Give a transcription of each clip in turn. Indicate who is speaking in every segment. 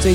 Speaker 1: 最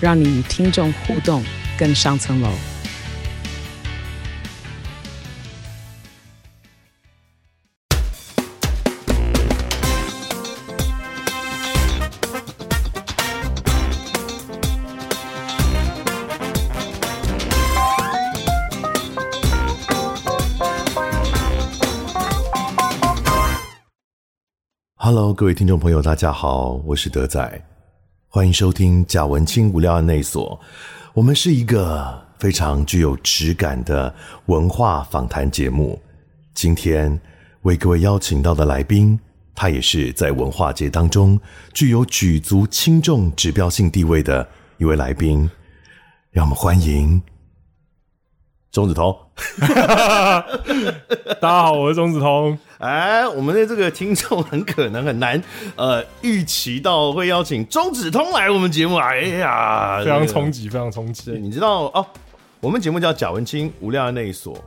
Speaker 1: 让你与听众互动更上层楼。
Speaker 2: Hello，各位听众朋友，大家好，我是德仔，欢迎收听贾文清无聊案内所。我们是一个非常具有质感的文化访谈节目。今天为各位邀请到的来宾，他也是在文化界当中具有举足轻重指标性地位的一位来宾。让我们欢迎钟子彤。
Speaker 3: 大家好，我是钟子通。
Speaker 2: 哎，我们的这个听众很可能很难呃预期到会邀请钟子通来我们节目， 哎呀，
Speaker 3: 非常
Speaker 2: 这个
Speaker 3: 冲击，非常冲击。
Speaker 2: 你知道哦，我们节目叫贾文清无量的那一所，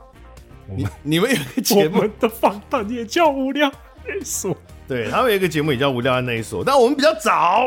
Speaker 2: 你你们有一个节
Speaker 3: 我
Speaker 2: 目，
Speaker 3: 们的访谈也叫无聊爱所。
Speaker 2: 对他们有一个节目也叫无量的那一所，但我们比较早，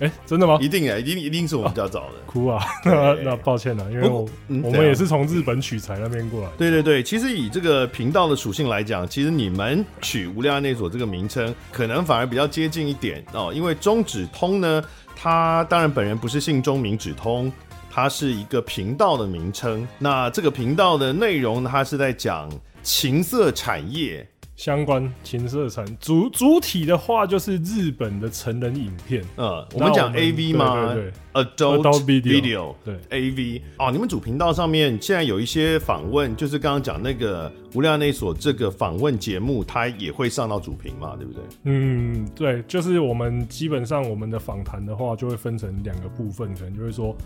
Speaker 3: 哎、真的吗？
Speaker 2: 一定哎，一定一定是我们比较早的。
Speaker 3: 哭啊！ 那那抱歉啊了，因为我、
Speaker 2: 嗯怎
Speaker 3: 我们
Speaker 2: 样
Speaker 3: 也是从日本取材那边过来。
Speaker 2: 对对对，其实以这个频道的属性来讲，其实你们取“无量内所”这个名称，可能反而比较接近一点哦。因为中指通呢，他当然本人不是姓钟明指通，它是一个频道的名称。那这个频道的内容呢，它是在讲情色产业。
Speaker 3: 相关情色产主主体的话，就是日本的成人影片。
Speaker 2: 呃，我
Speaker 3: 那
Speaker 2: 们讲
Speaker 3: 我们
Speaker 2: A V 嘛
Speaker 3: 对对
Speaker 2: a d u l t
Speaker 3: Adult video，对
Speaker 2: A V 哦，你们主频道上面现在有一些访问，就是刚刚讲那个《无量内所》这个访问节目，它也会上到主频嘛，对不对？
Speaker 3: 嗯，对，就是我们基本上我们的访谈的话，就会分成两个部分，可能就是说，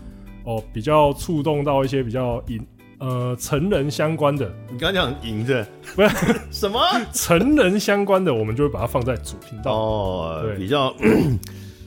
Speaker 3: 哦，比较触动到一些比较引呃成人相关的，
Speaker 2: 你刚刚讲赢的，
Speaker 3: 不是
Speaker 2: 什么？
Speaker 3: 成人相关的，我们就会把它放在主频道。
Speaker 2: 哦，
Speaker 3: 对
Speaker 2: 比较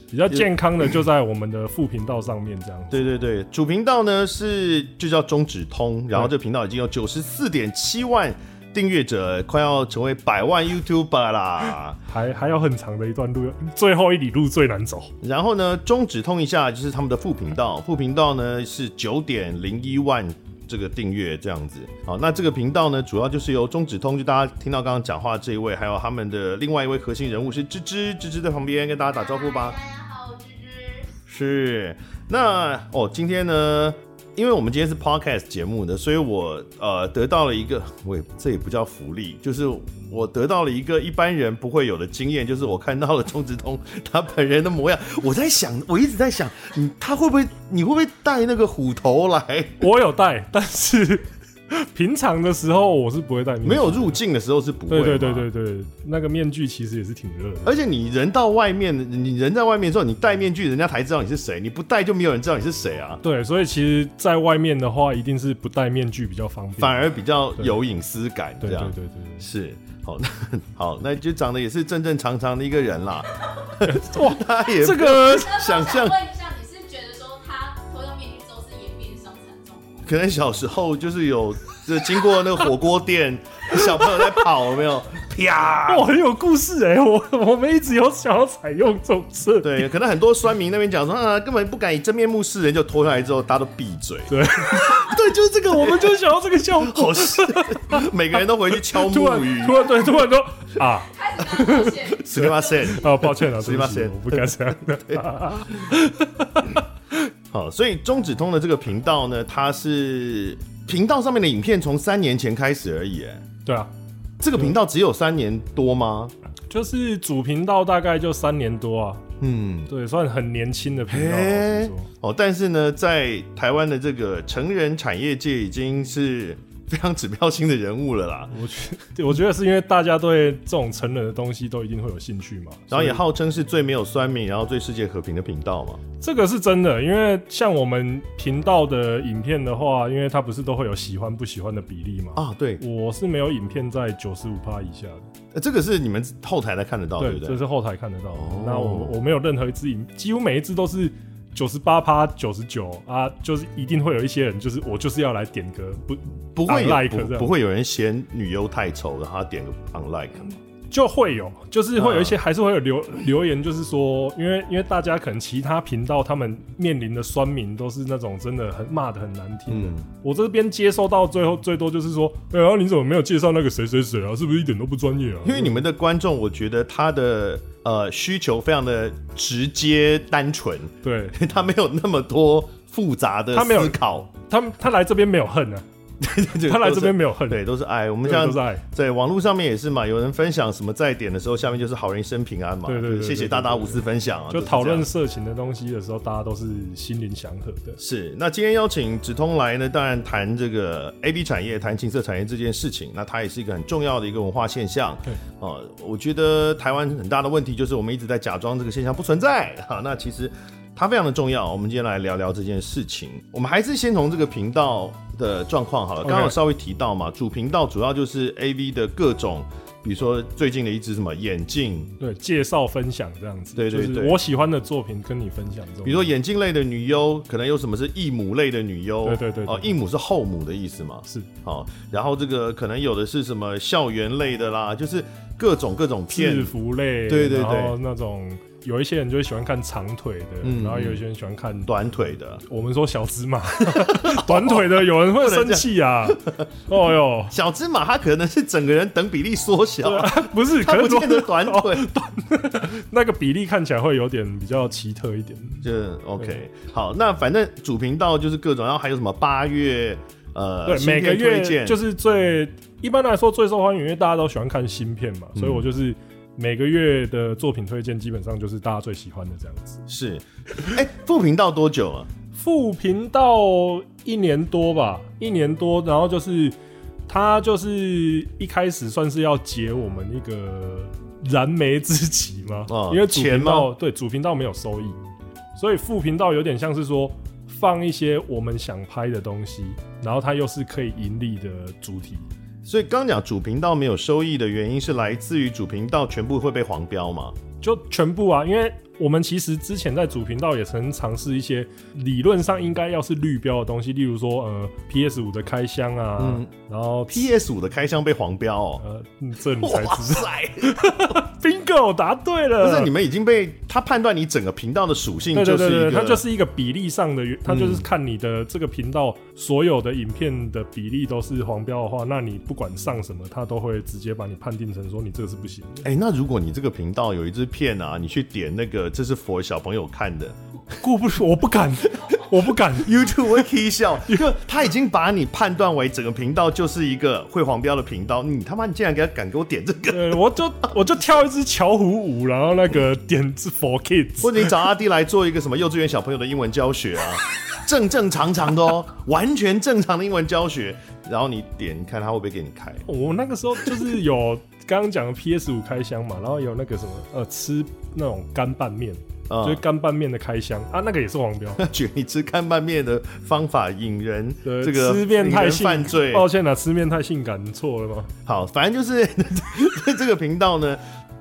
Speaker 3: 比较健康的就在我们的副频道上面这样子。
Speaker 2: 对对对，主频道呢是就叫中指通，然后这频道已经有九十四点七万订阅者，快要成为百万 YouTuber 啦。
Speaker 3: 还还有很长的一段路，最后一里路最难走。
Speaker 2: 然后呢，中指通一下就是他们的副频道，副频道呢是九点零一万这个订阅这样子。好，那这个频道呢，主要就是由中指通，就大家听到刚刚讲话这一位，还有他们的另外一位核心人物是芝芝，芝芝在旁边跟大家打招呼吧。
Speaker 4: 大家好，我芝芝。
Speaker 2: 是，那哦，今天呢，因为我们今天是 podcast 节目的，所以我呃得到了一个，我也这也不叫福利，就是我得到了一个一般人不会有的经验，就是我看到了钟直通他本人的模样，我在想，我一直在想，你他会不会，你会不会带那个虎头来？
Speaker 3: 我有带，但是 平常的时候我是不会戴面具。
Speaker 2: 没有入境的时候是不会
Speaker 3: 对
Speaker 2: 嘛，
Speaker 3: 对对对对，那个面具其实也是挺热的。
Speaker 2: 而且你人到外面，你人在外面之后，你戴面具，人家才知道你是谁。你不戴就没有人知道你是谁啊，
Speaker 3: 对，所以其实，在外面的话，一定是不戴面具比较方便。
Speaker 2: 反而比较有隐私感。
Speaker 3: 对
Speaker 2: 这
Speaker 3: 对
Speaker 2: 样
Speaker 3: 对对对
Speaker 2: 是，好，那好，那就长得也是正正常常的一个人 啦。哇，他也
Speaker 3: 对，这个
Speaker 2: 想象
Speaker 4: 问一下，你是觉得说他脱掉面具之后是颜面伤残状况？
Speaker 2: 可能小时候就是有，就经过那个火锅 店，小朋友在跑，有没有？啪！
Speaker 3: 我很有故事哎、我我们一直有想要采用这种设定。
Speaker 2: 对，可能很多酸民那边讲说啊，根本不敢以真面目示人，就脱下来之后，大家都闭嘴。
Speaker 3: 对对，就是这个，我们就想要这个效果。
Speaker 2: 好是，每个人都回去敲
Speaker 3: 突然
Speaker 2: 木鱼。
Speaker 3: 突然对，突然都啊。
Speaker 4: 开始道歉，
Speaker 2: 十八 percent，
Speaker 3: 啊，抱 歉了，
Speaker 2: 十
Speaker 3: 对
Speaker 2: 八
Speaker 3: 不
Speaker 2: 岁
Speaker 3: 起，我不该这样的。
Speaker 2: 好，所以中指通的这个频道呢，它是频道上面的影片从三年前开始而已。哎
Speaker 3: 对啊，
Speaker 2: 这个频道只有三年多吗？
Speaker 3: 就是主频道大概就三年多啊，
Speaker 2: 嗯，
Speaker 3: 对，算很年轻的频道老
Speaker 2: 哎
Speaker 3: 实说。
Speaker 2: 哦，但是呢，在台湾的这个成人产业界已经是非常指标性的人物了啦。
Speaker 3: 我觉得 我觉得是因为大家对这种成人的东西都一定会有兴趣嘛，
Speaker 2: 然后也
Speaker 3: 所以
Speaker 2: 号称是最没有酸民，然后最世界和平的频道嘛。
Speaker 3: 这个是真的，因为像我们频道的影片的话，因为它不是都会有喜欢不喜欢的比例嘛。
Speaker 2: 啊，对，
Speaker 3: 我是没有影片在九十五趴以下的，
Speaker 2: 呃这个是你们后台才看得到，对不
Speaker 3: 这
Speaker 2: 对？
Speaker 3: 是后台看得到的。
Speaker 2: 哦
Speaker 3: 那我我没有任何一支影，几乎每一支都是九十八趴、九十九啊，就是一定会有一些人，就是我就是要来点歌，不
Speaker 2: 不会有
Speaker 3: unlike 这
Speaker 2: 不
Speaker 3: 样
Speaker 2: 不会有人嫌女优太丑，然后他点个 unlike
Speaker 3: 嗯
Speaker 2: 吗
Speaker 3: 就会有，就是会
Speaker 2: 嗯
Speaker 3: 有一些，还是会有留留言，就是说，因为因为大家可能其他频道他们面临的酸民都是那种真的很骂的很难听的。
Speaker 2: 嗯
Speaker 3: 我这边接收到最后最多就是说，哎、呀，你怎么没有介绍那个谁谁谁啊？是不是一点都不专 业啊？
Speaker 2: 因为你们的观众，我觉得他的呃需求非常的直接单纯，
Speaker 3: 对
Speaker 2: 他没有那么多复杂的
Speaker 3: 他没有
Speaker 2: 思考。
Speaker 3: 他们他来这边没有恨啊，他来这边没有恨，
Speaker 2: 对，都是爱。我们
Speaker 3: 对，
Speaker 2: 像
Speaker 3: 都是爱。
Speaker 2: 在网络上面也是嘛，有人分享什么在点的时候，下面就是好人一生平安嘛。
Speaker 3: 对对对
Speaker 2: 就是谢谢
Speaker 3: 对对
Speaker 2: 大大
Speaker 3: 对
Speaker 2: 无私分享啊，
Speaker 3: 就是
Speaker 2: 这
Speaker 3: 讨
Speaker 2: 样
Speaker 3: 论色情的东西的时候，大家都是心灵祥和的。
Speaker 2: 是，那今天邀请直通来呢，当然谈这个 A B 产业、谈情色产业这件事情，那它也是一个很重要的一个文化现象。
Speaker 3: 对，
Speaker 2: 呃，我觉得台湾很大的问题就是我们一直在假装这个现象不存在哈、那其实它非常的重要。我们今天来聊聊这件事情，我们还是先从这个频道的状况好了。刚刚有
Speaker 3: OK
Speaker 2: 稍微提到嘛，主频道主要就是 A V 的各种，比如说最近的一支什么眼镜。
Speaker 3: 对，介绍分享这样子，
Speaker 2: 对对
Speaker 3: 就是
Speaker 2: 对
Speaker 3: 我喜欢的作品跟你分享这种。
Speaker 2: 比如说眼镜类的女优，可能有什么是异母类的女优？
Speaker 3: 对对对对
Speaker 2: 哦，异母是后母的意思嘛？
Speaker 3: 是
Speaker 2: 好、哦然后这个可能有的是什么校园类的啦，就是各种各种
Speaker 3: 制
Speaker 2: 片，
Speaker 3: 服类，
Speaker 2: 对对
Speaker 3: 然后
Speaker 2: 对
Speaker 3: 那种有一些人就会喜欢看长腿的，
Speaker 2: 嗯
Speaker 3: 然后有一些人喜欢看
Speaker 2: 短腿的、
Speaker 3: 我们说小芝麻， 短腿的有人会生气啊！哦哟，
Speaker 2: 小芝麻，它可能是整个人等比例缩小，
Speaker 3: 不是，
Speaker 2: 它
Speaker 3: 啊可
Speaker 2: 不
Speaker 3: 是
Speaker 2: 见得
Speaker 3: 说
Speaker 2: 短腿。
Speaker 3: 那个比例看起来会有点比较奇特一点。
Speaker 2: 就是 OK，好，那反正主频道就是各种，然后还有什么八月呃，
Speaker 3: 对，
Speaker 2: 新
Speaker 3: 每个
Speaker 2: 片推
Speaker 3: 月
Speaker 2: 荐
Speaker 3: 就是最一般来说最受欢迎，因为大家都喜欢看新片嘛，
Speaker 2: 嗯
Speaker 3: 所以我就是每个月的作品推荐基本上就是大家最喜欢的这样子。
Speaker 2: 是，哎、副频道多久啊？
Speaker 3: 副频道一年多吧，一年多，然后就是他就是一开始算是要解我们一个燃眉之急嘛，
Speaker 2: 哦
Speaker 3: 因为主
Speaker 2: 钱
Speaker 3: 频道对主频道没有收益，所以副频道有点像是说放一些我们想拍的东西，然后它又是可以盈利的主题，
Speaker 2: 所以刚讲主频道没有收益的原因是来自于主频道全部会被黄标嘛？
Speaker 3: 就全部啊，因为我们其实之前在主频道也曾尝试一些理论上应该要是绿标的东西，例如说呃 PS 五的开箱啊，
Speaker 2: 嗯
Speaker 3: 然后
Speaker 2: PS 五的开箱被黄标哦，
Speaker 3: 呃， 嗯这你才
Speaker 2: 哇
Speaker 3: 知道。
Speaker 2: 塞！
Speaker 3: Bingo，答对了。
Speaker 2: 不是你们已经被他判断你整个频道的属性
Speaker 3: 呃对
Speaker 2: 就
Speaker 3: 对
Speaker 2: 是一
Speaker 3: 对
Speaker 2: 个，
Speaker 3: 对，它就是一个比例上的原，它就是看你的这个频道所有的影片的比例都是黄标的话，那你不管上什么，它都会直接把你判定成说你这个是不行的。
Speaker 2: 哎、那如果你这个频道有一支片啊，你去点那个这是 for 小朋友看的
Speaker 3: 顾不住，我不敢，我不敢。
Speaker 2: ，YouTube 会 k 笑，因为他已经把你判断为整个频道就是一个会黄标的频道，你他妈你竟然给他敢给我点这个，
Speaker 3: 对，我就我就跳一支巧虎舞，然后那个点是 for kids，
Speaker 2: 或者你找阿弟来做一个什么幼稚园小朋友的英文教 学啊，正正常常的哦，完全正常的英文教学，然后你点你看他会不会给你开？
Speaker 3: 我那个时候就是有刚刚讲的 PS 五开箱嘛，然后有那个什么呃吃那种干拌面，
Speaker 2: 啊
Speaker 3: 就是干拌面的开箱啊，那个也是黄标。
Speaker 2: 觉得你吃干拌面的方法引人
Speaker 3: 对，
Speaker 2: 这个
Speaker 3: 吃面
Speaker 2: 引
Speaker 3: 太
Speaker 2: 人
Speaker 3: 性哦
Speaker 2: 犯罪，
Speaker 3: 抱歉了、啊吃面太性感，错了吗？
Speaker 2: 好，反正就是 这个频道呢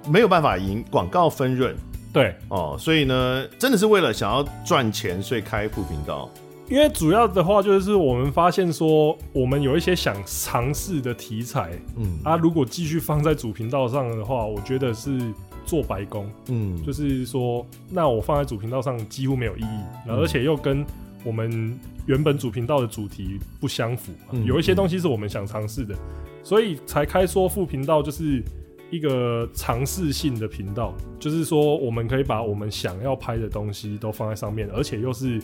Speaker 2: 没有办法赢广告分润
Speaker 3: 对，
Speaker 2: 哦，所以呢真的是为了想要赚钱，所以开副频道。
Speaker 3: 因为主要的话就是我们发现说，我们有一些想尝试的题材，
Speaker 2: 嗯
Speaker 3: 啊，如果继续放在主频道上的话，我觉得是做白工，
Speaker 2: 嗯，
Speaker 3: 就是说，那我放在主频道上几乎没有意义，
Speaker 2: 嗯
Speaker 3: 然后而且又跟我们原本主频道的主题不相符嘛，
Speaker 2: 嗯
Speaker 3: 有一些东西是我们想尝试的，所以才开说副频道就是一个尝试性的频道，就是说我们可以把我们想要拍的东西都放在上面，而且又是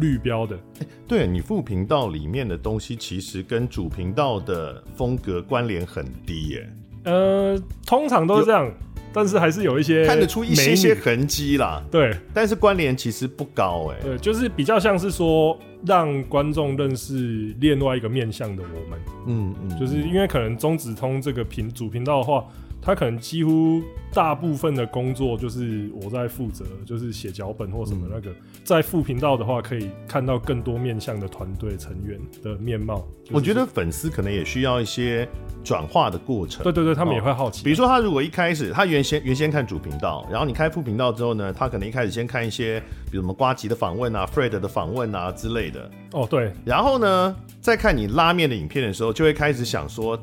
Speaker 3: 绿标的，
Speaker 2: 对你副频道里面的东西，其实跟主频道的风格关联很低耶。
Speaker 3: 呃，通常都是这样。但是还是有一些
Speaker 2: 看得出一些些
Speaker 3: 美女
Speaker 2: 痕迹啦，
Speaker 3: 对
Speaker 2: 但是关联其实不高哎、
Speaker 3: 对，就是比较像是说让观众认识另外一个面向的我们，
Speaker 2: 嗯嗯，
Speaker 3: 就是因为可能中子通这个频主频道的话，它可能几乎大部分的工作就是我在负责，就是写脚本或什么
Speaker 2: 嗯
Speaker 3: 那个。在副频道的话，可以看到更多面向的团队成员的面貌。就是
Speaker 2: 我觉得粉丝可能也需要一些转化的过程。
Speaker 3: 对对对，他们也会好奇。
Speaker 2: 哦比如说，他如果一开始他原先原先看主频道，然后你开副频道之后呢，他可能一开始先看一些，比如什么瓜吉的访问啊、Fred 的访问啊之类的，
Speaker 3: 哦，对，
Speaker 2: 然后呢，再看你拉面的影片的时候，就会开始想说，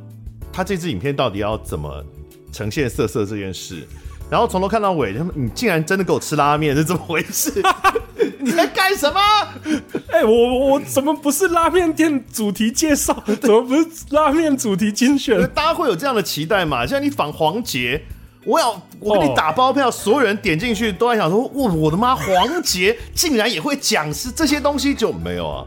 Speaker 2: 他这支影片到底要怎么呈现色色这件事。然后从头看到尾，他们你竟然真的给我吃拉面，是怎么回事？ 你在干什么？
Speaker 3: 哎、我我我怎么不是拉面店主题介绍？ 怎么不是拉面主题精选？
Speaker 2: 哎大家会有这样的期待嘛？像你仿黄杰，我要我给你打包票，所有人点进去都在想说，
Speaker 3: 哦
Speaker 2: 我我的妈，黄杰竟然也会讲是这些东西，就没有 啊，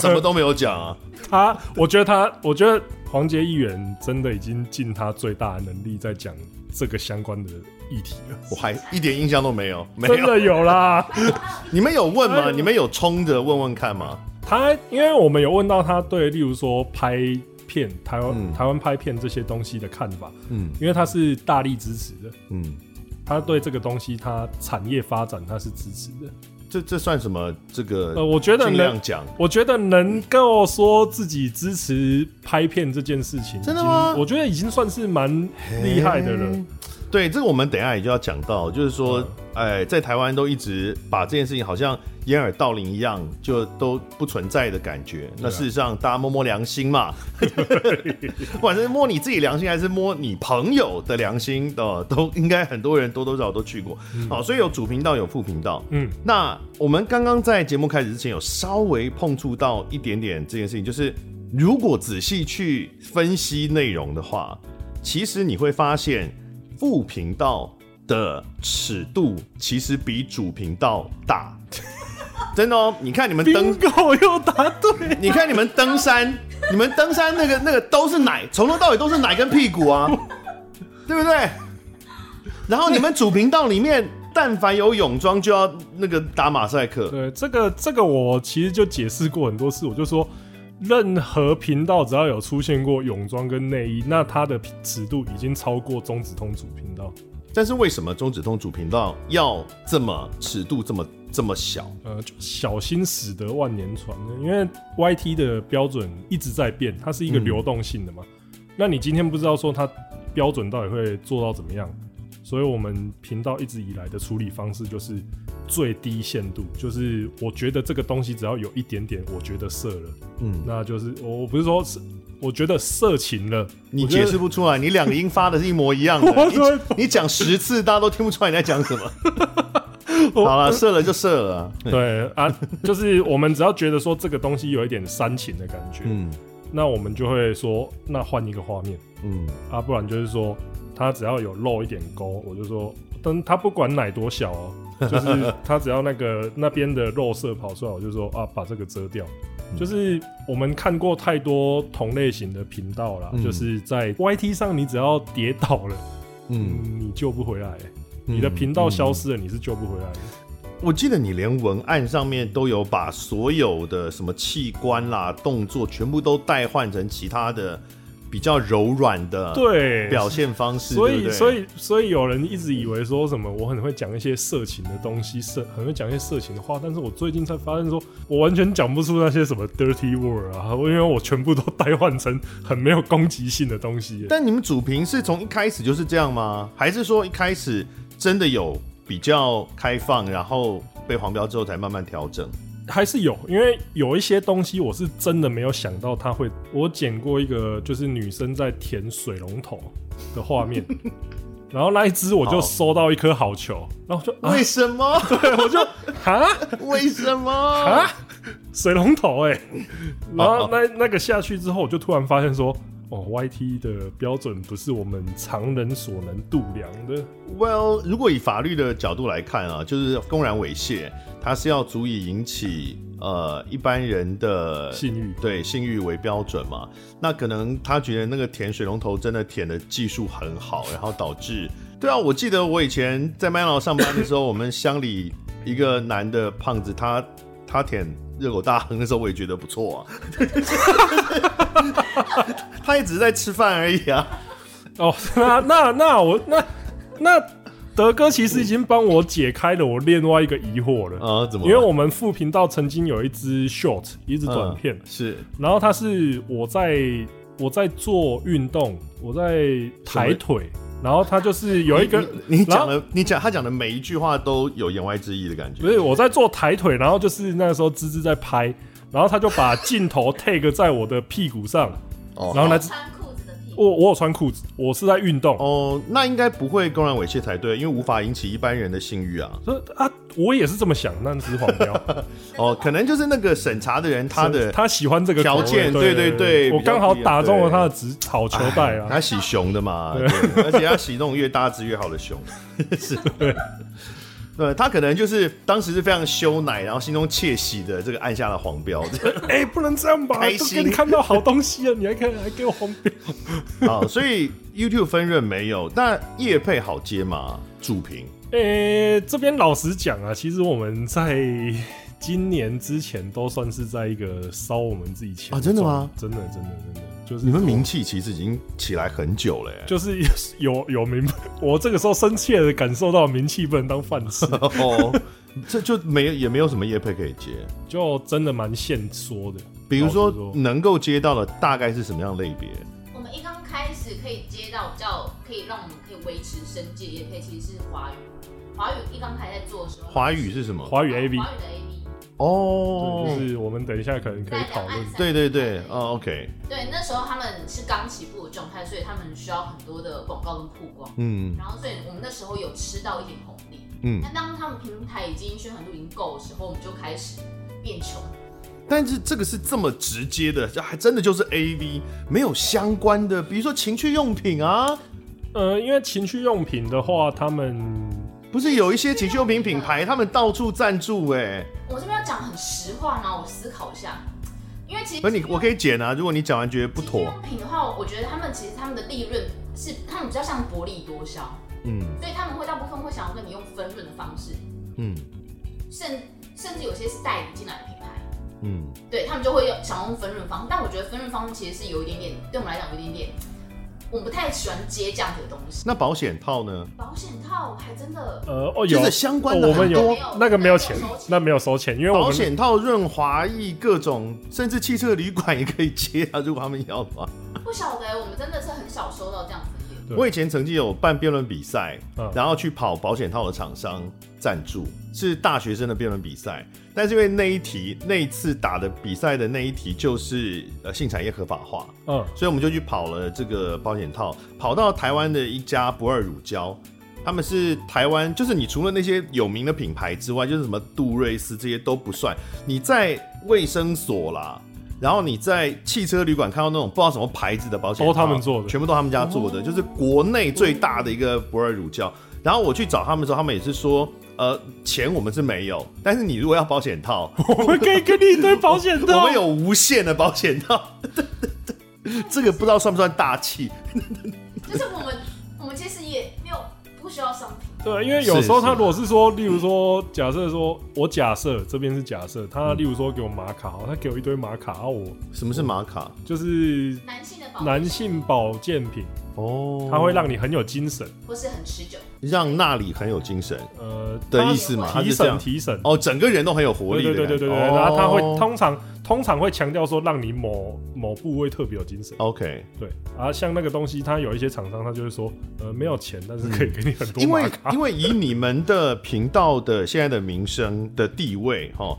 Speaker 2: 什么都没有讲啊。
Speaker 3: 他，我觉得他，我觉得黄杰议员真的已经尽他最大的能力在讲这个相关的议题了。
Speaker 2: 我还一点印象都没有，没
Speaker 3: 真
Speaker 2: 有。
Speaker 3: 的有啦，
Speaker 2: 你们有问
Speaker 3: 哎
Speaker 2: 吗？
Speaker 3: 呦
Speaker 2: 你们有冲着问问看吗？
Speaker 3: 他因为我们有问到他对，例如说拍片台湾、
Speaker 2: 嗯
Speaker 3: 台湾拍片这些东西的看法，
Speaker 2: 嗯
Speaker 3: 因为他是大力支持的，
Speaker 2: 嗯，
Speaker 3: 他对这个东西他产业发展他是支持的。
Speaker 2: 这这算什么？这个
Speaker 3: 呃，我觉得
Speaker 2: 尽量
Speaker 3: 能，
Speaker 2: 讲。
Speaker 3: 我觉得能够说自己支持拍片这件事情，
Speaker 2: 真的
Speaker 3: 已经
Speaker 2: 吗
Speaker 3: 我觉得已经算是蛮厉害的了。
Speaker 2: 对，这个我们等一下也就要讲到，就是说，哎，在台湾都一直把这件事情好像掩耳盗铃一样，就都不存在的感觉。那事实上，大家摸摸良心嘛，不管是摸你自己良心，还是摸你朋友的良心，呃，都应该很多人多多少少都去过。好、所以有主频道，有副频道。
Speaker 3: 嗯，
Speaker 2: 那我们刚刚在节目开始之前，有稍微碰触到一点点这件事情，就是如果仔细去分析内容的话，其实你会发现副频道的尺度其实比主频道大， 真的哦。你看你们登，
Speaker 3: bingo 又答对，
Speaker 2: 你看你们登山，你们登山那个那个都是奶，从头到尾都是奶跟屁股啊， 对不对？然后你们主频道里面，但凡有泳装就要那个打马赛克，
Speaker 3: 对，这个这个我其实就解释过很多次，我就说，任何频道只要有出现过泳装跟内衣，那它的尺度已经超过中子通主频道。
Speaker 2: 但是为什么中指通主频道要这么尺度这么这么小？
Speaker 3: 呃，就小心驶得万年船呢，因为 YT 的标准一直在变，它是一个
Speaker 2: 嗯
Speaker 3: 流动性的嘛。那你今天不知道说它标准到底会做到怎么样，所以我们频道一直以来的处理方式就是最低限度，就是我觉得这个东西只要有一点点，我觉得色了，
Speaker 2: 嗯
Speaker 3: 那就是我我不是说是，我觉得色情了，
Speaker 2: 你
Speaker 3: 我觉得
Speaker 2: 解释不出来，你两个音发的是一模一样
Speaker 3: 我
Speaker 2: 的，
Speaker 3: 说
Speaker 2: 你你讲十次大家都听不出来你在讲什 么。好了，射了就射了啊、
Speaker 3: 对啊， 就是我们只要觉得说这个东西有一点煽情的感觉，
Speaker 2: 嗯
Speaker 3: 那我们就会说那换一个画面。
Speaker 2: 嗯
Speaker 3: 啊，不然就是说他只要有露一点沟，我就说，但他不管奶多小哦，就是 他只要那个那边的肉色跑出来，我就说啊，把这个遮掉。
Speaker 2: 嗯
Speaker 3: 就是我们看过太多同类型的频道啦，
Speaker 2: 嗯
Speaker 3: 就是在 YT 上，你只要跌倒了，
Speaker 2: 嗯，
Speaker 3: 你救不回来、欸你的频道消失了，你是救不回来的。
Speaker 2: 嗯我记得你连文案上面都有把所有的什么器官啦、动作全部都代换成其他的比较柔软的
Speaker 3: 对，
Speaker 2: 表现方式，
Speaker 3: 所
Speaker 2: 对不
Speaker 3: 以，
Speaker 2: 对
Speaker 3: 所以，所以有人一直以为说什么我很会讲一些色情的东西，色很会讲一些色情的话，但是我最近才发现说，我完全讲不出那些什么 dirty word 啊，我因为我全部都代换成很没有攻击性的东西耶。
Speaker 2: 但你们主评是从一开始就是这样吗？还是说一开始真的有比较开放，然后被黄标之后才慢慢调整？
Speaker 3: 还是有，因为有一些东西我是真的没有想到它会。我剪过一个就是女生在舔水龙头的 画面，然后那一只我
Speaker 2: 好
Speaker 3: 就收到一颗好球，然后我就啊
Speaker 2: 为什 么？
Speaker 3: 我就啊。
Speaker 2: 为什么
Speaker 3: 啊？，水龙头哎、
Speaker 2: 哦
Speaker 3: 然后那那个下去之后，我就突然发现说，哦，YT 的标准不是我们常人所能度量的。
Speaker 2: Well，如果以法律的角度来看啊，就是公然猥亵，它是要足以引起呃一般人的
Speaker 3: 性欲
Speaker 2: 对性欲为标准嘛。那可能他觉得那个舔水龙头真的舔的技术很好，然后导致对啊，我记得我以前在麦当劳上班的时候，我们乡里一个男的胖子，他他舔热狗大亨的时候，我也觉得不错啊。 他也只是在吃饭而已啊。
Speaker 3: 哦，那那那我那那德哥其实已经帮我解开了我另外一个疑惑哦了，
Speaker 2: 啊，怎么了？
Speaker 3: 因为我们副频道曾经有一支 short，一支短片，
Speaker 2: 嗯是
Speaker 3: 然后它是我在我在做运动，我在抬腿，然后它就是有一个
Speaker 2: 你你
Speaker 3: 然后
Speaker 2: 讲的，你讲他讲的每一句话都有言外之意的感觉。
Speaker 3: 不是我在做抬腿，然后就是那时候芝芝在拍，然后他就把镜头 take 在我的屁股上，
Speaker 2: 哦
Speaker 3: 然后呢，
Speaker 4: 穿裤子的屁股，
Speaker 3: 我我有穿裤子，我是在运动，
Speaker 2: 哦，那应该不会公然猥亵才对，因为无法引起一般人的性欲啊。
Speaker 3: 所以啊，我也是这么想，那只是黄标，
Speaker 2: 哦，可能就是那个审查的人 他的
Speaker 3: 他喜欢这个
Speaker 2: 条
Speaker 3: 口味
Speaker 2: 件
Speaker 3: 对
Speaker 2: 对对对
Speaker 3: 对，我
Speaker 2: 比较
Speaker 3: 刚好
Speaker 2: 不一样
Speaker 3: 打中了
Speaker 2: 对
Speaker 3: 他的直草球带啊，
Speaker 2: 哎他洗熊的嘛，对，而且他洗那种越大只越好的 熊，是，对，对他可能就是当时是非常羞奶，然后心中窃喜的这个按下了黄标
Speaker 3: 哎、不能这样吧，
Speaker 2: 开
Speaker 3: 都
Speaker 2: 心
Speaker 3: 给你看到好东西啊了，你还看还给我黄标，
Speaker 2: 啊、所以 YouTube 分润没有，那叶配好接嘛，主屏
Speaker 3: 哎、这边老实讲啊，其实我们在。今年之前都算是在一个烧我们自己钱
Speaker 2: 啊真的吗
Speaker 3: 状态真的真的真的，就是
Speaker 2: 你们
Speaker 3: 说
Speaker 2: 名气其实已经起来很久了耶，
Speaker 3: 就是有 有名，我这个时候深切的感受到名气不能当饭 吃，
Speaker 2: 哦，这就没也没有什么叶配可以接，
Speaker 3: 就真的蛮现说的。
Speaker 2: 比如
Speaker 3: 老实
Speaker 2: 说能够接到的大概是什么样类别？
Speaker 4: 我们一刚开始可以接到比较可以让我们可以维持生计的业配，其实是华语。华语一刚开始在做的时候，
Speaker 2: 华语是什么？
Speaker 3: 华语 A B，
Speaker 4: 华语的 A B，
Speaker 2: 哦
Speaker 3: 对，，就是我们等一下可能可以讨论。
Speaker 2: 对对对，哦，OK，
Speaker 4: 对，那时候他们是刚起步的状态，所以他们需要很多的广告跟曝光。
Speaker 2: 嗯
Speaker 4: 然后，所以我们那时候有吃到一点红利。
Speaker 2: 嗯。
Speaker 4: 那当他们平台已经宣传度已经够的时候，我们就开始变穷。
Speaker 2: 但是这个是这么直接的，这还真的就是 A V，没有相关的，比如说情趣用品啊，
Speaker 3: 呃，因为情趣用品的话，他们
Speaker 2: 不是有一些情趣用品品牌，他们到处赞助哎、
Speaker 4: 我这边要讲很实话呢，我思考一下，因为其实
Speaker 2: 不是你，我可以剪啊，如果你讲完觉得不
Speaker 4: 情趣
Speaker 2: 妥，
Speaker 4: 用品的话，我觉得他们其实他们的利润是他们比较像薄利多销，
Speaker 2: 嗯
Speaker 4: 所以他们会大部分会想要跟你用分润的方式，
Speaker 2: 嗯
Speaker 4: 甚甚至有些是代理进来的品牌。
Speaker 2: 嗯，
Speaker 4: 对他们就会有想用分润方，但我觉得分润方其实是有一点点，对我们来讲有一点点，我不太喜欢接这样子的东西。
Speaker 2: 那保险套呢？
Speaker 4: 保险套还真的
Speaker 3: 呃哦
Speaker 2: 就
Speaker 3: 有
Speaker 2: 是相关
Speaker 3: 哦
Speaker 2: 的
Speaker 3: 我们
Speaker 2: 很
Speaker 3: 有
Speaker 2: 多。
Speaker 3: 那个没有钱
Speaker 4: 那没有收，钱
Speaker 3: 那没有收钱，因为我
Speaker 2: 保
Speaker 3: 们
Speaker 2: 险套、润滑液各种，甚至汽车旅馆也可以接啊，如果他们要的话。
Speaker 4: 不晓得，我们真的是很少收到这样子的业务。
Speaker 3: 对
Speaker 2: 我以前曾经有办辩论比赛
Speaker 3: 嗯，
Speaker 2: 然后去跑保险套的厂商赞助，是大学生的辩论比赛。但是因为那一题那一次打的比赛的那一题就是呃性产业合法化，
Speaker 3: 嗯
Speaker 2: 所以我们就去跑了这个保险套，跑到台湾的一家不二乳胶。他们是台湾，就是你除了那些有名的品牌之外，就是什么杜瑞斯这些都不算。你在卫生所啦，然后你在汽车旅馆看到那种不知道什么牌子的保险套，
Speaker 3: 都哦他们做的哦
Speaker 2: 全部都他们家做的，就是国内最大的一个不二乳胶。然后我去找他们的时候，他们也是说，呃，钱我们是没有，但是你如果要保险 套，
Speaker 3: 我们可以给你一堆保险套，
Speaker 2: 我们有无限的保险套。 这个不知道算不算大气？
Speaker 4: 就是我们我们其实也没有不需要商品，
Speaker 3: 对，因为有时候
Speaker 2: 是
Speaker 3: 他
Speaker 2: 是
Speaker 3: 如果是说，例如说，假设说我假设这边是假设，他例如说给我玛卡，他给我一堆玛卡，然后我
Speaker 2: 什么是玛卡？
Speaker 3: 就是
Speaker 4: 男性的保险
Speaker 3: 男性保健品，
Speaker 2: 哦
Speaker 3: 它会让你很有精神，
Speaker 4: 或是很持久。
Speaker 2: 让那里很有精神
Speaker 3: 呃
Speaker 2: 的意
Speaker 3: 它
Speaker 2: 思嘛？它
Speaker 3: 提
Speaker 2: 是这
Speaker 3: 神
Speaker 2: 样
Speaker 3: 提神。
Speaker 2: 哦，整个人都很有活
Speaker 3: 对
Speaker 2: 力的
Speaker 3: 对对
Speaker 2: 感觉。
Speaker 3: 对对对，
Speaker 2: 哦
Speaker 3: 然后他会通常通常会强调说让你某某部位特别有精神，
Speaker 2: OK，
Speaker 3: 对啊，像那个东西，它有一些厂商，他就会说，呃，没有钱，但是可以给你很多
Speaker 2: 因
Speaker 3: 玛
Speaker 2: 为
Speaker 3: 卡，
Speaker 2: 因为以你们的频道的现在的名声的地位哈、哦，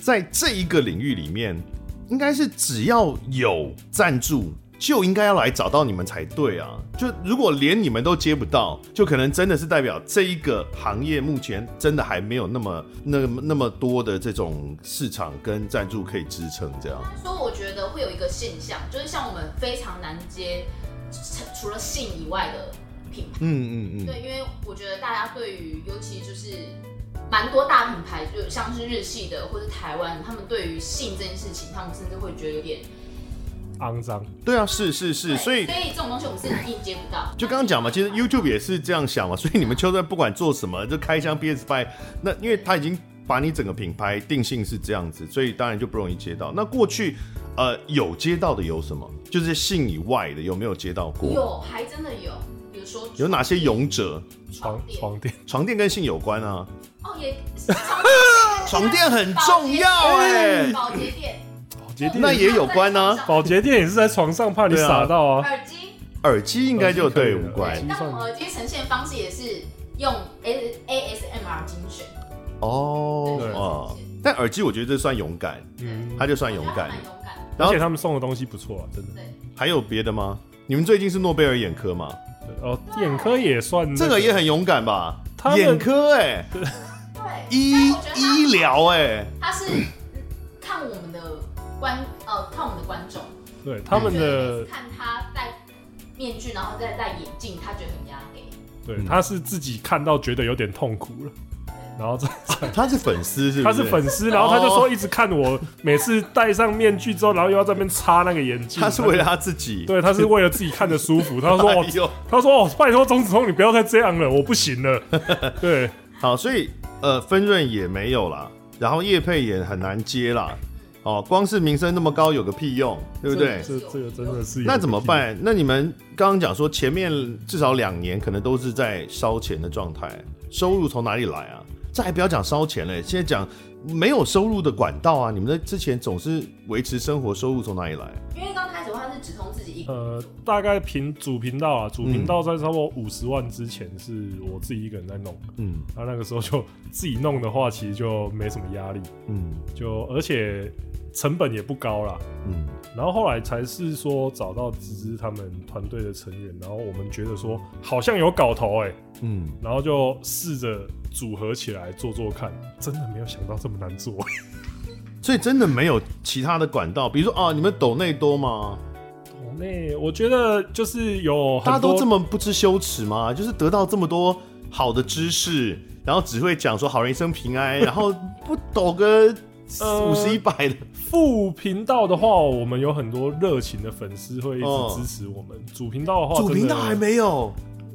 Speaker 2: 在这一个领域里面，应该是只要有赞助。就应该要来找到你们才对啊！就如果连你们都接不到，就可能真的是代表这一个行业目前真的还没有那么、那么、那么多的这种市场跟赞助可以支撑这样。
Speaker 4: 但说我觉得会有一个现象，就是像我们非常难接除除了性以外的品牌。
Speaker 2: 嗯嗯嗯，
Speaker 4: 对，因为我觉得大家对于尤其就是蛮多大品牌，就像是日系的或是台湾，他们对于性这件事情，他们甚至会觉得有点
Speaker 3: 肮脏。
Speaker 2: 对啊，是是是，
Speaker 4: 对
Speaker 2: 所以
Speaker 4: 所以这种东西我们是一定接不到。
Speaker 2: 就刚刚讲嘛，其实 YouTube 也是这样想嘛， 所以你们就算不管做什么，就开箱 PS Five，那因为它已经把你整个品牌定性是这样子，所以当然就不容易接到。那过去呃有接到的有什么？就是信以外的有没有接到过？
Speaker 4: 有，还真的有，比如说
Speaker 2: 有哪些勇者？
Speaker 3: 床
Speaker 2: 哦
Speaker 4: 床垫
Speaker 3: 床垫，
Speaker 2: 床垫跟性有关啊，
Speaker 4: 哦，也床
Speaker 2: 床垫很重要哎、
Speaker 4: 保洁垫、
Speaker 3: 保洁
Speaker 2: 那
Speaker 3: 垫，
Speaker 2: 也有关啊
Speaker 3: 保洁垫也是在床上怕你
Speaker 2: 对啊
Speaker 3: 傻到啊。
Speaker 4: 耳机，
Speaker 2: 耳机应该就对
Speaker 3: 耳机
Speaker 2: 无
Speaker 3: 可以
Speaker 2: 关
Speaker 3: 耳机
Speaker 4: 那我们耳机呈现方式也是用 A ASMR 精选，对
Speaker 2: 哦啊，但耳机我觉得这算勇敢，
Speaker 3: 嗯，
Speaker 2: 它就算勇敢
Speaker 4: 我觉得他。蛮勇敢的。
Speaker 2: 然
Speaker 3: 而
Speaker 2: 后
Speaker 3: 且他们送的东西不错啊，真的。
Speaker 2: 还有别的吗？你们最近是诺贝尔眼科吗？
Speaker 3: 对哦，眼科也算那
Speaker 2: 这个也很勇敢吧
Speaker 3: 他？们
Speaker 2: 眼科哎、
Speaker 4: 对，
Speaker 2: 医
Speaker 4: 但我觉得他
Speaker 2: 医疗哎、
Speaker 4: 他是看我们的观呃看我们的观众，
Speaker 3: 对他们
Speaker 4: 就是
Speaker 3: 的
Speaker 4: 每次看他戴面具，然后再戴眼镜，他觉得很压给。
Speaker 2: 嗯
Speaker 3: 对，他是自己看到觉得有点痛苦了， 然后再
Speaker 2: 他是粉丝是不哦
Speaker 3: 他
Speaker 2: 是？
Speaker 3: 是粉丝，然后他就说一直看我，每次戴上面具之后，然后又要在那边擦那个眼镜，
Speaker 2: 他是为了他自己。
Speaker 3: 对，他是为了自己看着舒服。他说
Speaker 2: 哎
Speaker 3: 哦，
Speaker 2: 呦，
Speaker 3: 他说哦，拜托钟子通，你不要再这样了，我不 行了。对，
Speaker 2: 好，所以呃，分润也没有啦，然后叶配也很难接啦。哦，光是名声那么高有个屁用，对不对？
Speaker 3: 这这个真的是有
Speaker 2: 那怎么？办？那你们刚刚讲说前面至少两年可能都是在烧钱的状态，收入从哪里来啊？这还不要讲烧钱嘞，现在讲没有收入的管道啊！你们在之前总是维持生活收入从哪里来？
Speaker 4: 因为刚开始的话是只通自己一个人
Speaker 3: 呃
Speaker 4: 做，
Speaker 3: 大概频主频道啊，主
Speaker 2: 嗯
Speaker 3: 频道在差不多五十万之前是我自己一个人在弄，
Speaker 2: 嗯
Speaker 3: 然后那个时候就自己弄的话，其实就没什么压力，
Speaker 2: 嗯
Speaker 3: 就而且成本也不高啦。
Speaker 2: 嗯，
Speaker 3: 然后后来才是说找到芝芝他们团队的成员，然后我们觉得说好像有搞头哎、
Speaker 2: 嗯，
Speaker 3: 然后就试着组合起来做做看，真的没有想到这么难做。
Speaker 2: 所以真的没有其他的管道，比如说啊，你们抖内多吗？
Speaker 3: 国内我觉得就是有很多
Speaker 2: 大家都这么不知羞耻吗？就是得到这么多好的知识，然后只会讲说好人一生平安，然后不抖 个
Speaker 3: 呃
Speaker 2: 五十一百的，
Speaker 3: 副频道的话，我们有很多热情的粉丝会一直支持我们。主频道的话，
Speaker 2: 主
Speaker 3: 真
Speaker 2: 频
Speaker 3: 的
Speaker 2: 道还没有。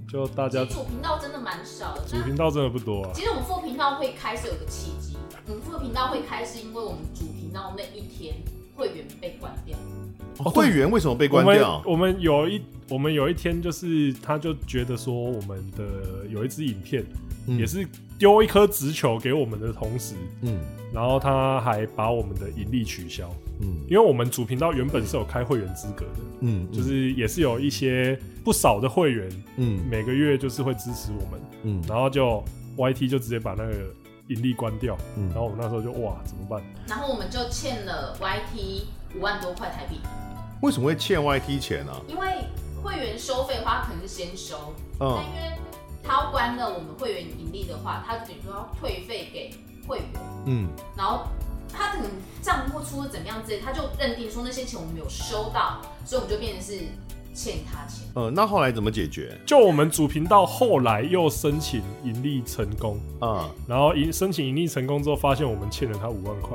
Speaker 3: 就大
Speaker 4: 其
Speaker 3: 家
Speaker 4: 实主频道真的蛮少的。
Speaker 3: 主
Speaker 4: 那
Speaker 3: 频道真的不多啊。
Speaker 4: 其实我们副频道会开是有个契机，我们副频道会开是因为我们主频道那一天会员被关掉，
Speaker 2: 哦会员为什么被
Speaker 3: 我
Speaker 2: 关
Speaker 3: 们
Speaker 2: 掉？
Speaker 3: 我们有一我们有一天就是他就觉得说我们的有一支影片、
Speaker 2: 嗯
Speaker 3: 也是丢一颗直球给我们的同时，
Speaker 2: 嗯
Speaker 3: 然后他还把我们的盈利取消，
Speaker 2: 嗯
Speaker 3: 因为我们主频道原本是有开会员资格的，
Speaker 2: 嗯
Speaker 3: 就是也是有一些不少的会员
Speaker 2: 嗯
Speaker 3: 每个月就是会支持我们。
Speaker 2: 嗯
Speaker 3: 然后就 YT 就直接把那个盈利关掉，
Speaker 2: 嗯
Speaker 3: 然后我们那时候就哇怎么办？
Speaker 4: 然后我们就欠了 YT 五万多块台币，
Speaker 2: 为什么会欠 YT 钱啊？
Speaker 4: 因为会员收费的话，他可能是先收，但
Speaker 2: 嗯
Speaker 4: 因为他要关了我们会员盈利的话，他等于说要退费给会员，
Speaker 2: 嗯
Speaker 4: 然后他可能账户出了怎么样之类，他就认定说那些钱我们有收到，所以我们就变成是欠他钱。
Speaker 2: 呃，那后来怎么解决
Speaker 3: 就我们主频道后来又申请盈利成功，
Speaker 2: 啊？
Speaker 3: 然后盈申请盈利成功之后，发现我们欠了他五万块，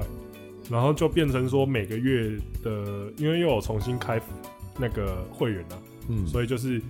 Speaker 3: 然后就变成说每个月的，因为又有重新开那个会员了、啊
Speaker 2: 嗯，
Speaker 3: 所以就是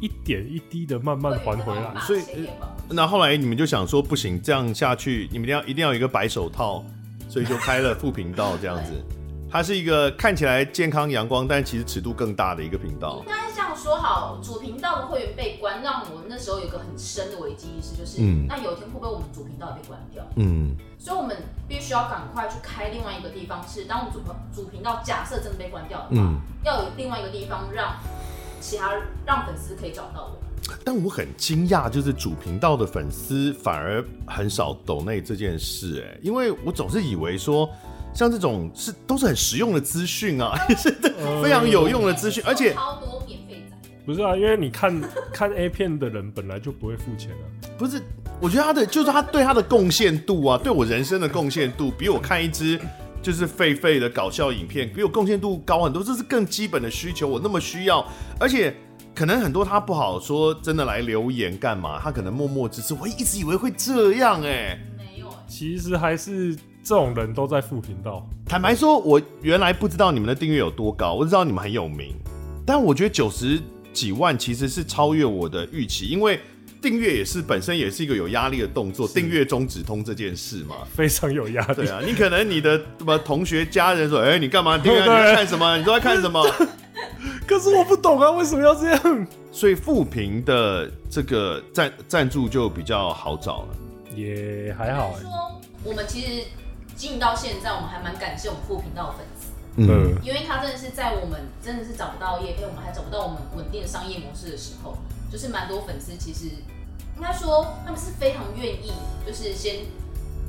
Speaker 3: 一点一滴的慢慢还回来。呃
Speaker 2: 所以
Speaker 4: 会员啊的话我们把钱给
Speaker 2: 那后来你们就想说不行，这样下去你们一定要一定要有一个白手套，所以就开了副频道这样子。 它是一个看起来健康阳光，但其实尺度更大的一个频道
Speaker 4: 应。该这样说好，主频道的会员被关，让我那时候有一个很深的危机意识，就是、
Speaker 2: 嗯
Speaker 4: 那有一天会不会我们主频道也被关掉？
Speaker 2: 嗯
Speaker 4: 所以我们必须要赶快去开另外一个地方，是当我们主主频道假设真的被关掉的话，
Speaker 2: 嗯，
Speaker 4: 要有另外一个地方让其他让粉丝可以找到我们。
Speaker 2: 但我很惊讶，就是主频道的粉丝反而很少抖内这件事、哎，因为我总是以为说。像这种是都是很实用的资讯啊， 是非常有用的资讯，而且
Speaker 4: 超多免费仔，
Speaker 3: 不是啊，因为你看 看 A 片的人本来就不会付钱啊，
Speaker 2: 不是，我觉得他的就是他对他的贡献度啊，对我人生的贡献度，比我看一支就是狒狒的搞笑影片，比我贡献度高很多，这是更基本的需求，我那么需要，而且。可能很多他不好说，真的来留言干嘛？他可能默默支持，我一直以为会这样哎、
Speaker 4: 没有、欸，
Speaker 3: 其实还是这种人都在副频道，
Speaker 2: 坦白说，我原来不知道你们的订阅有多高，我知道你们很有名，但我觉得九十几万其实是超越我的预期，因为订阅也是本身也是一个有压力的动作，订阅中止通这件事嘛。
Speaker 3: 非常有压力
Speaker 2: 对。啊，你可能你的什么同学、家人说，哎、你干嘛订阅？你在看什么？你都在看什么？
Speaker 3: 可是我不懂啊，为什么要这样？
Speaker 2: 所以富平的这个赞赞助就比较好找了。
Speaker 3: 也还
Speaker 2: 欸
Speaker 3: 好哎、
Speaker 4: 说我们其实经营到现在，我们还蛮感谢我们副频道的粉丝，
Speaker 3: 嗯，
Speaker 4: 因为他真的是在我们真的是找不到业配，我们还找不到我们稳定的商业模式的时候，就是蛮多粉丝其实应该说他们是非常愿意，就是先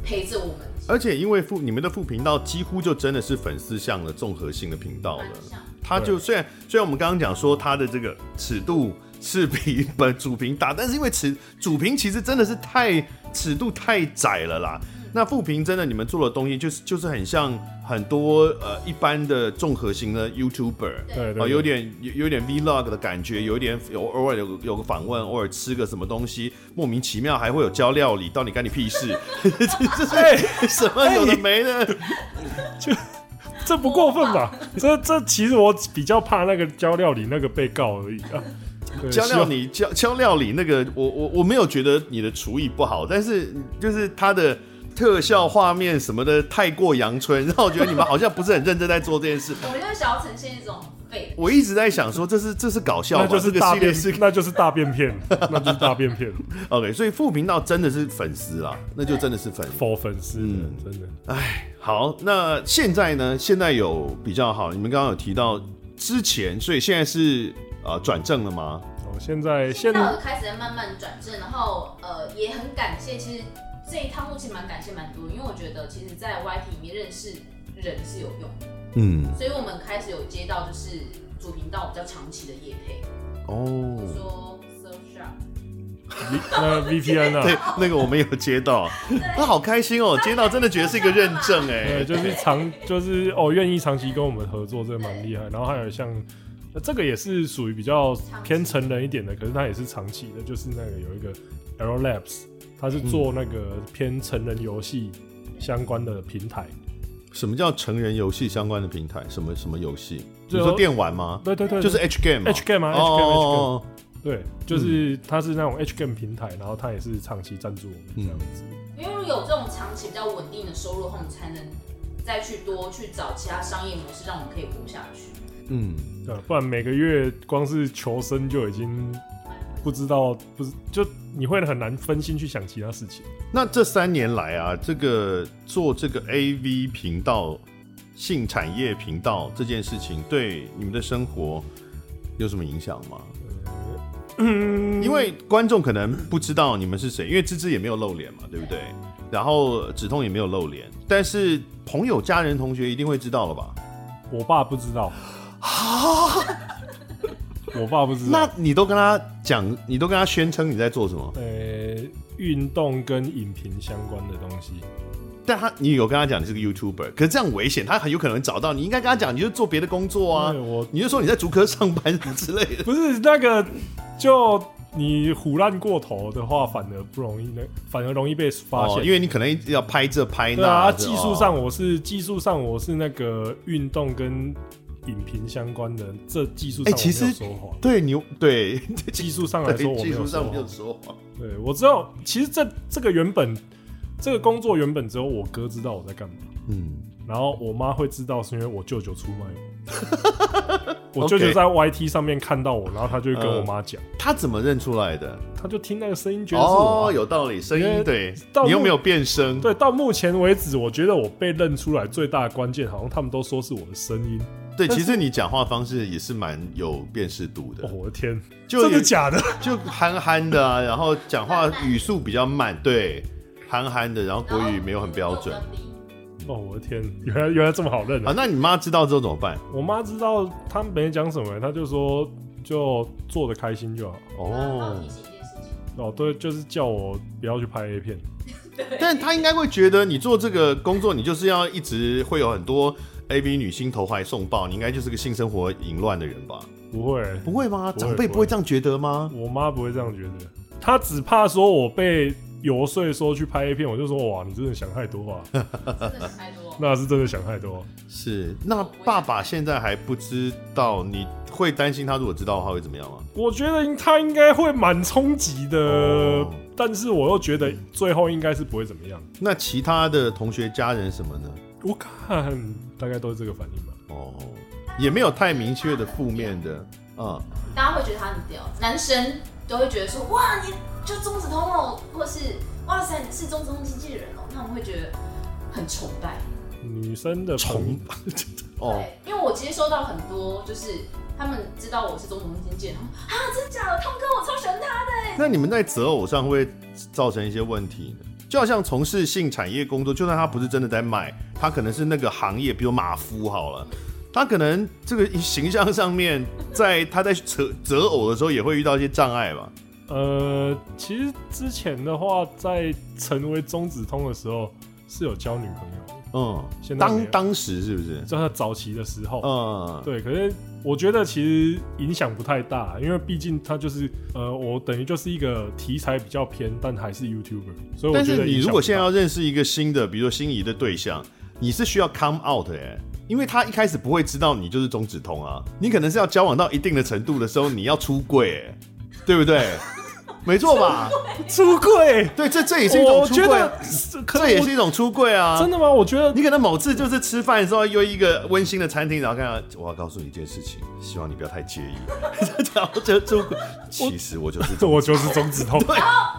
Speaker 4: 陪着我们，
Speaker 2: 而且因为副你们的副频道几乎就真的是粉丝向的综合性的频道了
Speaker 4: 蛮，像
Speaker 2: 它就虽然虽然我们刚刚讲说它的这个尺度是比本主屏大，但是因为尺主屏其实真的是太尺度太窄了啦。
Speaker 3: 嗯
Speaker 2: 那副屏真的你们做的东西就是就是很像很多呃一般的综合型的 YouTuber，
Speaker 3: 对
Speaker 2: 哦，
Speaker 3: 对，
Speaker 2: 有点有有点 vlog 的感觉，有点有偶尔有有个访问，偶尔吃个什么东西，莫名其妙还会有教料理，到底干你屁事？ 这
Speaker 3: 哎
Speaker 2: 这是什么有的没的？
Speaker 3: 这不过分吧？这这其实我比较怕那个教料理那个被告而已啊。对
Speaker 2: 教
Speaker 3: 希
Speaker 2: 料
Speaker 3: 望
Speaker 2: 理教教料理那个，我我我没有觉得你的厨艺不好，但是就是它的。特效画面什么的太过阳春，让我觉得你们好像不是很认真在做这件事。
Speaker 4: 我们就是想要呈现一种很废的，
Speaker 2: 我一直在想说，这是这是搞笑
Speaker 3: 那
Speaker 2: 吗？
Speaker 3: 就是
Speaker 2: 这个
Speaker 3: 大
Speaker 2: 系列
Speaker 3: 便
Speaker 2: 是，
Speaker 3: 那就是大便片， 那就是大便片
Speaker 2: OK，所以副频道真的是粉丝啦，那就真的是粉 丝。
Speaker 3: for 粉丝的，
Speaker 2: 嗯
Speaker 3: 真的。
Speaker 2: 好，那现在呢？现在有比较好，你们刚刚有提到之前，所以现在是呃转正了吗？
Speaker 3: 哦，现在现
Speaker 4: 现在我开始在慢慢转正，然后呃也很感谢，其实这一趟目前蛮感谢蛮多，因为我觉得其实在 YT 里面认识人是有用的，
Speaker 2: 嗯，
Speaker 4: 所以我们开始有接到就是主频道比较长期的业配，
Speaker 2: 哦，
Speaker 4: 嗯说 So Sharp，
Speaker 3: 那 VPN
Speaker 2: 对
Speaker 3: 啊，，
Speaker 2: 那个我们有接到，那好开心哦，接到真的觉得是一个认证哎
Speaker 3: 对，，就是长就是哦，愿意长期跟我们合作，这个蛮厉害。然后还有像呃这个也是属于比较偏成人一点的，可是它也是长期的，就是那个有一个 L Labs，它是
Speaker 2: 嗯
Speaker 3: 做那个偏成人游戏相关的平台。
Speaker 2: 什么叫成人游戏相关的平台？什么什么游戏？你
Speaker 3: 就
Speaker 2: 说电玩吗？
Speaker 3: 对对对，
Speaker 2: 就是 H game 哦
Speaker 3: H game 吗？H game，H game
Speaker 2: 哦，
Speaker 3: 对，就是它是那种 H Game 平台，然后它也是长期赞助我们这样子。
Speaker 4: 因为有这种长期比较稳定的收入后，我们才能再去多去找其他商业模式，让我们可以活下去。
Speaker 2: 嗯，
Speaker 3: 对，啊不然每个月光是求生就已经不知道，不是就你会很难分心去想其他事情。
Speaker 2: 那这三年来啊，这个做这个 AV 频道、性产业频道这件事情，对你们的生活有什么影响吗？
Speaker 3: 嗯，
Speaker 2: 因为观众可能不知道你们是谁，因为芝芝也没有露脸嘛，对不对？然后止痛也没有露脸，但是朋友、家人、同学一定会知道了吧？
Speaker 3: 我爸不知道，
Speaker 2: 啊
Speaker 3: 我爸不知
Speaker 2: 那
Speaker 3: 道。
Speaker 2: 你都跟他讲，你都跟他宣称你在做什么？
Speaker 3: 呃，运动跟影评相关的东西，
Speaker 2: 但他你有跟他讲你是个 YouTuber，可是这样危险，他很有可能找到你。应该跟他讲，你就做别的工作啊
Speaker 3: 对，我
Speaker 2: 你就说你在竹科上班什么之类的。
Speaker 3: 不是那个，就你胡乱过头的话，反而不容易，那反而容易被发现。
Speaker 2: 哦，因为你可能要拍这拍那
Speaker 3: 对啊，
Speaker 2: 是哦
Speaker 3: 技
Speaker 2: 吧
Speaker 3: 术上我是技术上我是那个运动跟影评相关的，这技术
Speaker 2: 哎
Speaker 3: 上我
Speaker 2: 其实
Speaker 3: 没有说谎。
Speaker 2: 对你 对
Speaker 3: 技术上来说
Speaker 2: 对
Speaker 3: 我没
Speaker 2: 技
Speaker 3: 有
Speaker 2: 术
Speaker 3: 说
Speaker 2: 上没
Speaker 3: 谎
Speaker 2: 有。说谎，
Speaker 3: 对我知道，其实这这个原本这个工作原本只有我哥知道我在干嘛，
Speaker 2: 嗯，
Speaker 3: 然后我妈会知道是因为我舅舅出卖我。 我舅舅在 YT 上面看到我，然后他就会跟
Speaker 2: 嗯
Speaker 3: 我妈讲，
Speaker 2: 他怎么认出来的？
Speaker 3: 他就听那个声音觉得是我啊、
Speaker 2: 哦，有道理，声
Speaker 3: 因
Speaker 2: 音
Speaker 3: 为
Speaker 2: 对
Speaker 3: 到，
Speaker 2: 你又
Speaker 3: 目
Speaker 2: 没有变声，
Speaker 3: 对，到目前为止，我觉得我被认出来最大的关键，好像他们都说是我的声音。
Speaker 2: 对，其实你讲话方式也是蛮有辨识度
Speaker 3: 哦，
Speaker 2: 的，
Speaker 3: 我的天，
Speaker 2: 就
Speaker 3: 真
Speaker 2: 有
Speaker 3: 的假的？
Speaker 2: 就憨憨的
Speaker 3: 哦
Speaker 2: 啊，然后讲话语速比较慢，对，憨憨的，然后国语没有很标准
Speaker 4: 然后比较低
Speaker 3: 哦，我的天， 原来原来这么好认啊
Speaker 2: 啊。！那你妈知道之后怎么办？
Speaker 3: 我妈知道她没讲什么，她就说就做的开心就好。
Speaker 4: 然后
Speaker 2: 哦
Speaker 4: 提，醒一件事情，
Speaker 3: 哦，对，就是叫我不要去拍 A 片。
Speaker 2: 但她应该会觉得你做这个工作，你就是要一直会有很多 A V 女星投怀送抱，你应该就是个性生活淫乱的人吧？
Speaker 3: 不会，
Speaker 2: 不会吗？
Speaker 3: 不会
Speaker 2: 长辈不
Speaker 3: 不
Speaker 2: 会
Speaker 3: 会
Speaker 2: 这样觉得吗？
Speaker 3: 我妈不会这样觉得，她只怕说我被游说说去拍 A 片，我就说哇，你真的想太多啊，
Speaker 4: 真的是太多。
Speaker 3: 那是真的想太多啊、
Speaker 2: 是，那爸爸现在还不知道，你会担心他如果知道的话会怎么样吗？
Speaker 3: 我觉得他应该会蛮冲击的，
Speaker 2: 哦
Speaker 3: 但是我又觉得最后应该是不会怎么样。
Speaker 2: 那其他的同学、家人什么呢？
Speaker 3: 我看大概都是这个反应吧。
Speaker 2: 哦，也没有太明确的负面的啊、
Speaker 4: 大家会觉得他很屌，男生都会觉得说哇，你就中子通哦，或是哇塞，你是中子通经纪人哦，那我们会觉得很崇拜。
Speaker 3: 女生的
Speaker 2: 崇
Speaker 3: 拜，
Speaker 2: 哦，
Speaker 4: 对，因为我其实收到很多，就是他们知道我是中子通经纪人，他们啊，真假的，通哥我超喜欢他的。
Speaker 2: 那你们在择偶上会不会造成一些问题呢？就好像从事性产业工作，就算他不是真的在卖，他可能是那个行业，比如马夫好了，他可能这个形象上面，在他在择择偶的时候也会遇到一些障碍吧。
Speaker 3: 呃，其实之前的话，在成为中子通的时候是有交女朋友的，
Speaker 2: 嗯，
Speaker 3: 现在没
Speaker 2: 当
Speaker 3: 有
Speaker 2: 当时是不是？
Speaker 3: 就他早期的时候，
Speaker 2: 嗯，
Speaker 3: 对，可是我觉得其实影响不太大，因为毕竟他就是呃，我等于就是一个题材比较偏，但还是 YouTuber，所以我
Speaker 2: 但
Speaker 3: 觉
Speaker 2: 是
Speaker 3: 得
Speaker 2: 你
Speaker 3: 影响
Speaker 2: 如
Speaker 3: 不
Speaker 2: 果
Speaker 3: 大
Speaker 2: 现在要认识一个新的，比如说心仪的对象，你是需要 come out 哎、因为他一开始不会知道你就是中指通啊，你可能是要交往到一定的程度的时候，你要出柜、欸，对不 对？没错吧？
Speaker 3: 出柜，
Speaker 2: 对，这这也是一种
Speaker 3: 我
Speaker 2: 出
Speaker 3: 觉
Speaker 2: 柜，啊
Speaker 3: 得是可
Speaker 2: 这
Speaker 3: 是
Speaker 2: 也
Speaker 3: 我
Speaker 2: 是一种出柜啊！
Speaker 3: 真的吗？我觉得
Speaker 2: 你可能某次就是吃饭的时候约一个温馨的餐厅，然后看到我要告诉你一件事情，希望你不要太介意。 然后就出柜，其实我就是中
Speaker 3: 我就是中指头。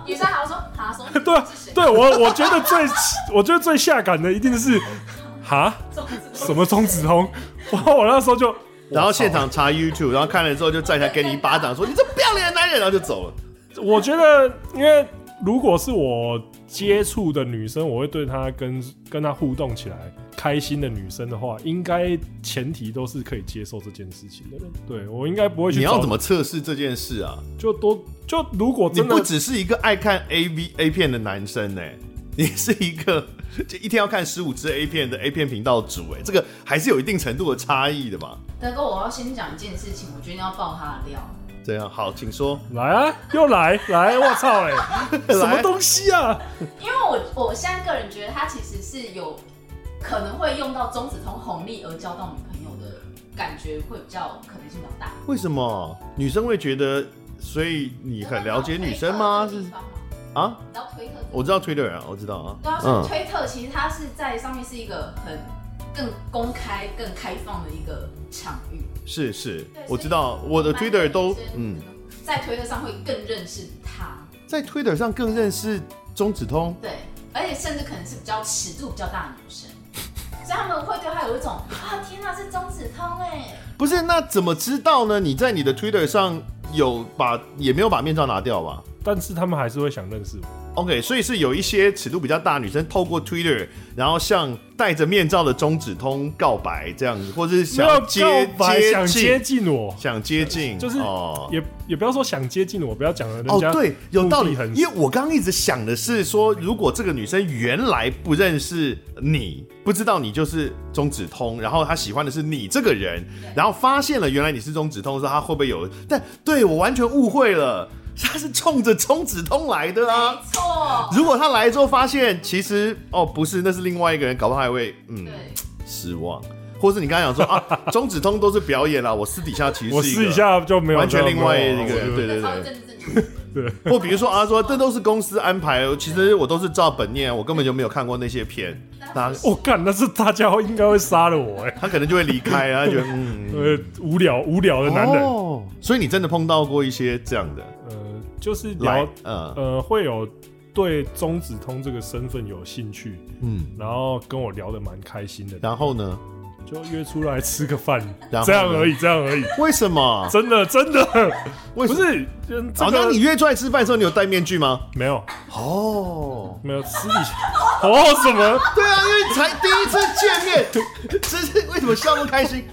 Speaker 4: 女生还会说哈松，
Speaker 3: 对啊
Speaker 4: 是谁？
Speaker 3: 对我我觉得最我觉得最下感的一定是哈
Speaker 4: 中子通
Speaker 3: 什么中指通， 我我那时候就
Speaker 2: 然后现场查 YouTube，然后看了之后就站起来给你一巴掌，说你这不要脸的男人，然后就走了。
Speaker 3: 我觉得，因为如果是我接触的女生，我会对她跟跟她互动起来开心的女生的话，应该前提都是可以接受这件事情的人。对我应该不会去
Speaker 2: 你要
Speaker 3: 找
Speaker 2: 怎么测试这件事啊？
Speaker 3: 就多就如果
Speaker 2: 你
Speaker 3: 真的
Speaker 2: 不只是一个爱看 A V A 片的男生呢、你是一个 就一天要看十五支 A 片的 A 片频道主哎、这个还是有一定程度的差异的嘛？
Speaker 4: 德哥，我要先讲一件事情，我决定要爆他的料。
Speaker 2: 这样好，请说。
Speaker 3: 来啊，又来来，我 操哎、什么东西啊？
Speaker 4: 因为我我现在个人觉得他其实是有可能会用到中子通红利而交到女朋友的感觉，会比较可能性比较大。
Speaker 2: 为什么女生会觉得？所以你很了解女生吗？是
Speaker 4: 你知
Speaker 2: 啊，
Speaker 4: 道推特这个地方吗？
Speaker 2: 我知道 Twitter 啊，我知道啊。
Speaker 4: 对啊，所以推特其实它是在上面是一个很更公开、更开放的一个场域。
Speaker 2: 是嗯是
Speaker 4: 对，
Speaker 2: 我知道我的 Twitter 都嗯，，
Speaker 4: 在推特上会更认识他，
Speaker 2: 在 Twitter 上更认识中指通。
Speaker 4: 对，而且甚至可能是比较尺度比较大的女生，所以他们会对他有一种啊，天哪，是中子通哎，
Speaker 2: 不是，那怎么知道呢？你在你的 Twitter 上有把也没有把面罩拿掉吧
Speaker 3: 但是他们还是会想认识我。
Speaker 2: ？OK，所以是有一些尺度比较大的女生透过 Twitter，然后向戴着面罩的中指通告白这样子，或者是想要接
Speaker 3: 没有告白
Speaker 2: 接
Speaker 3: 想接
Speaker 2: 近，
Speaker 3: 近我，
Speaker 2: 想接近，
Speaker 3: 就是
Speaker 2: 哦。
Speaker 3: 也也不要说想接近我，不要讲了人
Speaker 2: 哦
Speaker 3: 家，
Speaker 2: 对，有道理
Speaker 3: 目的很。
Speaker 2: 因为我刚刚一直想的是说，如果这个女生原来不认识你，不知道你就是中指通，然后她喜欢的是你这个人，然后发现了原来你是中指通的时候，她会不会有？但对我完全误会了，她是冲着中指通来的啊
Speaker 4: 没。错，
Speaker 2: 如果她来之后发现其实哦不是，那是另外一个人，搞不好还会嗯
Speaker 4: 对，
Speaker 2: 失望，或是你刚刚讲说啊中指通都是表演啦，啊我私底下其实
Speaker 3: 我
Speaker 2: 是
Speaker 3: 试
Speaker 2: 个
Speaker 3: 一下就没有
Speaker 2: 完全另外一
Speaker 3: 没有
Speaker 2: 个
Speaker 3: 我
Speaker 2: 对对
Speaker 4: 那超
Speaker 2: 对
Speaker 4: 级。政治正确，
Speaker 2: 或比如说啊，说这都是公司安排，其实我都是照本念，我根本就没有看过那哦些片。大家
Speaker 3: 我干，那是大家应该会杀了我哎、
Speaker 2: 他可能就会离开啊，他觉得嗯，
Speaker 3: 呃，无聊无聊的男人，
Speaker 2: 哦所以你真的碰到过一些这样的
Speaker 3: 呃，就是
Speaker 2: 来
Speaker 3: 聊，
Speaker 2: 嗯
Speaker 3: 呃，会有对中子通这个身份有兴趣，
Speaker 2: 嗯，
Speaker 3: 然后跟我聊得蛮开心的，
Speaker 2: 然后呢？
Speaker 3: 就约出来吃个饭
Speaker 2: 然，后
Speaker 3: 这样
Speaker 2: 呢
Speaker 3: 而已，这样而已，
Speaker 2: 为什么？
Speaker 3: 真的真的，
Speaker 2: 为什
Speaker 3: 不
Speaker 2: 么？
Speaker 3: 是，呃
Speaker 2: 好，
Speaker 3: 这
Speaker 2: 那
Speaker 3: 个
Speaker 2: 你约出来吃饭的时候，你有戴面具吗？
Speaker 3: 没有
Speaker 2: 哦，
Speaker 3: 没有私底下，哦什么？
Speaker 2: 对啊，因为才第一次见面， 这是为什么笑那么开心？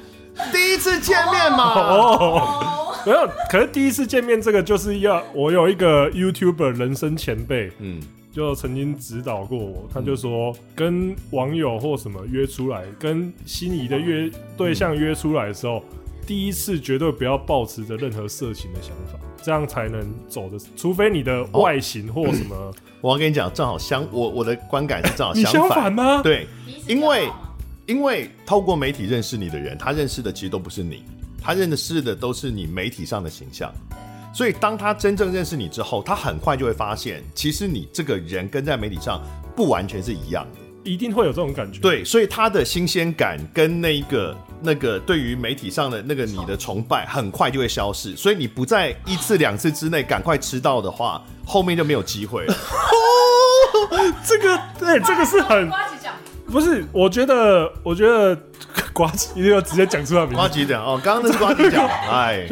Speaker 2: 第一次见面嘛，
Speaker 3: 哦。
Speaker 4: 哦，
Speaker 3: 没有，可是第一次见面这个就是要我有一个 YouTuber 人生前辈，
Speaker 2: 嗯，
Speaker 3: 就曾经指导过我，他就说跟网友或什么约出来，跟心仪的约对象约出来的时候，第一次绝对不要抱持着任何色情的想法，这样才能走的。除非你的外形或什么，
Speaker 2: 我要跟你讲，正好相我我的观感是正好
Speaker 3: 你相
Speaker 2: 哦反
Speaker 3: 反吗？
Speaker 2: 对，
Speaker 4: 第一次
Speaker 2: 因
Speaker 4: 就
Speaker 2: 为
Speaker 4: 好吗
Speaker 2: 因为透过媒体认识你的人，他认识的其实都不是你，他认识的都是你媒体上的形象。所以当他真正认识你之后，他很快就会发现，其实你这个人跟在媒体上不完全是一样的。
Speaker 3: 一定会有这种感觉。，
Speaker 2: 对，所以他的新鲜感跟那一个那个对于媒体上的那个你的崇拜，很快就会消失。所以你不在一次两次之内赶快吃到的话，后面就没有机会了。
Speaker 3: 这个对这个是很
Speaker 4: 瓜子讲，
Speaker 3: 不是？我觉得，我觉得 瓜子你有直接讲出来名
Speaker 2: 瓜
Speaker 3: 字。
Speaker 2: 吉讲哦，刚刚那是瓜吉讲， 哎，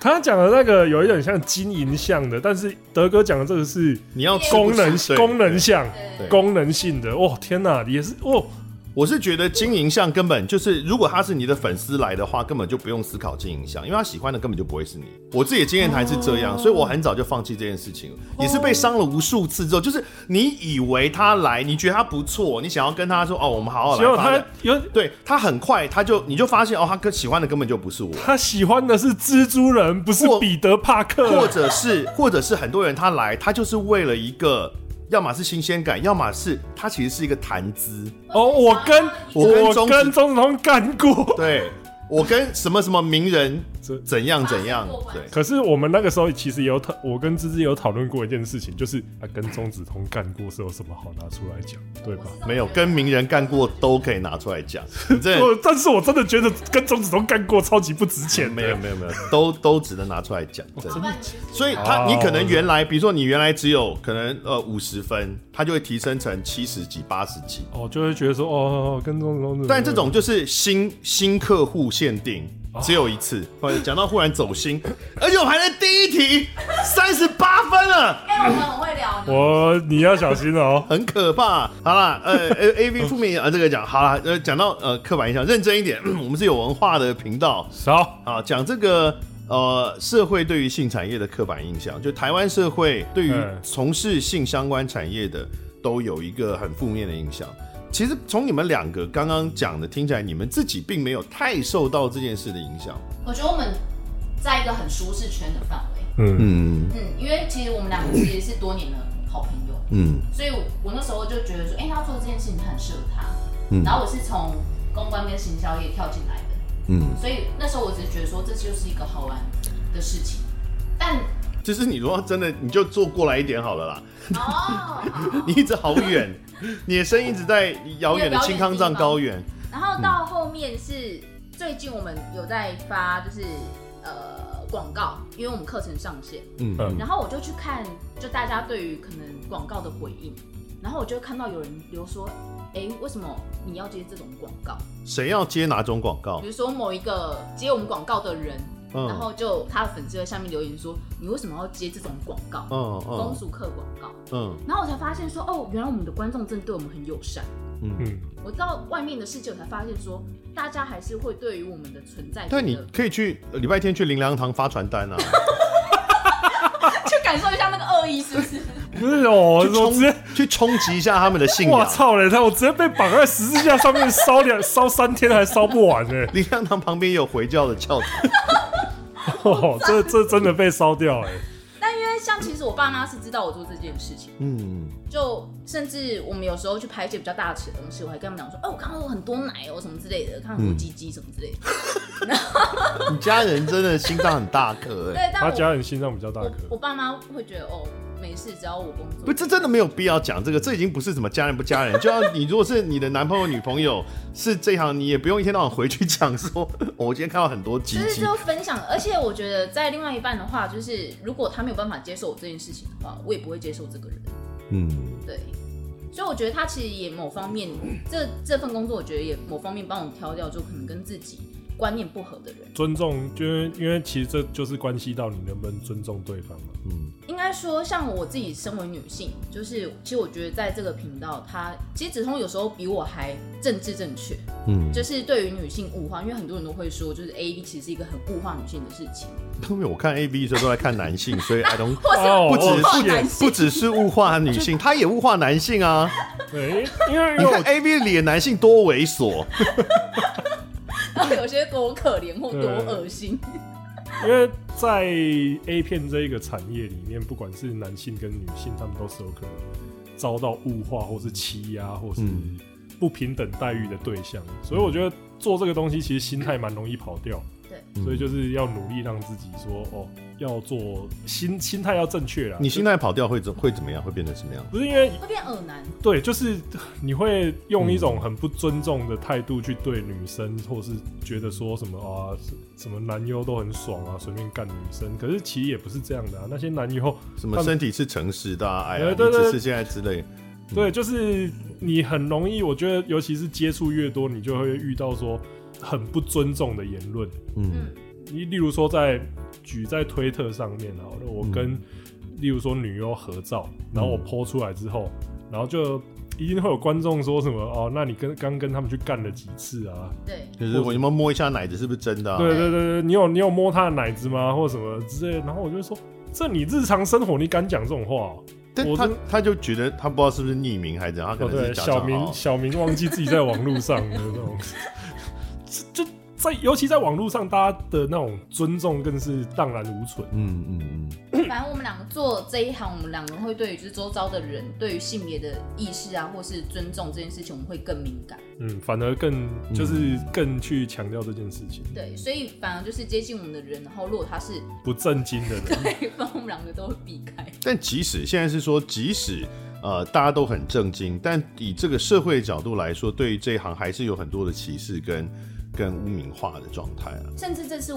Speaker 3: 他讲的那个有一点像金银像的，但是德哥讲的这个是
Speaker 2: 你要吃不
Speaker 3: 功能
Speaker 2: 吃对
Speaker 3: 功能像
Speaker 2: 对
Speaker 3: 功能性的。哦，天哪，也是哦，
Speaker 2: 我是觉得经营项根本就是，如果他是你的粉丝来的话，根本就不用思考经营项，因为他喜欢的根本就不会是你。我自己的经验谈是这样，所以我很早就放弃这件事情，也是被伤了无数次之后，就是你以为他来，你觉得他不错，你想要跟他说哦，我们好好
Speaker 3: 结果
Speaker 2: 来发
Speaker 3: 他
Speaker 2: 展。
Speaker 3: 有
Speaker 2: 对他很快他就你就发现哦，他跟喜欢的根本就不是我，
Speaker 3: 他喜欢的是蜘蛛人，不是
Speaker 2: 或
Speaker 3: 彼得帕
Speaker 2: 或
Speaker 3: 克。
Speaker 2: 者是或者是很多人他来，他就是为了一个，要么是新鲜感，要么是他其实是一个谈资。
Speaker 3: 哦，我跟
Speaker 2: 我跟
Speaker 3: 我
Speaker 2: 钟
Speaker 3: 跟
Speaker 2: 子
Speaker 3: 钟子通干过。
Speaker 2: 对我跟什么什么名人
Speaker 3: 这
Speaker 2: 怎样怎样
Speaker 4: 发生过，关
Speaker 2: 对
Speaker 4: 系。
Speaker 3: 可是我们那个时候其实也有讨，我跟芝芝有讨论过一件事情，就是他跟钟子通干过是有什么好拿出来讲，对吧？
Speaker 2: 没有跟名人干过都可以拿出来讲， 这
Speaker 3: 我但是我真的觉得跟钟子通干过超级不值钱的，
Speaker 2: 没有没有没有，都都只能拿出来讲。真的，所以他
Speaker 3: 哦
Speaker 2: 你可能原来，比如说你原来只有可能呃五十分，他就会提升成七十几、八十几。
Speaker 3: 哦，就会觉得说哦，跟钟子通。
Speaker 2: 但这种就是新新客户限定，只有一次。或者讲到忽然走心，而且我排在第一题，三十八分了。。
Speaker 4: 哎、我们很会聊，你
Speaker 3: 我你要小心哦
Speaker 2: 很可怕。好啦，呃，A A V 负面啊，这个讲好啦，呃，讲到呃刻板印象，认真一点，嗯我们是有文化的频道
Speaker 3: 少
Speaker 2: 啊，讲这个呃社会对于性产业的刻板印象，就台湾社会对于
Speaker 3: 嗯
Speaker 2: 从事性相关产业的都有一个很负面的印象。其实从你们两个刚刚讲的，听起来你们自己并没有太受到这件事的影响。
Speaker 4: 我觉得我们在一个很舒适圈的范围，
Speaker 3: 嗯，
Speaker 2: 嗯
Speaker 4: 嗯，因为其实我们两个其实是多年的好朋友，
Speaker 2: 嗯
Speaker 4: 所以我我那时候就觉得说，哎、他做这件事情很适合他。
Speaker 2: 嗯
Speaker 4: 然后我是从公关跟行销业跳进来的，
Speaker 2: 嗯，
Speaker 4: 所以那时候我只是觉得说，这就是一个好玩的事情。但
Speaker 2: 就是你如果真的你就坐过来一点好了啦，
Speaker 4: 哦，好
Speaker 2: 你一直好远，你的声音一直在遥远的青康藏高原。
Speaker 4: 然后到后面是最近我们有在发，就是呃广告，因为我们课程上线，
Speaker 2: 嗯
Speaker 3: 嗯
Speaker 4: 然后我就去看，就大家对于可能广告的回应，然后我就看到有人留说，哎，为什么你要接这种广告？
Speaker 2: 谁要接哪种广告
Speaker 4: 比？如说某一个接我们广告的人，
Speaker 2: 嗯
Speaker 4: 然后就他的粉丝在下面留言说，你为什么要接这种广告？
Speaker 2: 嗯
Speaker 4: 风
Speaker 2: 嗯
Speaker 4: 俗课广告，
Speaker 2: 嗯
Speaker 4: 然后我才发现说，哦，原来我们的观众真的对我们很友善。
Speaker 2: 嗯，
Speaker 3: 嗯，
Speaker 4: 我到外面的世界，我才发现说，大家还是会对于我们的存在觉得，
Speaker 2: 但你可以去呃礼拜天去林良堂发传单啊，
Speaker 4: 去感受一下那个恶意，是不是？
Speaker 3: 不是哦， 我
Speaker 2: 去啊
Speaker 3: 直接
Speaker 2: 冲去冲击一下他们的信
Speaker 3: 哇
Speaker 2: 仰。
Speaker 3: 操嘞！他我直接被绑在十字架上面烧两烧三天还烧不完欸呢、
Speaker 2: 林良堂旁边也有回教的教堂，
Speaker 3: 哦，这这真的被烧掉哎、
Speaker 4: 但因为像其实我爸妈是知道我做这件事情，
Speaker 2: 嗯，
Speaker 4: 就甚至我们有时候去拍一些比较大尺的东西，我还跟他们讲说，哦，我看到有很多奶哦，什么之类的，看到很
Speaker 2: 嗯
Speaker 4: 多鸡鸡什么之类的。
Speaker 2: 你家人真的心脏很大颗哎、
Speaker 4: 对，但
Speaker 3: 他家
Speaker 4: 我
Speaker 3: 人心脏比较大
Speaker 4: 我
Speaker 3: 颗
Speaker 4: 我，爸妈会觉得哦，没事，只要我工
Speaker 2: 不，
Speaker 4: 作。
Speaker 2: 这真的没有必要讲这个，这已经不是什么家人不家人。就像你如果是你的男朋友女朋友是这行，你也不用一天到晚回去讲说， 哦我今天看到很多鸡
Speaker 4: 就是
Speaker 2: 鸡。
Speaker 4: 就分享，而且我觉得在另外一半的话，就是如果他没有办法接受我这件事情的话，我也不会接受这个人。
Speaker 2: 嗯，
Speaker 4: 对，所以我觉得他其实也某方面，这这份工作我觉得也某方面帮我们挑掉，就可能跟自己观念不合的人。
Speaker 3: 尊重，就是因为其实这就是关系到你能不能尊重对方嘛。
Speaker 4: 应该说，像我自己身为女性，就是其实我觉得在这个频道，她其实子通有时候比我还政治正确，嗯，就是对于女性物化，因为很多人都会说，就是 A B 其实是一个很物化女性的事情，
Speaker 2: 因为我看 A B 的时候都在看男 性，所以 I don't
Speaker 4: 或是
Speaker 3: 哦
Speaker 2: 不止
Speaker 4: 物化
Speaker 2: 不
Speaker 4: 男
Speaker 2: 止不
Speaker 4: 性。
Speaker 2: 只是物化女 性，他也物化男性啊！
Speaker 3: 对，因为因为
Speaker 2: 你
Speaker 3: 因
Speaker 2: 看
Speaker 3: 为我
Speaker 2: A V 里的男性多猥琐，
Speaker 4: 会 有些多可怜或多恶心。
Speaker 3: 因为在 A 片这一个产业里面，不管是男性跟女性，他们都是有可能遭到物化，或是欺压，或是
Speaker 2: 嗯
Speaker 3: 不平等待遇的对象。所以我觉得做这个东西，其实心态蛮容易跑掉。
Speaker 2: 嗯
Speaker 3: 所以就是要努力让自己说哦，要做心心态要正确啦。
Speaker 2: 你心态跑掉会怎会怎么样？会变成什么样？
Speaker 3: 不是因为
Speaker 4: 会变耳男，
Speaker 3: 对，就是你会用一种很不尊重的态度去对女生，或是觉得说什么啊，什么男优都很爽啊，随便干女生。可是其实也不是这样的啊，那些男优，
Speaker 2: 什么
Speaker 3: 他
Speaker 2: 身体是诚实的、啊，哎呀，
Speaker 3: 对
Speaker 2: 你
Speaker 3: 对
Speaker 2: 只
Speaker 3: 对
Speaker 2: 是现在之类，
Speaker 3: 对，就是你很容易，我觉得尤其是接触越多，你就会遇到说很不尊重的言论。
Speaker 5: 嗯
Speaker 4: 嗯，
Speaker 3: 你例如说在举在推特上面好了，
Speaker 2: 嗯
Speaker 3: 我跟、例如说女优合照，然后我 PO 出来之后，然后就一定会有观众说什么哦，那你跟刚跟他们去干了几次啊？
Speaker 4: 对，
Speaker 2: 就是我有没有摸一下奶子是不是真的、啊？
Speaker 3: 对对对对，你有你有摸她的奶子吗？或什么之类的？然后我就说，这你日常生活你敢讲这种话、哦？
Speaker 2: 但
Speaker 3: 我
Speaker 2: 他
Speaker 3: 真
Speaker 2: 他就觉得他不知道是不是匿名还是怎样，他可
Speaker 3: 哦，
Speaker 2: 能是
Speaker 3: 对，
Speaker 2: 假啊
Speaker 3: 小
Speaker 2: 账
Speaker 3: 明
Speaker 2: 号。
Speaker 3: 小明忘记自己在网络上的那种， 就就在尤其在网络上，大家的那种尊重更是荡然无存。
Speaker 5: 嗯嗯嗯，
Speaker 4: 反正我们两个做这一行，我们两个会对于就是周遭的人对于性别的意识啊，或是尊重这件事情，我们会更敏感。
Speaker 3: 嗯，反而更就是更去强调这件事情，
Speaker 4: 对，所以反而就是接近我们的人，然后如果他 是
Speaker 3: 不正经的人，
Speaker 4: 对方，我们两个都会避开。
Speaker 2: 但即使现在是说，即使呃大家都很震惊，但以这个社会的角度来说，对于这一行还是有很多的歧视跟跟污名化的状态啊。
Speaker 4: 甚至这是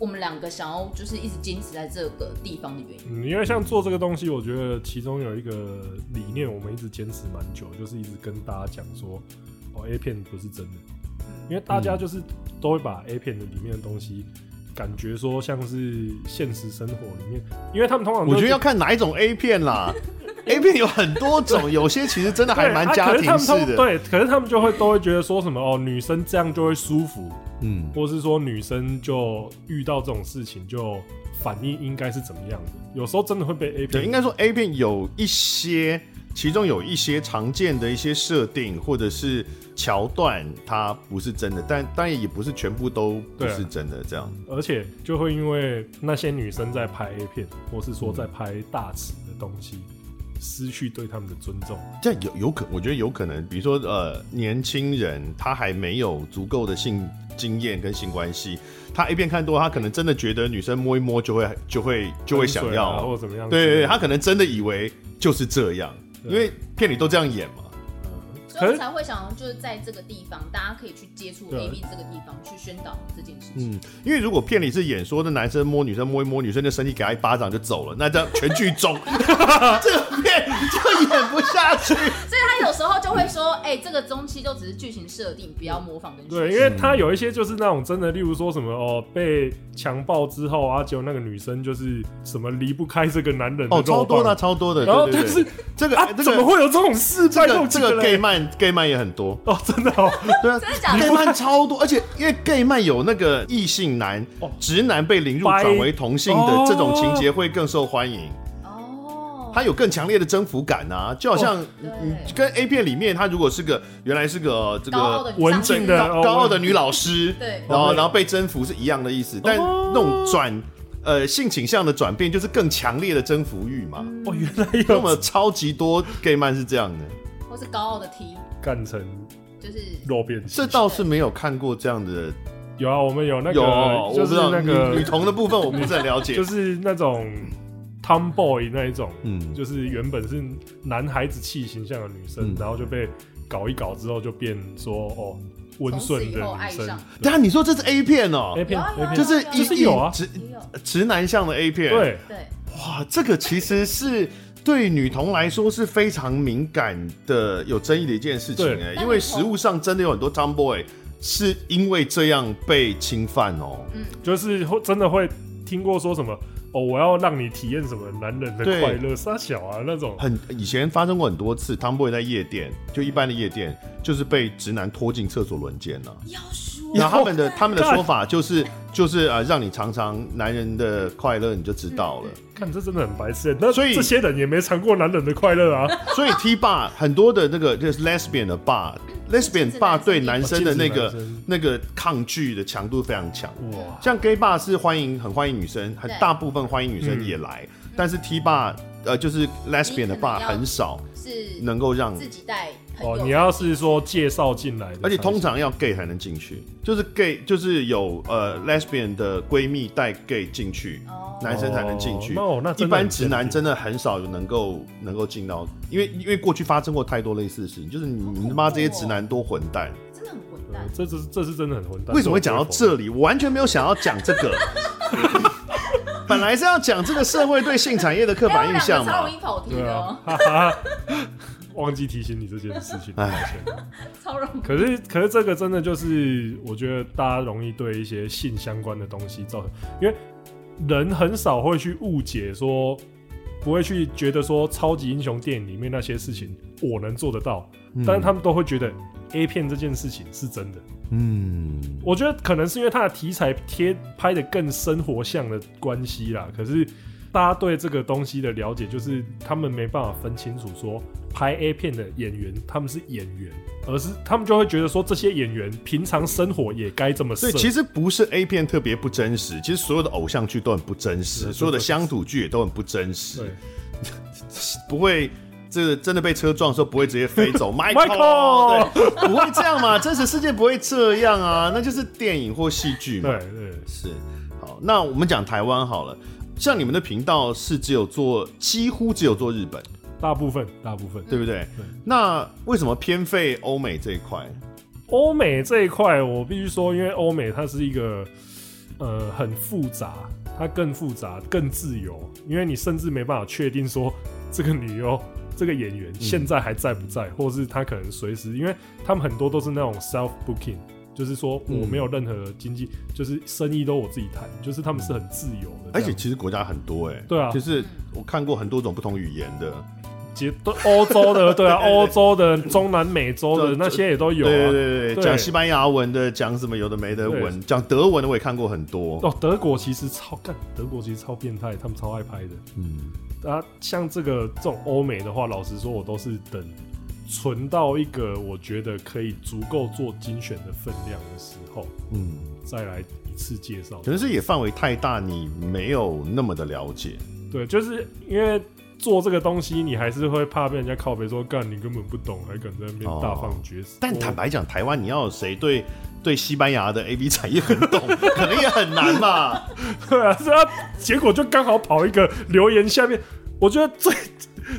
Speaker 4: 我们两个想要就是一直坚持在这个地方的原因。
Speaker 3: 嗯，因为像做这个东西，我觉得其中有一个理念，我们一直坚持蛮久，就是一直跟大家讲说，哦，A 片不是真的，因为大家
Speaker 2: 嗯
Speaker 3: 就是都会把 A 片的里面的东西，感觉说像是现实生活里面，因为他们通常都
Speaker 2: 我觉得要看哪一种 A 片啦，A 片有很多种，有些其实真的还
Speaker 3: 对
Speaker 2: 蛮
Speaker 3: 啊
Speaker 2: 家
Speaker 3: 可是他
Speaker 2: 庭
Speaker 3: 们
Speaker 2: 式
Speaker 3: 通
Speaker 2: 的。
Speaker 3: 对，可是他们就会都会觉得说什么哦，女生这样就会舒服，
Speaker 5: 嗯
Speaker 3: 或是说女生就遇到这种事情就反应应该是怎么样的？有时候真的会被
Speaker 2: 对，
Speaker 3: A 片，
Speaker 2: 应该说 A 片有一些，其中有一些常见的一些设定或者是桥段，它不是真的，但当然也不是全部都不
Speaker 3: 对啊
Speaker 2: 是真的这样。
Speaker 3: 而且就会因为那些女生在拍 A 片，或是说在拍大尺的东西，失去对他们的尊重。
Speaker 2: 这有有可，我觉得有可能，比如说呃，年轻人他还没有足够的性经验跟性关系，他 A 片看多，他可能真的觉得女生摸一摸就会就会嗯就会想要，嗯
Speaker 3: 啊、或者怎么样之
Speaker 2: 对
Speaker 3: 类的？
Speaker 2: 对对，他可能真的以为就是这样，因为片里都这样演嘛。
Speaker 4: 所
Speaker 3: 可
Speaker 4: 以我们才会想，就是在这个地方，大家可以去接触
Speaker 3: 对
Speaker 4: A B 这个地方，去宣导这件事情。
Speaker 2: 嗯，因为如果片里是演说的男生摸女生摸一摸，女生就生气给他一巴掌就走了，那这样全剧 终，这个片就演不下去。
Speaker 4: 所以他有时候就会说，哎、这个中期就只是剧情设定，不要模仿跟
Speaker 3: 对，因
Speaker 4: 学习。
Speaker 3: 为他有一些就是那种真的，例如说什么哦，被强暴之后啊，结果那个女生就是什么离不开这个男人
Speaker 2: 哦，
Speaker 3: 肉
Speaker 2: 超多的，
Speaker 3: 棒
Speaker 2: 超多的，
Speaker 3: 然后
Speaker 2: 对对
Speaker 3: 就
Speaker 2: 对
Speaker 3: 是
Speaker 2: 这个哎
Speaker 3: 啊，
Speaker 2: 这
Speaker 3: 怎么
Speaker 2: 个
Speaker 3: 会有这种事？
Speaker 2: 这
Speaker 3: 拜托
Speaker 2: 个这个 gay
Speaker 3: 几人
Speaker 2: 漫 gay 漫也很多，
Speaker 3: 哦，真的哦，
Speaker 2: 对啊。
Speaker 4: 真的假
Speaker 2: gay
Speaker 4: 的？
Speaker 2: 漫超多，而且因为 gay 漫有那个异性男、
Speaker 3: 哦
Speaker 2: 直男被凌辱
Speaker 3: 掰
Speaker 2: 转为同性的这种情节会更受欢迎，
Speaker 4: 哦，
Speaker 2: 它有更强烈的征服感啊，就好像
Speaker 4: 对
Speaker 2: 嗯跟 A 片里面，它如果是个原来是个呃这
Speaker 4: 高傲的
Speaker 2: 个
Speaker 4: 女
Speaker 3: 文
Speaker 4: 上
Speaker 3: 静
Speaker 4: 司
Speaker 3: 的
Speaker 2: 高
Speaker 3: 哦
Speaker 2: 高傲的
Speaker 3: 我
Speaker 2: 女老师，
Speaker 4: 对
Speaker 2: 然后
Speaker 3: 对
Speaker 2: 然后被征服是一样的意思，但那种转呃性倾向的转变就是更强烈的征服欲嘛。
Speaker 3: 哦，原来
Speaker 2: 那
Speaker 3: 有
Speaker 2: 么超级多 gay 漫是这样的，
Speaker 4: 或是高傲的 T，
Speaker 3: 干成
Speaker 4: 就是
Speaker 3: 肉变
Speaker 2: 这
Speaker 3: 形。
Speaker 2: 倒是没有看过这样的，
Speaker 3: 有啊，我们有那
Speaker 2: 有
Speaker 3: 个，
Speaker 2: 我
Speaker 3: 就
Speaker 2: 不
Speaker 3: 是
Speaker 2: 知道
Speaker 3: 那个
Speaker 2: 女女童的部分我不是很了解，
Speaker 3: 就是那种 tomboy 那一种，
Speaker 2: 嗯
Speaker 3: 就是原本是男孩子气形象的女生，
Speaker 2: 嗯
Speaker 3: 然后就被搞一搞之后就变说哦温
Speaker 4: 从此
Speaker 3: 顺
Speaker 4: 以
Speaker 3: 的
Speaker 4: 后
Speaker 3: 女
Speaker 4: 爱
Speaker 3: 生
Speaker 4: 上。。
Speaker 2: 对啊，你说这是 A 片哦、
Speaker 3: A 片
Speaker 4: 有啊有
Speaker 3: A
Speaker 4: 啊
Speaker 3: 片
Speaker 2: 就是一
Speaker 3: 就是有啊
Speaker 2: 直
Speaker 4: 也有
Speaker 2: 直男向的 A 片，，
Speaker 3: 对，
Speaker 4: 对，
Speaker 2: 哇，这个其实是对女童来说是非常敏感的、有争议的一件事情
Speaker 3: 对
Speaker 2: 哎、
Speaker 4: 但
Speaker 2: 因为
Speaker 4: 女童
Speaker 2: 实物上真的有很多 tomboy 是因为这样被侵犯哦、
Speaker 3: 就是会真的会听过说什么哦，我要让你体验什么男人的
Speaker 2: 对
Speaker 3: 快乐，傻小啊那种。
Speaker 2: 很以前发生过很多次，tomboy 在夜店，就一般的夜店，就是被直男拖进厕所轮奸了、啊
Speaker 4: 妖叔
Speaker 2: 那他们的他们的说法就是就是啊，呃让你尝尝男人的快乐，你就知道 了。
Speaker 3: 看这真的很白痴欸。那
Speaker 2: 所以
Speaker 3: 这些人也没尝过男人的快乐啊。
Speaker 2: 所以 T bar 很多的那个就是 lesbian 的 bar，lesbian
Speaker 4: 禁止
Speaker 2: bar
Speaker 4: 男生
Speaker 2: 对男生的那
Speaker 3: 哦
Speaker 2: 个
Speaker 3: 禁止男生
Speaker 2: 那个抗拒的强度非常强。
Speaker 3: 哇，
Speaker 2: 像 gay bar 是欢迎很欢迎女生，很
Speaker 4: 对
Speaker 2: 大部分欢迎女生也来，但是 T bar 呃就是 lesbian 的
Speaker 4: 你可能
Speaker 2: bar
Speaker 4: 要
Speaker 2: 很少
Speaker 4: 是
Speaker 2: 能够让，
Speaker 4: 自己带朋友。
Speaker 3: 哦，你要是说介绍进来的才行，
Speaker 2: 而且通常要 gay 才能进去，就是 gay 就是有呃 lesbian 的闺蜜带 gay 进去，
Speaker 4: 哦
Speaker 2: 男生才能进去。
Speaker 3: 哦那那真
Speaker 2: 一
Speaker 3: 的
Speaker 2: 般
Speaker 3: 很
Speaker 2: 直男
Speaker 3: 先进
Speaker 2: 真的很少有能够能够进到，因为因为过去发生过太多类似的事情，就是你
Speaker 4: 哦
Speaker 2: 们他妈这些直男多混蛋。
Speaker 4: 真的很混蛋
Speaker 3: 嗯，这这这是真的很混蛋。
Speaker 2: 为什么会讲到
Speaker 3: 我不会
Speaker 2: 这里？我完全没有想要讲这 个。本来是要讲这个社会对性产业的刻
Speaker 4: 哎
Speaker 2: 板
Speaker 4: 我
Speaker 2: 印
Speaker 4: 们
Speaker 2: 象
Speaker 4: 两个超
Speaker 2: 嘛
Speaker 4: 容易，跑题
Speaker 3: 否？对
Speaker 4: 的
Speaker 3: 啊
Speaker 4: 哦，，
Speaker 3: 哈哈，忘记提醒你这件事情，抱
Speaker 2: 哎
Speaker 3: 歉。
Speaker 4: 超容 易。
Speaker 3: 可是，可是这个真的就是，我觉得大家容易对一些性相关的东西造成，因为人很少会去误解说，不会去觉得说超级英雄电影里面那些事情我能做得到，
Speaker 2: 嗯
Speaker 3: 但是他们都会觉得 A 片这件事情是真的。
Speaker 5: 嗯，
Speaker 3: 我觉得可能是因为它的题材贴拍的更生活向的关系啦，可是。大家对这个东西的了解，就是他们没办法分清楚说拍 A 片的演员他们是演员，而是他们就会觉得说这些演员平常生活也该这么
Speaker 2: 所
Speaker 3: 色。
Speaker 2: 以其实不是 A 片特别不真实，其实所有的偶像剧都很不真实，
Speaker 3: 对
Speaker 2: 所有的乡土剧也都很不真实
Speaker 3: 对，，
Speaker 2: 不会。这个真的被车撞的时候不会直接飞 走
Speaker 3: Michael
Speaker 2: 对，不会这样嘛？真 实世界不会这样啊，那就是电影或戏剧嘛。
Speaker 3: 对对，
Speaker 2: 是，好，那我们讲台湾好了。像你们的频道是只有做，几乎只有做日本，
Speaker 3: 大部分大部分
Speaker 2: 对不对？
Speaker 3: 对啊
Speaker 2: 那为什么偏废欧美这一块？
Speaker 3: 欧美这一块，我必须说，因为欧美它是一个呃很复杂，它更复杂、更自由，因为你甚至没办法确定说这个女优、 这个演员现在还在不在，或是她可能随时，因为他们很多都是那种 self booking。就是说，我没有任何经济，就是生意都我自己谈，就是他们是很自由的这样，
Speaker 2: 而且其实国家很多哎、
Speaker 3: 对啊
Speaker 2: 就是我看过很多种不同语言的，
Speaker 3: 其实都欧洲的，对啊，欧洲的、中南美洲的
Speaker 2: 对
Speaker 3: 那些也都有啊。
Speaker 2: 对对对，
Speaker 3: 对
Speaker 2: 讲西班牙文的，讲什么有的没的
Speaker 3: 对
Speaker 2: 文，讲德文的我也看过很多。
Speaker 3: 哦，德国其实超干，德国其实超变态，他们超爱拍的。
Speaker 5: 嗯，
Speaker 3: 啊，像这个这种欧美的话，老实说，我都是等存到一个我觉得可以足够做精选的分量的时候，
Speaker 5: 嗯，
Speaker 3: 再来一次介绍
Speaker 2: 可。能是也范围太大，你没有那么的了解。
Speaker 3: 对，就是因为做这个东西，你还是会怕被人家靠背说干，你根本不懂，还敢在那边大放厥词、
Speaker 2: 哦但坦
Speaker 3: 我
Speaker 2: 白讲，台湾你要有谁对对西班牙的 A V 产业很懂， 可能也很难嘛。
Speaker 3: 对啊，是啊，结果就刚好跑一个留言下面，我觉得最。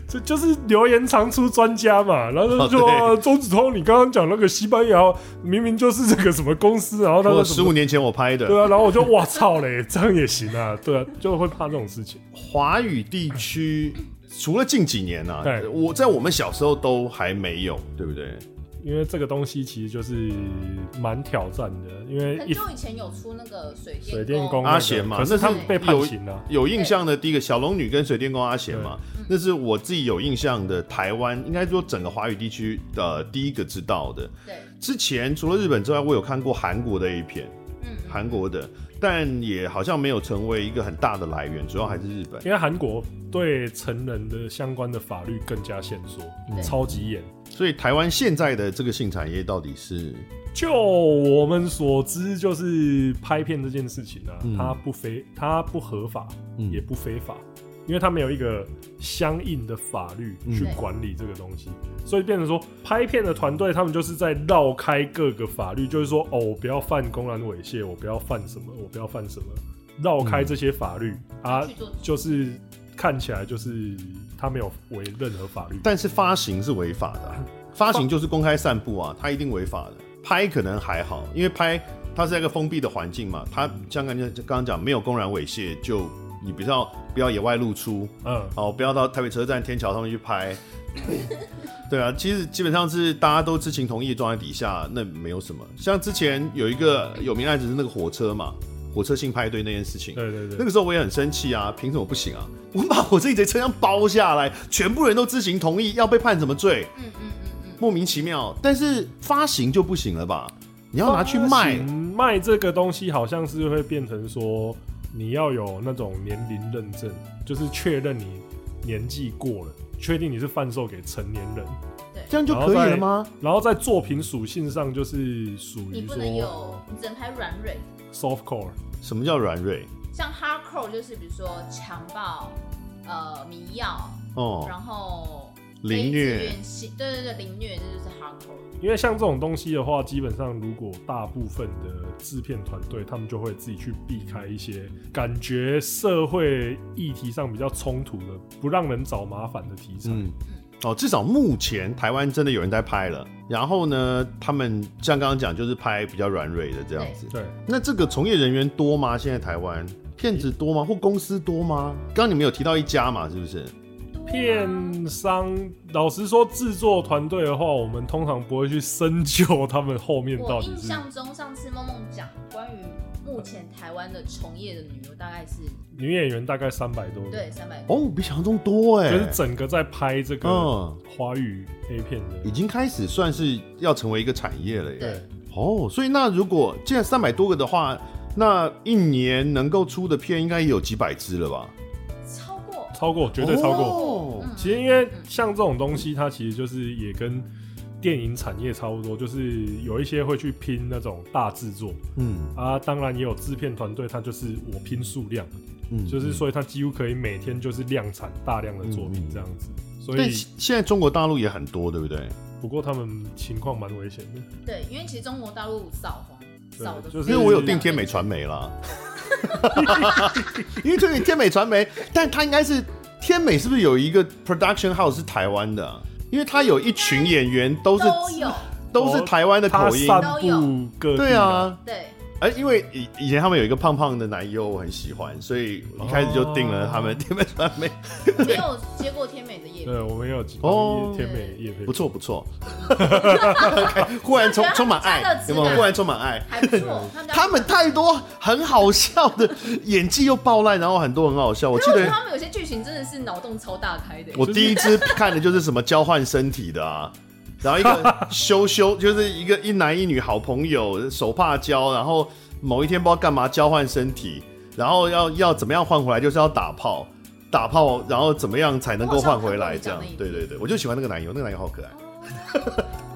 Speaker 3: 这就是留言常出专家嘛，然后他就说、
Speaker 2: 哦
Speaker 3: 周子通，你刚刚讲那个西班牙明明就是这个什么公司，然后他
Speaker 2: 我
Speaker 3: 说
Speaker 2: 十
Speaker 3: 什
Speaker 2: 五
Speaker 3: 么
Speaker 2: 年前我拍的，
Speaker 3: 对啊，然后我就哇操嘞，这样也行啊，对啊，就会怕这种事情。
Speaker 2: 华语地区，除了近几年啊
Speaker 3: 对，
Speaker 2: 我在我们小时候都还没有，对不对？
Speaker 3: 因为这个东西其实就是蛮挑战的，因为
Speaker 4: 很
Speaker 3: 一
Speaker 4: 久以前有出那个水电
Speaker 3: 水电工
Speaker 2: 阿贤嘛
Speaker 3: 可是他们被判
Speaker 2: 有
Speaker 3: 刑啊了、
Speaker 2: 有印象的第一个小龙女跟水电工阿贤嘛，那是我自己有印象的台湾，应该说整个华语地区的、呃第一个知道的。
Speaker 4: 对，
Speaker 2: 之前除了日本之外，我有看过韩国的 A 片，
Speaker 4: 嗯，
Speaker 2: 韩国的，但也好像没有成为一个很大的来源，主要还是日本。
Speaker 3: 因为韩国对成人的相关的法律更加限缩，
Speaker 4: 对
Speaker 3: 超级严。
Speaker 2: 所以台湾现在的这个性产业到底是
Speaker 3: 就我们所知，就是拍片这件事情呢、啊，它不非它不合法，
Speaker 5: 嗯
Speaker 3: 也不非法，因为它没有一个相应的法律去管理这个东西，所以变成说拍片的团队他们就是在绕开各个法律，就是说哦，我不要犯公然猥亵，我不要犯什么，我不要犯什么，绕开这些法律、啊
Speaker 4: 嗯去做，
Speaker 3: 就是看起来就是他没有违任何法律。
Speaker 2: 但是发行是违法的啊、发行就是公开散布啊，它一定违法的。拍可能还好，因为拍它是在一个封闭的环境嘛，它像刚才刚刚讲没有公然猥亵，就你不要不要野外露出，
Speaker 3: 嗯，
Speaker 2: 哦，不要到台北车站天桥上面去拍。对啊，其实基本上是大家都知情同意的状态底下，那没有什么。像之前有一个有名案子是那个火车嘛，火车性派对那件事情，
Speaker 3: 对对对
Speaker 2: 那个时候我也很生气啊，凭什么不行啊？我们把火车一节车厢包下来，全部人都知情同意，要被判什么罪？
Speaker 4: 嗯嗯嗯嗯，
Speaker 2: 莫名其妙。但是发行就不行了吧？你要拿去卖
Speaker 3: 发行哦卖这个东西好像是会变成说你要有那种年龄认证，就是确认你年纪过了，确定你是贩售给成年人，
Speaker 2: 这样就可以了吗？
Speaker 3: 然后在作品属性上就是属
Speaker 4: 你
Speaker 3: 于
Speaker 4: 不能
Speaker 3: 说
Speaker 4: 有，你只能拍软蕊，
Speaker 3: soft core，
Speaker 2: 什么叫软蕊？
Speaker 4: 像 hardcore 就是比如说强暴、呃迷药，
Speaker 2: 哦，
Speaker 4: 然后
Speaker 2: 凌
Speaker 4: 非自
Speaker 2: 虐
Speaker 4: 愿性，对对对，凌虐这就是 hardcore。
Speaker 3: 因为像这种东西的话，基本上如果大部分的制片团队他们就会自己去避开一些感觉社会议题上比较冲突的、不让人找麻烦的题材。
Speaker 2: 嗯，哦，至少目前台湾真的有人在拍了。然后呢，他们像刚刚讲，就是拍比较软蕊的这样子。
Speaker 3: 对，
Speaker 2: 那这个从业人员多吗？现在台湾骗子多吗？或公司多吗？刚刚你们有提到一家嘛，是不是？
Speaker 3: 片商老实说，制作团队的话，我们通常不会去深究他们后面到
Speaker 4: 我
Speaker 3: 底
Speaker 4: 印
Speaker 3: 是，
Speaker 4: 象中上次梦梦讲关于目前台湾的从业的女优大概是
Speaker 3: 女演员大概三百多人，
Speaker 4: 对三百多，
Speaker 2: 哦，比想象中多哎、
Speaker 3: 就是整个在拍这个
Speaker 2: 嗯，
Speaker 3: 华语 A 片的
Speaker 2: 已经开始算是要成为一个产业了耶。
Speaker 4: 对，
Speaker 2: 哦，所以那如果既然三百多个的话，那一年能够出的片应该也有几百支了吧？
Speaker 4: 超过
Speaker 3: 超过，绝对超过。
Speaker 2: 哦
Speaker 4: 嗯
Speaker 3: 其实因为像这种东西，它其实就是也跟电影产业差不多，就是有一些会去拼那种大制作
Speaker 2: 嗯
Speaker 3: 啊，当然也有制片团队，它就是我拼数量，
Speaker 2: 嗯嗯
Speaker 3: 就是所以它几乎可以每天就是量产大量的作品这样子。所
Speaker 2: 但
Speaker 3: 以
Speaker 2: 现现在中国大陆也很多，对不对？
Speaker 3: 不过他们情况蛮危险的，
Speaker 4: 对，因为其实中国大陆扫黄扫的，
Speaker 3: 就是
Speaker 2: 因为我有订天美传媒啦， 因为这个天美传媒，但它应该是天美是不是有一个 production house 是台湾的啊？因为它有一群演员都是
Speaker 4: 都有
Speaker 2: 都是台湾的
Speaker 3: 它
Speaker 2: 口音，
Speaker 3: 散
Speaker 4: 都
Speaker 3: 布
Speaker 4: 有
Speaker 3: 各地
Speaker 2: 对啊，
Speaker 4: 对，
Speaker 2: 哎，因为以以前他们有一个胖胖的男优，我很喜欢，所以一开始就定了他们天美传媒，
Speaker 4: 我没有接过天美的业
Speaker 3: 对，
Speaker 2: 啊
Speaker 3: 我们也有几
Speaker 2: 哦
Speaker 3: 天美也配
Speaker 2: 不，错不错， 忽然充充满
Speaker 4: 他
Speaker 2: 爱
Speaker 4: 们家，的
Speaker 2: 有没有？
Speaker 4: 质感
Speaker 2: 忽然充满爱，
Speaker 4: 还不错，他们家
Speaker 2: 他们太多很好笑的演技又爆烂，然后很多很好笑，我
Speaker 4: 可
Speaker 2: 记
Speaker 4: 是我觉
Speaker 2: 得
Speaker 4: 得。他们有些剧情真的是脑洞超大开的，
Speaker 2: 我
Speaker 3: 就是
Speaker 2: 第一支看的就是什么交换身体的 啊，然后一个羞羞，就是一个一男一女好朋友手帕交，然后某一天不知道干嘛交换身体，然后要要怎么样换回来，就是要打炮，打炮，然后怎么样才能够换回来？这样
Speaker 4: 我好像，看过
Speaker 2: 对
Speaker 4: 你讲
Speaker 2: 对
Speaker 4: 的
Speaker 2: 对，我就喜欢那个男友，那个男友好可爱。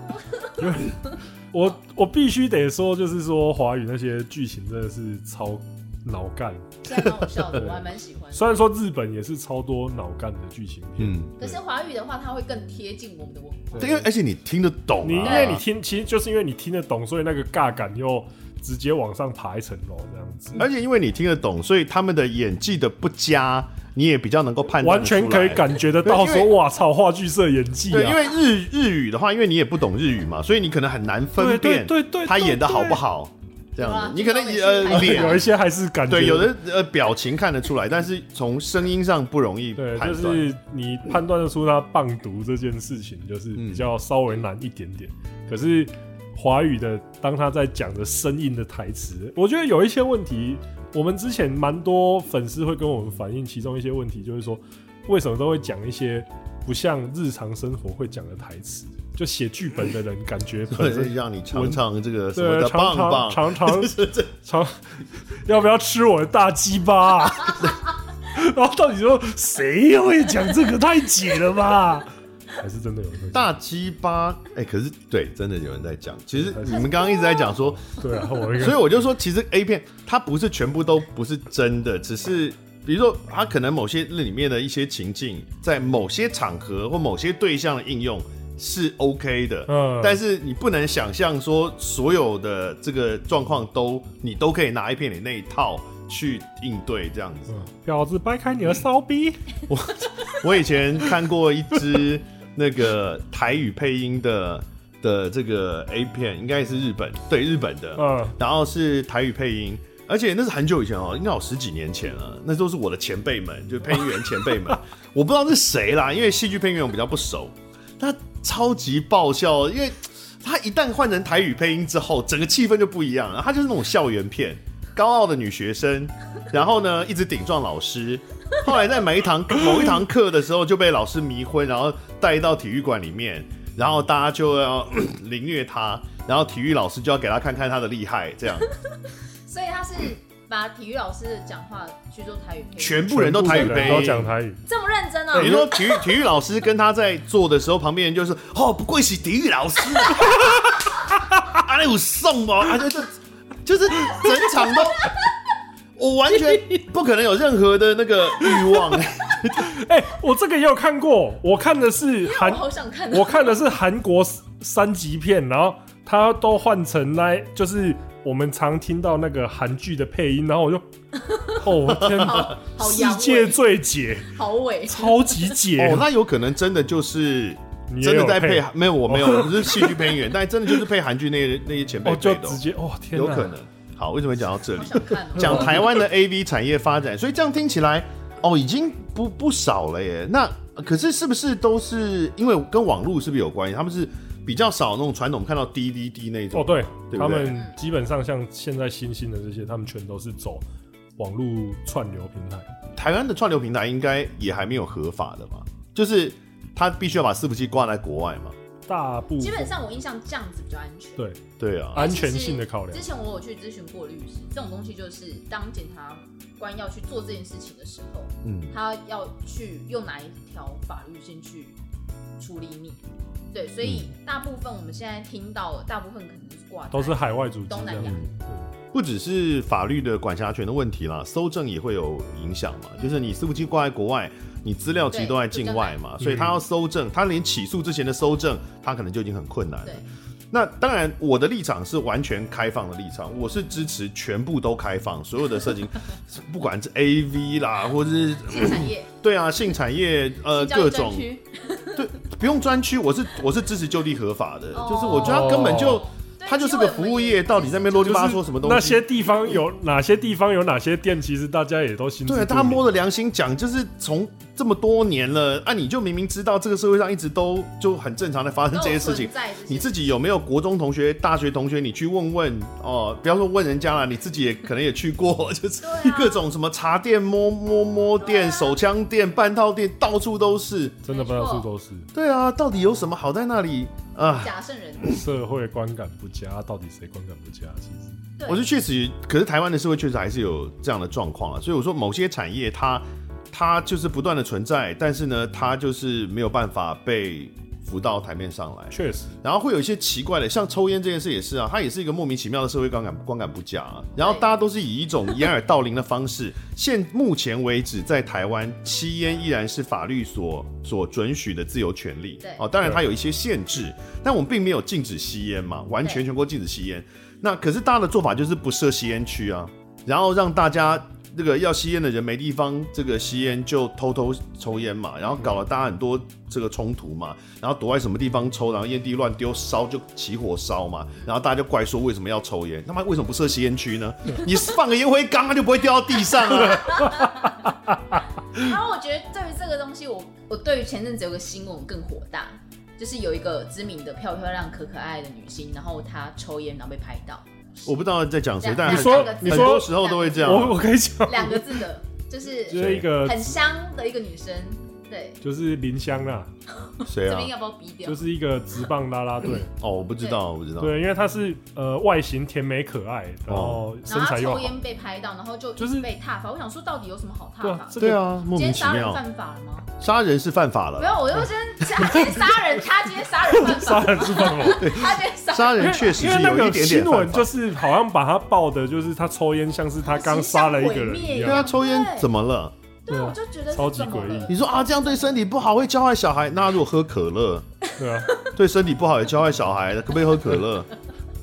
Speaker 3: 我我必须得说，就是说华语那些剧情真的是超脑干。
Speaker 4: 现在蛮好笑的，我还蛮喜 欢的。
Speaker 3: 虽然说日本也是超多脑干的剧情片，
Speaker 2: 嗯，
Speaker 4: 可是华语的话，它会更贴近我们的文化。
Speaker 2: 对因为而且你听得懂、啊，
Speaker 3: 你因为你听，其实就是因为你听得懂，所以那个尬感又直接往上爬一层楼这样子，
Speaker 2: 而且因为你听得懂，所以他们的演技的不佳，你也比较能够判断
Speaker 3: 完
Speaker 2: 得出来，
Speaker 3: 全可以感觉得到
Speaker 2: 对
Speaker 3: 说
Speaker 2: 因为
Speaker 3: 哇操，话剧社演技
Speaker 2: 对，因
Speaker 3: 啊，
Speaker 2: 为日日语的话，因为你也不懂日语嘛，所以你可能很难分
Speaker 3: 对
Speaker 2: 辨
Speaker 3: 对对对
Speaker 2: 他演的好不好，这
Speaker 4: 对
Speaker 2: 样
Speaker 4: 啊
Speaker 2: 子，你可能
Speaker 4: 这
Speaker 2: 呃
Speaker 4: 种也是
Speaker 2: 脸
Speaker 3: 有一些还是感觉
Speaker 2: 对有的呃表情看得出来，但是从声音上不容易
Speaker 3: 对，
Speaker 2: 判
Speaker 3: 就
Speaker 2: 断。
Speaker 3: 是你判断得出他棒读这件事情，就是
Speaker 2: 嗯
Speaker 3: 比较稍微难一点点。可是华语的，当他在讲的生硬的台词，我觉得有一些问题，我们之前蛮多粉丝会跟我们反映，其中一些问题就是说，为什么都会讲一些不像日常生活会讲的台词？就写剧本的人感觉
Speaker 2: 或
Speaker 3: 本
Speaker 2: 者
Speaker 3: 身
Speaker 2: 是让你尝尝这个什么
Speaker 3: 对
Speaker 2: 的
Speaker 3: 常
Speaker 2: 棒
Speaker 3: 常
Speaker 2: 棒，
Speaker 3: 常常 常，要不要吃我的大鸡巴、啊？然后到底说谁会讲这个太解了吧？还是真的有人会讲？
Speaker 2: 大鸡巴，哎、可是对，真的有人在讲。其实你们刚刚一直在讲说，
Speaker 3: 对啊，我
Speaker 2: 所以
Speaker 3: 应
Speaker 2: 我就说，其实 A 片它不是全部都不是真的，只是比如说它可能某些那里面的一些情境，在某些场合或某些对象的应用是 OK 的，
Speaker 3: 嗯
Speaker 2: 但是你不能想象说所有的这个状况都你都可以拿 A 片里那一套去应对这样子。
Speaker 3: 该婊子掰开你的骚逼，
Speaker 2: 我以前看过一支那个台语配音的的这个 A 片，应该也是日本，对日本的，
Speaker 3: 嗯
Speaker 2: 然后是台语配音，而且那是很久以前哦，应该有十几年前了，那都是我的前辈们，就配音员前辈们，我不知道是谁啦，因为戏剧配音员我比较不熟，他超级爆笑，因为他一旦换成台语配音之后，整个气氛就不一样了，他就是那种校园片。高傲的女学生，然后呢，一直顶撞老师，后来在每一堂某一堂课的时候就被老师迷昏，然后带到体育馆里面，然后大家就要 凌虐他。然后体育老师就要给他看看他的厉害，这样
Speaker 4: 所以他是把体育老师的讲话去做台语配音，
Speaker 2: 全部人都台语
Speaker 3: 全部的
Speaker 2: 配
Speaker 3: 人都讲台语，
Speaker 4: 这么认真哦、
Speaker 2: 你说体育体育老师跟他在做的时候，旁边人就是哦，不愧是体育老师啊， 啊，那有送吗？啊，就是就是整场都，我完全不可能有任何的那个欲望。欸
Speaker 3: 哎、我这个也有看过，我看的是
Speaker 4: 我
Speaker 3: 韩，
Speaker 4: 好想看哦。
Speaker 3: 我看的是韩国三级片，然后他都换成那，就是我们常听到那个韩剧的配音，然后我就，哦，我天哪，
Speaker 4: 好
Speaker 3: 世
Speaker 4: 阳痿
Speaker 3: 界最解，
Speaker 4: 好伟，
Speaker 3: 超级解，
Speaker 2: 哦，那有可能真的就是
Speaker 3: 你也
Speaker 2: 真的在
Speaker 3: 有
Speaker 2: 配，没有我没有，我是戏剧配音员，但真的就是配韩剧那些那些前辈
Speaker 3: 哦，就
Speaker 2: 配的哦
Speaker 3: 直接，哦，天
Speaker 2: 有
Speaker 3: 哪，
Speaker 2: 可能。好，为什么会讲到这里
Speaker 4: 好？想看哦、
Speaker 2: 讲台湾的 AV 产业发展，所以这样听起来，哦，已经不不少了耶。那呃可是是不是都是因为跟网络是不是有关系？他们是比较少那种传统我们看到 DVD 那种。
Speaker 3: 哦，对，
Speaker 2: 对不对
Speaker 3: 他们基本上像现在新兴的这些，他们全都是走网络串流平台。
Speaker 2: 台湾的串流平台应该也还没有合法的嘛，就是他必须要把伺服器挂在国外嘛。
Speaker 3: 大部
Speaker 4: 基本
Speaker 3: 分
Speaker 4: 上我印象这样子比较安全。
Speaker 3: 对
Speaker 2: 对啊，
Speaker 3: 安全性的考量
Speaker 4: 之，前我有去咨询过律师，这种东西就是当检察官要去做这件事情的时候，
Speaker 2: 嗯，
Speaker 4: 他要去用哪一条法律先去处理你。对，所以大部分我们现在听到的，大部分可能是挂在
Speaker 3: 嗯都是海外组织
Speaker 4: 东
Speaker 3: 这
Speaker 4: 南
Speaker 3: 样
Speaker 4: 亚
Speaker 3: 子。
Speaker 2: 不只是法律的管辖权的问题啦，搜证也会有影响嘛。就是你伺服器挂在国外，你资料其实都在境外嘛，
Speaker 3: 对
Speaker 2: 所以他要搜证，他连起诉之前的搜证，他可能就已经很困难了
Speaker 4: 对。，
Speaker 2: 那当然，我的立场是完全开放的立场，我是支持全部都开放，所有的色情， 不管是 A V 啦，或者是
Speaker 4: 新产业，
Speaker 2: 对啊性产业，呃，
Speaker 4: 新教育
Speaker 2: 各
Speaker 4: 专
Speaker 2: 种
Speaker 4: 区
Speaker 2: 对，不用专区，我是我是支持就地合法的，
Speaker 4: 哦
Speaker 2: 就是我觉得他根本就
Speaker 3: 哦
Speaker 4: 对
Speaker 2: 他就是个服务业，到底在那边啰里吧嗦什么东西？
Speaker 3: 那些地方有哪些地方有哪些店，其实大家也都心知
Speaker 2: 对啊，
Speaker 3: 肚
Speaker 2: 大家
Speaker 3: 明
Speaker 2: 摸着良心讲，就是从这么多年了，啊，你就明明知道这个社会上一直都就很正常的
Speaker 4: 哦
Speaker 2: 发生这些事情
Speaker 4: 都有存，在这些
Speaker 2: 你自己有没有国中同学、大学同学？你去问问哦、不要说问人家啦，你自己也可能也去过， 就是
Speaker 4: 对啊
Speaker 2: 各种什么茶店、摸摸摸店、
Speaker 4: 对啊
Speaker 2: 手枪店、半套店，到处都是。
Speaker 3: 真的不到处都是
Speaker 2: 对啊，到底有什么好在那里啊？
Speaker 4: 假圣人，
Speaker 3: 社会观感不佳，到底谁观感不佳？其实
Speaker 4: 对
Speaker 2: 我是确实，可是台湾的社会确实还是有这样的状况啊，所以我说某些产业它它就是不断的存在，但是呢，它就是没有办法被扶到台面上来。
Speaker 3: 确实，
Speaker 2: 然后会有一些奇怪的，像抽烟这件事也是啊，它也是一个莫名其妙的社会观感观感不佳、啊。然后大家都是以一种掩耳盗铃的方式，现目前为止在台湾吸烟依然是法律所所准许的自由权利。
Speaker 4: 对
Speaker 2: 哦，当然它有一些限制，但我们并没有禁止吸烟嘛，完全
Speaker 4: 对
Speaker 2: 全国禁止吸烟。那可是大家的做法就是不设吸烟区啊，然后让大家这个要吸烟的人没地方这个吸烟，就偷偷抽烟嘛，然后搞了大家很多这个冲突嘛，然后躲在什么地方抽，然后烟蒂乱丢烧就起火烧嘛，然后大家就怪说为什么要抽烟，他妈为什么不设吸烟区呢？你放个烟灰缸它就不会掉到地上 啊。
Speaker 4: 然后我觉得对于这个东西，我我对于前阵子有个新闻更火大，就是有一个知名的漂漂亮、可可爱爱的女星，然后她抽烟，然后被拍到，
Speaker 2: 我不知道在讲谁，但
Speaker 3: 你
Speaker 2: 很
Speaker 3: 说
Speaker 4: 两个字
Speaker 3: 你
Speaker 2: 很
Speaker 3: 说
Speaker 2: 多时候都会这样。啊
Speaker 3: 我我可以讲，
Speaker 4: 两个字的，就
Speaker 3: 就是是一
Speaker 2: 呃
Speaker 3: 个
Speaker 4: 很香的一个女生，对，
Speaker 3: 就是林香啦，
Speaker 2: 谁
Speaker 4: 这
Speaker 2: 啊
Speaker 4: 边？要不要逼掉？
Speaker 3: 就是一个直棒啦啦队，
Speaker 2: 哦，我不知道，我不知道。
Speaker 3: 对，因为她是呃外形甜美可爱，
Speaker 2: 哦
Speaker 3: 然后
Speaker 4: 然
Speaker 3: 身
Speaker 4: 后她
Speaker 3: 材又
Speaker 4: 抽
Speaker 3: 好，
Speaker 4: 烟被拍到，然后就
Speaker 3: 就是
Speaker 4: 被踏法。我想说，到底有什么好
Speaker 3: 对
Speaker 4: 踏
Speaker 3: 啊
Speaker 4: 法，？
Speaker 3: 这
Speaker 2: 对
Speaker 3: 个
Speaker 2: 啊，莫
Speaker 4: 今
Speaker 2: 名
Speaker 4: 天
Speaker 2: 其
Speaker 4: 杀人
Speaker 2: 妙，
Speaker 4: 犯法了吗？
Speaker 2: 杀人是犯法
Speaker 4: 没
Speaker 2: 了，
Speaker 4: 有，我就先他今天杀人，他今天杀 人犯
Speaker 3: 杀
Speaker 4: 法，
Speaker 3: 人是犯法。
Speaker 4: 他今天杀
Speaker 2: 杀
Speaker 3: 因为
Speaker 2: 人确实
Speaker 3: 因为
Speaker 2: 是
Speaker 3: 那
Speaker 2: 有
Speaker 3: 个
Speaker 2: 一点点
Speaker 3: 新
Speaker 2: 犯
Speaker 3: 闻
Speaker 2: 法
Speaker 3: 就。是好像把他报的，就是他抽烟像是他刚杀了一个人一
Speaker 2: 对啊，
Speaker 3: 样。
Speaker 2: 抽烟
Speaker 4: 对
Speaker 2: 怎么了？
Speaker 4: 对啊，我就觉得是
Speaker 3: 超级
Speaker 4: 怎么
Speaker 3: 诡异
Speaker 4: 了
Speaker 2: 你说啊，这样对身体不好，会教坏小孩。那如果喝可乐，
Speaker 3: 对啊，
Speaker 2: 对身体不好也教坏小孩，可不可以喝可乐？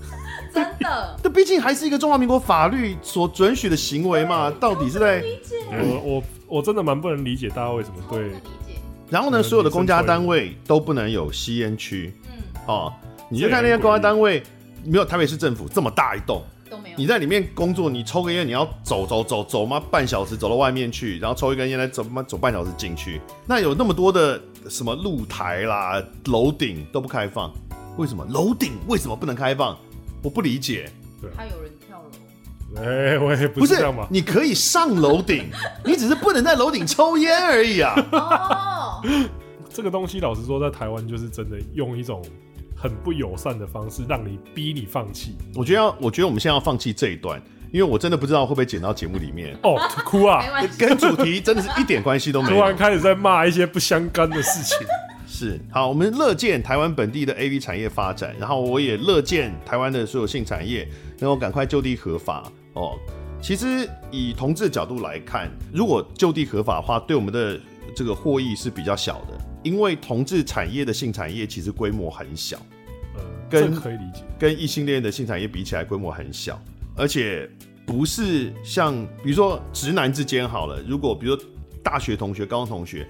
Speaker 4: 真的
Speaker 2: 这毕竟还是一个中华民国法律所准许的行为嘛。到底是 在……
Speaker 4: 理解，
Speaker 3: 我我我真的蛮不能理解大家为什么
Speaker 4: 我不
Speaker 3: 对
Speaker 4: 能理解，
Speaker 2: 然后呢，
Speaker 3: 嗯
Speaker 2: 所有的公家单位都不能有吸烟区
Speaker 4: 嗯，
Speaker 2: 哦。你就看那些公家单位，没有台北市政府这么大一栋，
Speaker 4: 都没有
Speaker 2: 你。在里面工作，你抽个烟，你要走走走走吗？半小时走到外面去，然后抽一根烟，再走妈走半小时进去。那有那么多的什么露台啦、楼顶都不开放，为什么？楼顶为什么不能开放？我不理解。
Speaker 4: 他有人跳 楼，
Speaker 3: 哎，我也不
Speaker 2: 不
Speaker 3: 是
Speaker 2: 是
Speaker 3: 这样嘛，
Speaker 2: 你可以上楼顶，你只是不能在楼顶抽烟而 已啊。
Speaker 4: 哦，
Speaker 3: 这个东西老实说，在台湾就是真的用一种很不友善的方式让你逼你放弃。
Speaker 2: 我觉得要，我觉得我们现在要放弃这一段，因为我真的不知道会不会剪到节目里面，
Speaker 3: 哦，哭啊
Speaker 4: 没！关系，
Speaker 2: 跟主题真的是一点关系都没
Speaker 4: 啊
Speaker 3: 突然
Speaker 2: 有。
Speaker 3: 开始在骂一些不相干的事情。
Speaker 2: 是好，我们乐见台湾本地的 AV 产业发展，然后我也乐见台湾的所有性产业能够赶快就地合法哦。其实以同志角度来看，如果就地合法的话，对我们的这个获益是比较小的，因为同志产业的性产业其实规模很小。
Speaker 3: 呃，这
Speaker 2: 跟
Speaker 3: 个可以理解。
Speaker 2: 跟异性恋的性产业比起来，规模很小，而且不是像比如说直男之间好了，如果比如说大学同学、高中同学，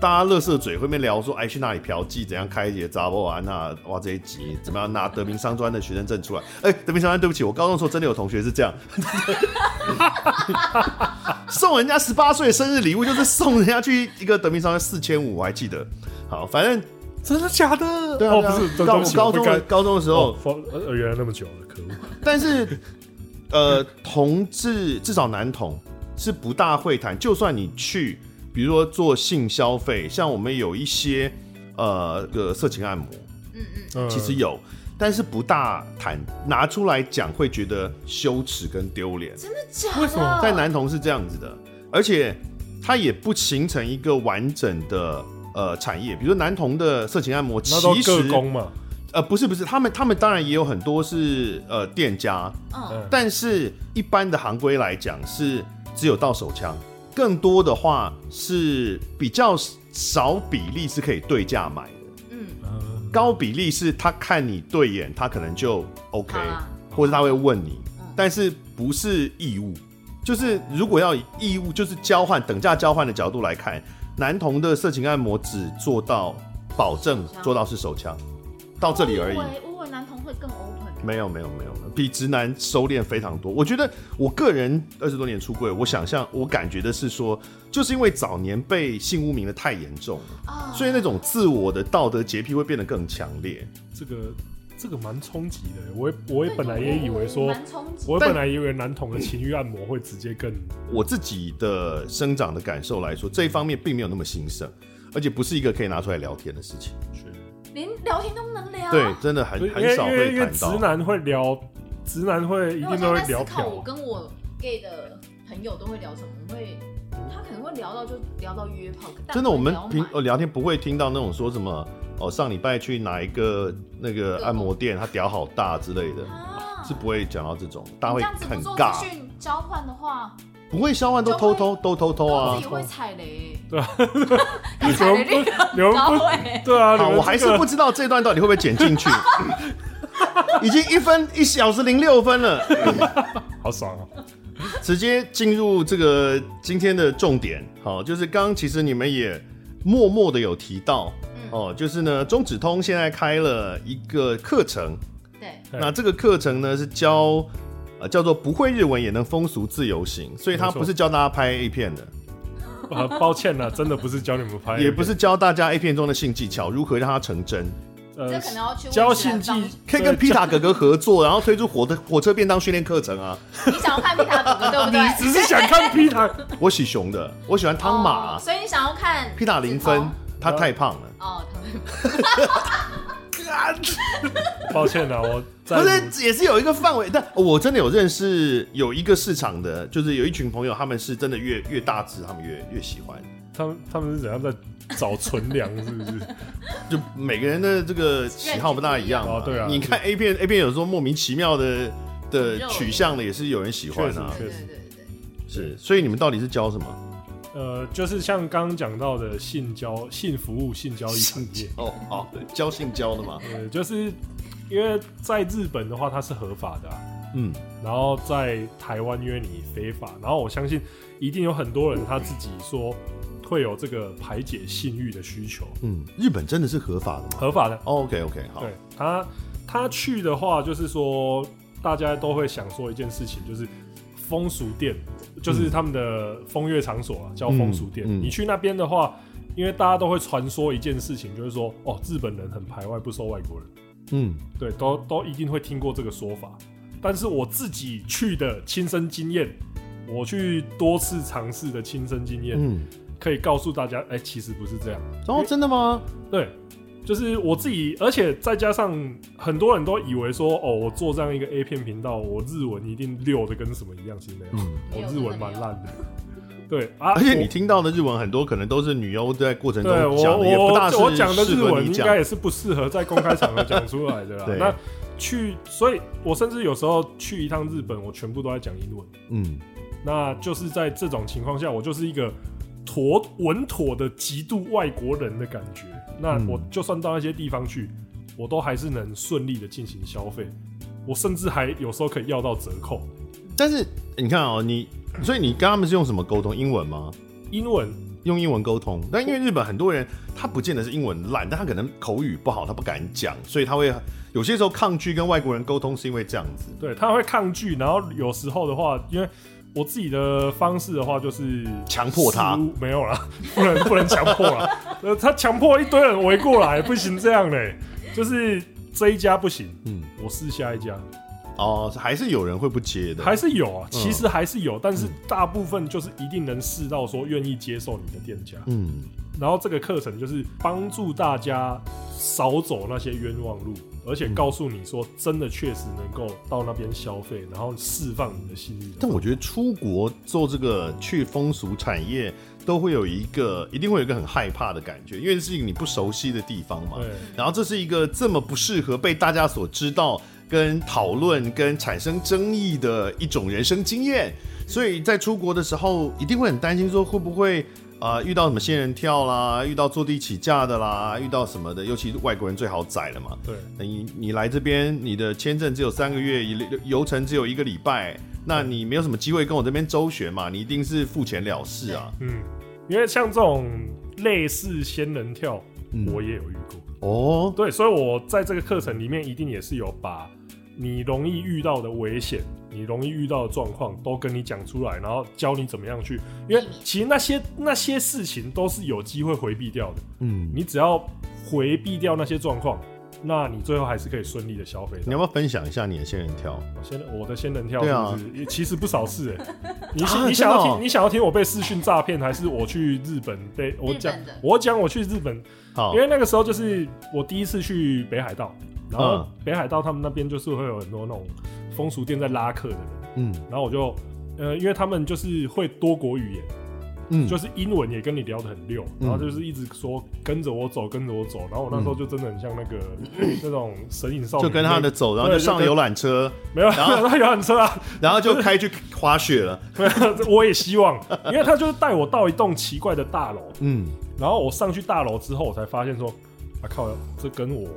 Speaker 2: 大家乐色嘴会面聊说，哎，去哪里嫖妓，怎样开一些杂货啊，那哇这一集怎么样拿德明商专的学生证出来？哎、德明商专，对不起，我高中的时候真的有同学是这样， 送人家十八岁生日礼物就是送人家去一个德明商专四千五，我还记得。好，反正
Speaker 3: 真的假的？
Speaker 2: 对啊，
Speaker 3: 哦，
Speaker 2: 对啊
Speaker 3: 不是，对
Speaker 2: 高
Speaker 3: 对
Speaker 2: 我
Speaker 3: 不起，
Speaker 2: 高
Speaker 3: 我
Speaker 2: 中
Speaker 3: 不
Speaker 2: 的
Speaker 3: 该。
Speaker 2: 高中的时候
Speaker 3: 哦，，放呃原来那么久了，可恶。
Speaker 2: 但是，呃，同志至少男同是不大会谈。就算你去，比如说做性消费，像我们有一些呃个色情按摩，
Speaker 4: 嗯嗯，
Speaker 3: 嗯
Speaker 2: 其实有，但是不大谈，拿出来讲会觉得羞耻跟丢脸。
Speaker 4: 真的假的？
Speaker 3: 为什么
Speaker 2: 在男同是这样子的，而且它也不形成一个完整的。呃，产业，比如说男童的色情按摩，
Speaker 3: 那都
Speaker 2: 其
Speaker 3: 各
Speaker 2: 实
Speaker 3: 工嘛，
Speaker 2: 呃不是不是，他们他们当然也有很多是呃店家，
Speaker 4: 嗯
Speaker 3: 嗯，
Speaker 2: 但是一般的行规来讲是只有到手枪，更多的话是比较少比例是可以对价买的，
Speaker 4: 嗯，
Speaker 3: 嗯
Speaker 2: 高比例是他看你对眼，他可能就 OK，
Speaker 4: 好啦
Speaker 2: 或者他会问你
Speaker 4: 啊嗯，
Speaker 2: 但是不是义务，就是如果要以义务就是交换等价交换的角度来看，男童的色情按摩只做到保证
Speaker 4: 手枪
Speaker 2: 做到是手枪，到这里而已。
Speaker 6: 我以为我以为男同会更 open，
Speaker 2: 没有没有没有，比直男收敛非常多。我觉得我个人二十多年出柜，我想象我感觉的是说，就是因为早年被性污名的太严重
Speaker 4: 啊
Speaker 2: 了，
Speaker 6: 哦
Speaker 2: 所以那种自我的道德洁癖会变得更强烈。
Speaker 3: 这个这个蛮冲击的。我也我也本来也以为说，
Speaker 6: 蛮冲击，
Speaker 3: 我
Speaker 2: 但
Speaker 3: 本来以为男童的情欲按摩会直接更
Speaker 2: 我自己的生长的感受来说，这一方面并没有那么兴盛，而且不是一个可以拿出来聊天的事情。
Speaker 6: 连聊天都不能
Speaker 4: 啊
Speaker 6: 聊。
Speaker 2: 对，，真的很
Speaker 3: 因为
Speaker 2: 很
Speaker 3: 因
Speaker 2: 少
Speaker 3: 为
Speaker 2: 会
Speaker 3: 因为
Speaker 2: 谈
Speaker 3: 直
Speaker 2: 到。
Speaker 3: 男会聊，直男会一
Speaker 4: 因为我
Speaker 3: 定
Speaker 4: 现
Speaker 3: 都会
Speaker 4: 在在
Speaker 3: 聊
Speaker 4: 思考，
Speaker 3: 嫖
Speaker 4: 我。跟我 gay 的朋友都会聊什么？我会，他可能会聊到就聊到约炮，但
Speaker 2: 真的，我们
Speaker 4: 不会
Speaker 2: 平
Speaker 4: 聊
Speaker 2: 呃聊天不会听到那种说什么哦，上礼拜去哪一个那个按摩店，他屌好大之类的。
Speaker 4: 买啊
Speaker 2: 呃是不会讲到这种，大家
Speaker 6: 你
Speaker 2: 会
Speaker 6: 这样子不
Speaker 2: 很
Speaker 6: 做
Speaker 2: 尬
Speaker 6: 资，讯交换的话，
Speaker 2: 不会消完都偷偷都偷偷
Speaker 4: 我
Speaker 2: 啊
Speaker 4: 自己。会踩雷，
Speaker 3: 你
Speaker 4: 踩
Speaker 3: 们
Speaker 4: 雷率
Speaker 3: 不，你们
Speaker 4: 高
Speaker 3: 不，
Speaker 4: 哎，
Speaker 3: 对啊，你
Speaker 2: 好，
Speaker 3: 们
Speaker 2: 我还是
Speaker 3: 这个
Speaker 2: 不知道这段到底会不会剪进去。已经一分一小时零六分了，
Speaker 3: 好爽啊！
Speaker 2: 直接进入这个今天的重点。好，就是刚刚其实你们也默默的有提到
Speaker 4: 嗯
Speaker 2: 哦，就是呢，中指通现在开了一个课程，
Speaker 4: 对，
Speaker 3: 对
Speaker 2: 那这个课程呢是教呃叫做不会日文也能风俗自由行，所以它
Speaker 3: 没错
Speaker 2: 不是教大家拍 A 片的，
Speaker 3: 啊，抱歉了，真的不是教你们拍，
Speaker 2: 也不是教大家 A 片中的性技
Speaker 3: 嗯
Speaker 2: 巧如何让它成真，
Speaker 3: 呃
Speaker 4: 这可能要去问
Speaker 3: 教
Speaker 4: 指
Speaker 3: 性
Speaker 4: 南
Speaker 3: 技
Speaker 4: 方，
Speaker 2: 可以跟皮塔哥哥合作， 然后推出火的火车便当训练课程啊。
Speaker 4: 你想要看皮塔哥哥对不对？
Speaker 3: 只是想看皮 塔，
Speaker 2: 我喜熊的，我喜欢汤马啊
Speaker 4: 哦，所以你想要看
Speaker 2: 皮塔零分
Speaker 4: 子，
Speaker 2: 他太胖了。
Speaker 4: 彤哦，他们
Speaker 3: 抱歉了，我在
Speaker 2: 不是，也是有一个范围，但哦我真的有认识有一个市场的，就是有一群朋友，他们是真的越越大只，他们越越喜欢，
Speaker 3: 他们他们是怎样在找存粮，是不是？
Speaker 2: 就每个人的这个喜好不大一样嘛
Speaker 3: 哦对啊
Speaker 2: 你看 A 片，A 片有时候莫名其妙的的
Speaker 4: 肉
Speaker 2: 取向的，也是有人喜欢啊
Speaker 3: 确。
Speaker 4: 对
Speaker 3: 实
Speaker 4: 对对对对，
Speaker 2: 是，所以你们到底是教什么？
Speaker 3: 呃，就是像刚刚讲到的性交、性服务、性交易产业，
Speaker 2: 哦，好，教性教的嘛。
Speaker 3: 呃，就是因为在日本的话，它是合法的啊、
Speaker 2: 嗯，
Speaker 3: 然后在台湾约你非法，然后我相信一定有很多人他自己说会有这个排解性欲的需求，
Speaker 2: 嗯，日本真的是合法的吗
Speaker 3: 合法的。
Speaker 2: ？OK OK，好
Speaker 3: 对，他他去的话，就是说大家都会想说一件事情，就是风俗店，就是他们的风月场所啊，叫风俗店。
Speaker 2: 嗯嗯嗯
Speaker 3: 你去那边的话，因为大家都会传说一件事情，就是说哦，日本人很排外，不收外国人，
Speaker 2: 嗯，
Speaker 3: 对，都都一定会听过这个说法。但是我自己去的亲身经验，我去多次尝试的亲身经验，
Speaker 2: 嗯，
Speaker 3: 可以告诉大家，哎、其实不是这样。
Speaker 2: 哦，真的吗？
Speaker 3: 对，就是我自己，而且再加上很多人都以为说，哦，我做这样一个 A 片频道，我日文一定溜的跟什么一样，其实没有，
Speaker 4: 没有
Speaker 3: 我日文蛮烂的。对啊，
Speaker 2: 嗯而且
Speaker 3: 我
Speaker 2: 你听到的日文很多，可能都是女优在过程中
Speaker 3: 对我
Speaker 2: 讲的，也不大是
Speaker 3: 我我讲的
Speaker 2: 适
Speaker 3: 日
Speaker 2: 合
Speaker 3: 文
Speaker 2: 你
Speaker 3: 应
Speaker 2: 讲
Speaker 3: 该也是不适合在公开场合讲出来的啦
Speaker 2: 对。
Speaker 3: 那去，所以我甚至有时候去一趟日本，我全部都在讲英文。
Speaker 5: 嗯，
Speaker 3: 那就是在这种情况下，我就是一个妥稳妥的极度外国人的感觉。那
Speaker 2: 嗯
Speaker 3: 我就算到那些地方去，我都还是能顺利的进行消费。我甚至还有时候可以要到折扣。
Speaker 2: 但是你看哦，你所以你跟他们是用什么沟通？英文吗？
Speaker 3: 英文
Speaker 2: 用英文沟通，但因为日本很多人他不见得是英文烂，但他可能口语不好，他不敢讲，所以他会有些时候抗拒跟外国人沟通，是因为这样子。
Speaker 3: 对他会抗拒，然后有时候的话，因为我自己的方式的话，就是
Speaker 2: 强迫他
Speaker 3: 似乎，没有啦，不能不能强迫啦。呃，他强迫一堆人围过来，不行这样嘞，就是这一家不行，
Speaker 2: 嗯，
Speaker 3: 我试下一家，
Speaker 2: 哦，还是有人会不接的，
Speaker 3: 还是有啊，其实还是有，但是大部分就是一定能试到说愿意接受你的店家，
Speaker 2: 嗯，
Speaker 3: 然后这个课程就是帮助大家少走那些冤枉路，而且告诉你说真的确实能够到那边消费，然后释放你的信誉。
Speaker 2: 但我觉得出国做这个去风俗产业，都会有一个一定会有一个很害怕的感觉，因为是一个你不熟悉的地方嘛。
Speaker 3: 对，
Speaker 2: 然后这是一个这么不适合被大家所知道、跟讨论、跟产生争议的一种人生经验，所以在出国的时候一定会很担心，说会不会啊遇到什么仙人跳啦，遇到坐地起价的啦，遇到什么的，尤其外国人最好宰了嘛。
Speaker 3: 对，
Speaker 2: 那你你来这边，你的签证只有三个月，游游程只有一个礼拜，那你没有什么机会跟我这边周旋嘛，你一定是付钱了事啊。
Speaker 3: 嗯，因为像这种类似仙人跳，
Speaker 5: 嗯
Speaker 3: 我也有遇过。
Speaker 2: 哦，
Speaker 3: 对，所以我在这个课程里面一定也是有把你容易遇到的危险、你容易遇到的状况都跟你讲出来，然后教你怎么样去，因为其实那些那些事情都是有机会回避掉的。
Speaker 5: 嗯，
Speaker 3: 你只要回避掉那些状况，那你最后还是可以顺利的消费到。
Speaker 2: 你要不要分享一下你的仙人跳？
Speaker 3: 仙人我的仙人跳
Speaker 2: 对啊
Speaker 3: 是不是？也其实不少 事哎、你
Speaker 2: 啊
Speaker 3: 想、
Speaker 2: 真的
Speaker 3: 你想要听、
Speaker 2: 哦
Speaker 3: 你想要听我被视讯诈骗，还是我去日本被我讲
Speaker 4: 日本的
Speaker 3: 我讲我去日本，
Speaker 2: 好
Speaker 3: 因，为那个时候就是我第一次去北海道，然后
Speaker 2: 嗯
Speaker 3: 北海道他们那边就是会有很多那种风俗店在拉客的人，
Speaker 2: 嗯
Speaker 3: 然后我就呃，因为他们就是会多国语言，
Speaker 2: 嗯
Speaker 3: 就是英文也跟你聊得很溜，然后就是一直说跟着我走，跟着我走，然后我那时候就真的很像那个那种神隐少女，
Speaker 2: 嗯就跟他的走，然后就
Speaker 3: 对
Speaker 2: 上
Speaker 3: 就跟
Speaker 2: 游览车，
Speaker 3: 没有，
Speaker 2: 然后
Speaker 3: 他游览车啊，
Speaker 2: 然后就开去滑雪了。
Speaker 3: 没有， 这我也希望，因为他就是带我到一栋奇怪的大楼，
Speaker 2: 嗯，
Speaker 3: 然后我上去大楼之后，我才发现说，啊靠，这跟我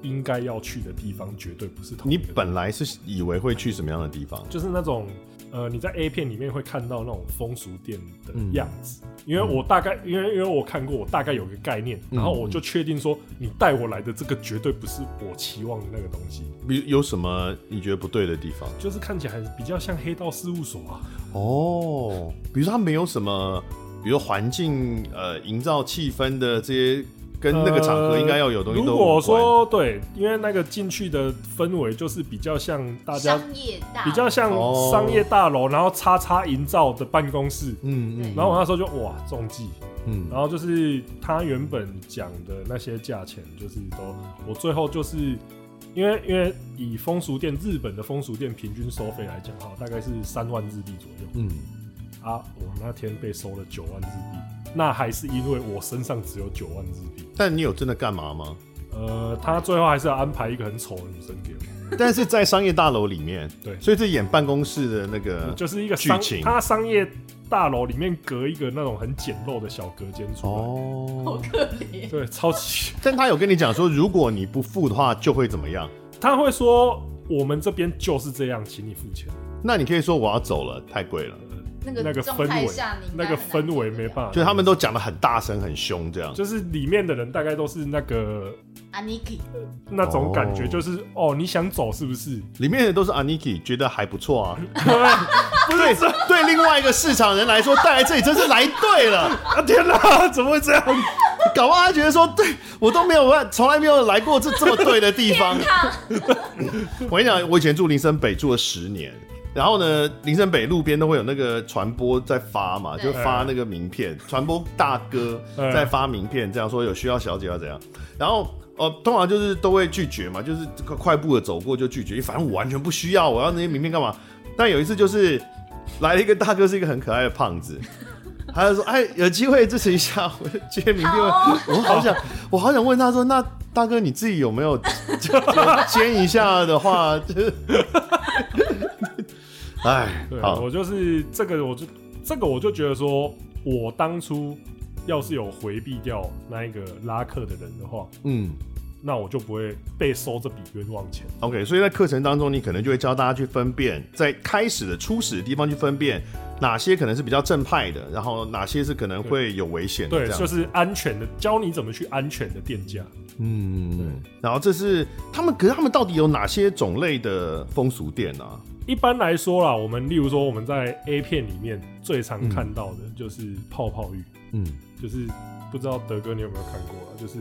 Speaker 3: 应该要去的地方绝对不是同一
Speaker 2: 你
Speaker 3: 个地方。
Speaker 2: 本来是以为会去什么样的地方？
Speaker 3: 就是那种呃，你在 A 片里面会看到那种风俗店的
Speaker 2: 嗯
Speaker 3: 样子，因为我大概因为因为我看过，我大概有个概念，
Speaker 2: 嗯
Speaker 3: 然后我就确定说，你带我来的这个绝对不是我期望的那个东西，
Speaker 2: 比如有什么你觉得不对的地方？
Speaker 3: 就是看起来比较像黑道事务所啊。
Speaker 2: 哦，比如说他没有什么，比如环境呃营造气氛的这些跟那个场合应该要有的东西
Speaker 3: 呃
Speaker 2: 都
Speaker 3: 如
Speaker 2: 无
Speaker 3: 果
Speaker 2: 关
Speaker 3: 说对，因为那个进去的氛围就是比较像大家
Speaker 4: 商业大
Speaker 3: 比较像
Speaker 2: 哦
Speaker 3: 商业大楼，然后叉叉营造的办公室。
Speaker 2: 嗯嗯
Speaker 3: 然后我那时候就哇中计，
Speaker 2: 嗯
Speaker 3: 然后就是他原本讲的那些价钱，就是都我最后就是因为因为以风俗店日本的风俗店平均收费来讲哈，大概是三万日币左右
Speaker 5: 嗯
Speaker 3: 啊，我那天被收了九万日币，啊那还是因为我身上只有九万日币。
Speaker 2: 但你有真的干嘛吗？
Speaker 3: 呃，他最后还是要安排一个很丑的女生给我，
Speaker 2: 但是在商业大楼里面，
Speaker 3: 对
Speaker 2: 所以这演办公室的那个
Speaker 3: 就是一
Speaker 2: 嗯
Speaker 3: 个
Speaker 2: 剧
Speaker 3: 商
Speaker 2: 情
Speaker 3: 他商业大楼里面隔一个那种很简陋的小隔间出来，
Speaker 2: 哦，
Speaker 3: 对，超级。
Speaker 2: 但他有跟你讲说，如果你不付的话就会怎么样？
Speaker 3: 他会说我们这边就是这样，请你付钱。
Speaker 2: 那你可以说我要走了，太贵了。
Speaker 4: 那
Speaker 3: 那个
Speaker 4: 个
Speaker 3: 氛
Speaker 4: 状态
Speaker 3: 围
Speaker 4: 下，你，应该
Speaker 3: 那个
Speaker 4: 很难
Speaker 3: 氛围
Speaker 4: 受
Speaker 3: 没
Speaker 4: 得了。
Speaker 3: 办法，
Speaker 2: 就他们都讲的很大声、很凶这样。
Speaker 3: 就是里面的人大概都是那个
Speaker 4: 啊，Niki，
Speaker 3: 那种感觉，
Speaker 2: 哦
Speaker 3: 就是哦，你想走是不是？
Speaker 2: 里面的都是 Aniki，觉得还不错 啊。对对，另外一个市场人来说，带来这里真是来对了。
Speaker 3: 啊天哪，怎么会这样？
Speaker 2: 搞不好他觉得说，对我都没有办，从来没有来过这这么对的地方。 我跟你讲，我以前住林森北住了十年，然后呢，林森北路边都会有那个传播在发嘛，
Speaker 4: 对
Speaker 2: 就发那个
Speaker 3: 嗯
Speaker 2: 名片，传播大哥在发名片，这样说有需要小姐要怎样。然后哦，通常就是都会拒绝嘛，就是快快步的走过就拒绝，反正我完全不需要，我要那些名片干嘛？但有一次就是来了一个大哥，是一个很可爱的胖子，他就说：“哎，有机会支持一下，我接名片。
Speaker 6: 好哦
Speaker 2: 我好想，我好想问他说：“那大哥你自己有没 有煎一下的话？” 就是，哎
Speaker 3: 对，，啊
Speaker 2: 好，
Speaker 3: 我就是这个，我就这个我就觉得说，我当初要是有回避掉那一个拉客的人的话，
Speaker 2: 嗯
Speaker 3: 那我就不会被收这笔冤枉钱。
Speaker 2: ，OK，所以在课程当中，你可能就会教大家去分辨，在开始的初始的地方去分辨哪些可能是比较正派的，然后哪些是可能会有危险的，
Speaker 3: 对，
Speaker 2: 这样
Speaker 3: 就。是安全的，教你怎么去安全的店家。
Speaker 2: 嗯，然后这是他们，可是他们到底有哪些种类的风俗店啊？
Speaker 3: 一般来说啦，我们例如说我们在 A 片里面最常看到的就是泡泡浴，
Speaker 5: 嗯，
Speaker 3: 就是不知道德哥你有没有看过啊？就是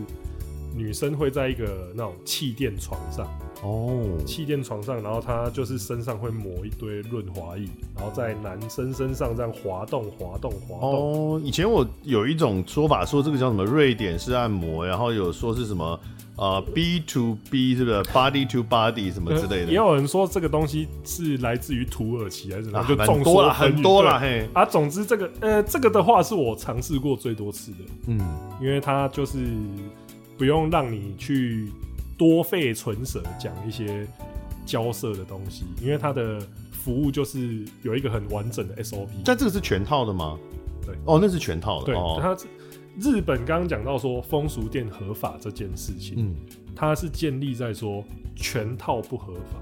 Speaker 3: 女生会在一个那种气垫床上，
Speaker 5: 哦，
Speaker 3: 气垫床上，然后她就是身上会抹一堆润滑液，然后在男生身上这样滑动、滑动、滑动。
Speaker 2: 哦，以前我有一种说法，说这个叫什么瑞典式按摩，然后有说是什么呃 B to B 是不是 body to body 什么之类
Speaker 3: 呃 也
Speaker 2: 的，
Speaker 3: 有人说这个东西是来自于土耳其还是什么，
Speaker 2: 啊
Speaker 3: 就
Speaker 2: 蛮
Speaker 3: 众
Speaker 2: 多
Speaker 3: 说
Speaker 2: 了，
Speaker 3: 纷纭
Speaker 2: 很多
Speaker 3: 对
Speaker 2: 了，嘿，
Speaker 3: 啊，总之这个呃，这个的话是我尝试过最多次的，
Speaker 5: 嗯，
Speaker 3: 因为它就是不用让你去多费唇舌讲一些交涉的东西，因为它的服务就是有一个很完整的 SOP。
Speaker 2: 但这个是全套的吗？
Speaker 3: 对
Speaker 2: 哦，那是全套的，
Speaker 3: 对，
Speaker 2: 哦、
Speaker 3: 它是日本刚刚讲到说风俗店合法这件事情，
Speaker 5: 嗯，
Speaker 3: 它是建立在说全套不合法。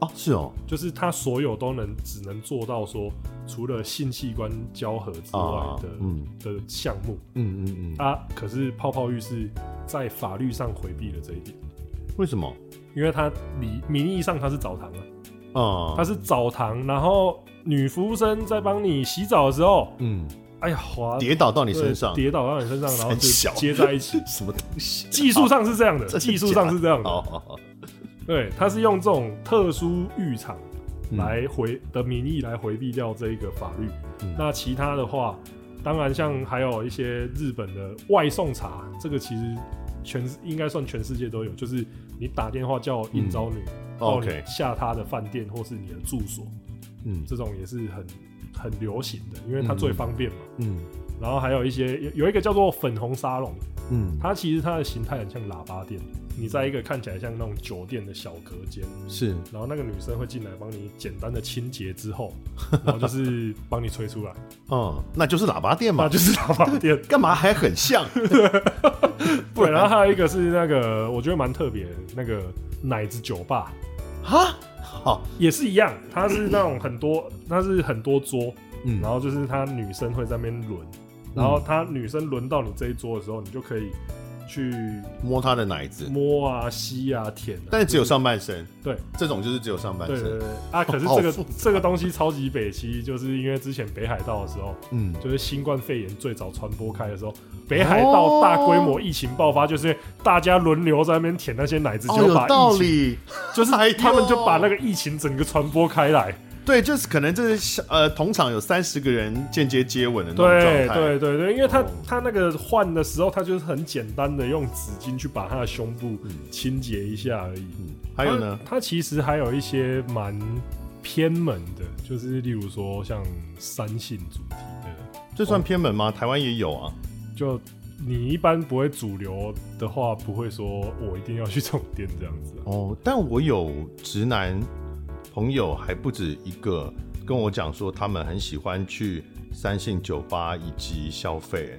Speaker 2: 哦，是哦，
Speaker 3: 就是它所有都能只能做到说，除了性器官交合之
Speaker 2: 啊
Speaker 3: 外的、
Speaker 5: 嗯
Speaker 3: 的项目，
Speaker 5: 嗯嗯嗯，
Speaker 3: 啊，可是泡泡浴是在法律上回避了这一点，
Speaker 2: 为什么？
Speaker 3: 因为它理名义上它是澡堂啊，
Speaker 2: 啊、
Speaker 3: 它是澡堂，然后女服务生在帮你洗澡的时候，
Speaker 5: 嗯，
Speaker 3: 哎呀，滑
Speaker 2: 跌倒到
Speaker 3: 到
Speaker 2: 你身上，
Speaker 3: 跌倒到你身上，然后
Speaker 2: 三
Speaker 3: 就
Speaker 2: 小。
Speaker 3: 接在一起
Speaker 2: 什么东西？
Speaker 3: 技术上是这样的，
Speaker 2: 真的
Speaker 3: 技术上是这样
Speaker 2: 哦
Speaker 3: 的，
Speaker 2: 哦哦，
Speaker 3: 对，它是用这种特殊浴场
Speaker 5: 嗯
Speaker 3: 来回的名义来回避掉这一个法律。
Speaker 5: 嗯
Speaker 3: 那其他的话，当然像还有一些日本的外送茶，这个其实全应该算全世界都有，就是你打电话叫应招女、到你
Speaker 2: OK
Speaker 3: 下她的饭店或是你的住所，
Speaker 5: 嗯
Speaker 3: 这种也是很很流行的，因为它最方便嘛。
Speaker 5: 嗯
Speaker 3: 然后还有一些有有一个叫做粉红沙龙，
Speaker 5: 嗯，
Speaker 3: 它其实它的形态很像喇叭店，你在一个看起来像那种酒店的小隔间，
Speaker 5: 是
Speaker 3: 然后那个女生会进来帮你简单的清洁之 后，然后就是帮你吹出来，
Speaker 2: 嗯，那就是喇叭店
Speaker 3: 那
Speaker 2: 嘛，
Speaker 3: 就是喇叭 店。
Speaker 2: 干嘛还很 像？不
Speaker 3: 对，然
Speaker 2: 然
Speaker 3: 后还有一个是那个我觉得蛮特别的，那个奶子酒吧
Speaker 2: 哈，好，
Speaker 3: 也是一样，它是那种很多， 它是很多桌，
Speaker 5: 嗯
Speaker 3: 然后就是它女生会在那边轮，
Speaker 2: 嗯
Speaker 3: 然后她女生轮到你这一桌的时候，你就可以去
Speaker 2: 摸他的奶子，
Speaker 3: 摸啊、吸啊、舔啊，
Speaker 2: 但是只有上半身，
Speaker 3: 对。
Speaker 2: 这种就是只有上半
Speaker 3: 对对
Speaker 2: 身。
Speaker 3: 对啊！可是这
Speaker 2: 好
Speaker 3: 个
Speaker 2: 复杂
Speaker 3: 这个东西超级北西，就是因为之前北海道的时候，
Speaker 5: 嗯
Speaker 3: 就是新冠肺炎最早传播开的时候，北海道大规
Speaker 2: 哦
Speaker 3: 模疫情爆发，就是因为大家轮流在那边舔那些奶子，
Speaker 2: 哦，
Speaker 3: 就
Speaker 2: 有
Speaker 3: 把
Speaker 2: 道
Speaker 3: 疫情，
Speaker 2: 理，
Speaker 3: 就是
Speaker 2: 哎呦
Speaker 3: 他们就把那个疫情整个传播开来。
Speaker 2: 对，就是可能这是小呃，同场有三十个人间接接吻的那种状
Speaker 3: 对
Speaker 2: 态，
Speaker 3: 对对对，因为他
Speaker 2: 哦
Speaker 3: 他那个换的时候，他就是很简单的用纸巾去把他的胸部清洁一下而已。
Speaker 2: 嗯还有呢，
Speaker 3: 它它其实还有一些蛮偏门的，就是例如说像三性主题的，
Speaker 2: 这算偏门吗？台湾也有啊，
Speaker 3: 就你一般不会主流的话，不会说我一定要去这种店这样子啊、
Speaker 2: 哦，但我有直男朋友还不止一个跟我讲说，他们很喜欢去三性酒吧以及消费。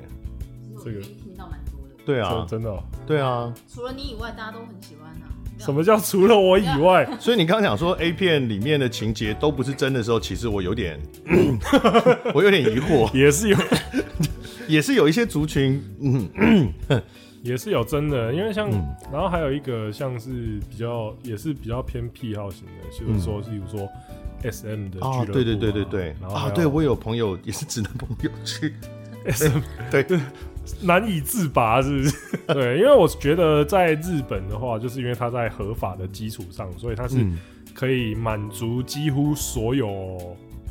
Speaker 4: 这个听到蛮多的。
Speaker 2: 对啊
Speaker 3: 真，真的哦、
Speaker 2: 对啊，
Speaker 6: 除了你以外，大家都很喜欢啊。没有
Speaker 3: 什么叫除了我以外？
Speaker 2: 所以你刚刚讲说 A 片里面的情节都不是真的时候，其实我有 点，我有点疑惑，
Speaker 3: 也是有，
Speaker 2: 也是有一些族群，嗯，
Speaker 3: 也是有真的，因为像，然后还有一个像是比较，也是比较偏癖好型的，就是说，例如说 S M 的俱乐部啊、
Speaker 2: 哦，嗯对对对对对，
Speaker 3: 然后还
Speaker 2: 啊，
Speaker 3: 有
Speaker 2: 对我有朋友也是直男朋友去， 对，嗯
Speaker 3: 难以自拔，是不是？ 对，因为我觉得在日本的话，就是因为它在合法的基础上，所以它是
Speaker 2: 嗯
Speaker 3: 可以满足几乎所有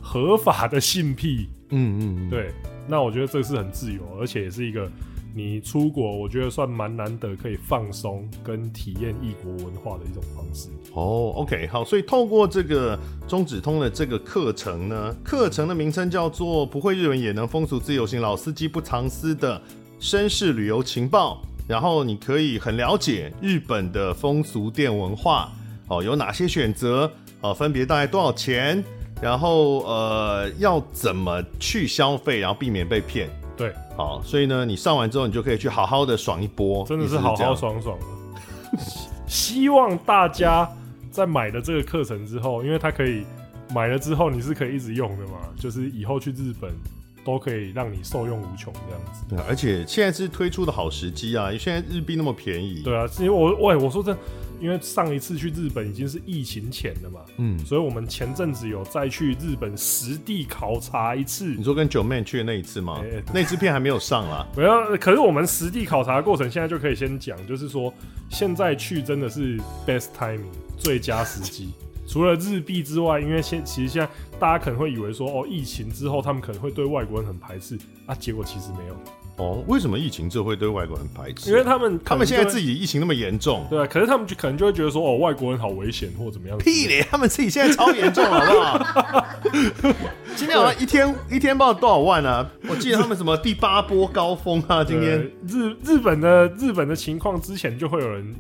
Speaker 3: 合法的性癖。
Speaker 5: 嗯嗯嗯，
Speaker 3: 对，那我觉得这是很自由，而且也是一个你出国，我觉得算蛮难得可以放松跟体验异国文化的一种方式。
Speaker 2: 哦、o k 好，所以透过这个中指通的这个课程呢，课程的名称叫做“不会日文也能风俗自由行老司机不藏私的绅士旅游情报”，然后你可以很了解日本的风俗店文化，哦，有哪些选择，哦，分别大概多少钱，然后呃，要怎么去消费，然后避免被骗。
Speaker 3: 对，
Speaker 2: 好，所以呢，你上完之后，你就可以去好好的爽一波，
Speaker 3: 真的
Speaker 2: 意思
Speaker 3: 是好
Speaker 2: 这样
Speaker 3: 好。爽爽的。啊希望大家在买了这个课程之后，因为它可以买了之后你是可以一直用的嘛，就是以后去日本都可以让你受用无穷这样子。
Speaker 2: 对啊而且现在是推出的好时机啊，因为现在日币那么便宜，
Speaker 3: 对啊，因为我喂我说真的，因为上一次去日本已经是疫情前了嘛，
Speaker 5: 嗯，
Speaker 3: 所以我们前阵子有再去日本实地考察一次
Speaker 2: 你。说跟九妹去的那一次吗
Speaker 3: 哎哎？
Speaker 2: 那支片还没有上啊啦。
Speaker 3: 没有，可是我们实地考察的过程，现在就可以先讲，就是说现在去真的是 best timing 最佳时 机。除了日币之外，因为现其实现在大家可能会以为说，哦，疫情之后他们可能会对外国人很排斥啊，结果其实没有，
Speaker 2: 哦，为什么疫情这会对外国人排斥？
Speaker 3: 因为他们
Speaker 2: 啊他们现在自
Speaker 3: 己
Speaker 2: 己疫情那么严重，
Speaker 3: 对啊，可是他们就可能就会觉得说，哦，外国人好危险或怎么样，
Speaker 2: 屁嘞！他们自己现在超 严重，好不好？今天好像一天一天不知道多少万啊！我记得他们什么第八波高峰啊，今
Speaker 3: 对
Speaker 2: 天
Speaker 3: 日日本的日本的情况，之前就会有人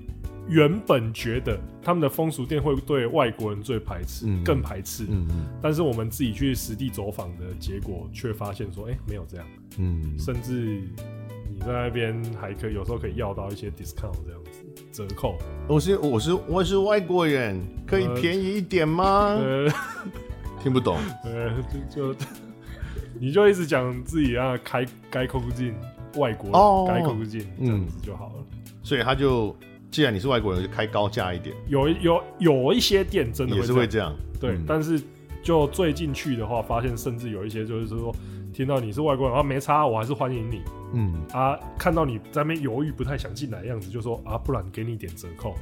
Speaker 3: 原本觉得他们的风俗店会对外国人最排斥，
Speaker 5: 嗯
Speaker 3: 更排斥。
Speaker 5: 嗯嗯
Speaker 3: 但是我们自己去实地走访的结果，却发现说，哎、没有这样，
Speaker 5: 嗯，
Speaker 3: 甚至你在那边还可以有时候可以要到一些 discount 这样子折扣。
Speaker 2: 我是我是我是外国人，可以
Speaker 3: 呃
Speaker 2: 便宜一点吗？
Speaker 3: 呃
Speaker 2: 听不懂，
Speaker 3: 呃，就就你就一直讲自己啊，开该口进外国
Speaker 2: 哦
Speaker 3: 该口进这样子就好了。
Speaker 2: 所以他就既然你是外国人，就开高价一点，
Speaker 3: 有有有一些店真的
Speaker 2: 也是
Speaker 3: 这
Speaker 2: 会
Speaker 3: 样
Speaker 2: 这样。
Speaker 3: 对，
Speaker 5: 嗯
Speaker 3: 但是就最近去的话，发现甚至有一些就是说，听到你是外国人，啊没差，我还是欢迎你
Speaker 5: 嗯，
Speaker 3: 啊。看到你在那边犹豫，不太想进来的样子，就说啊，不然给你点折扣。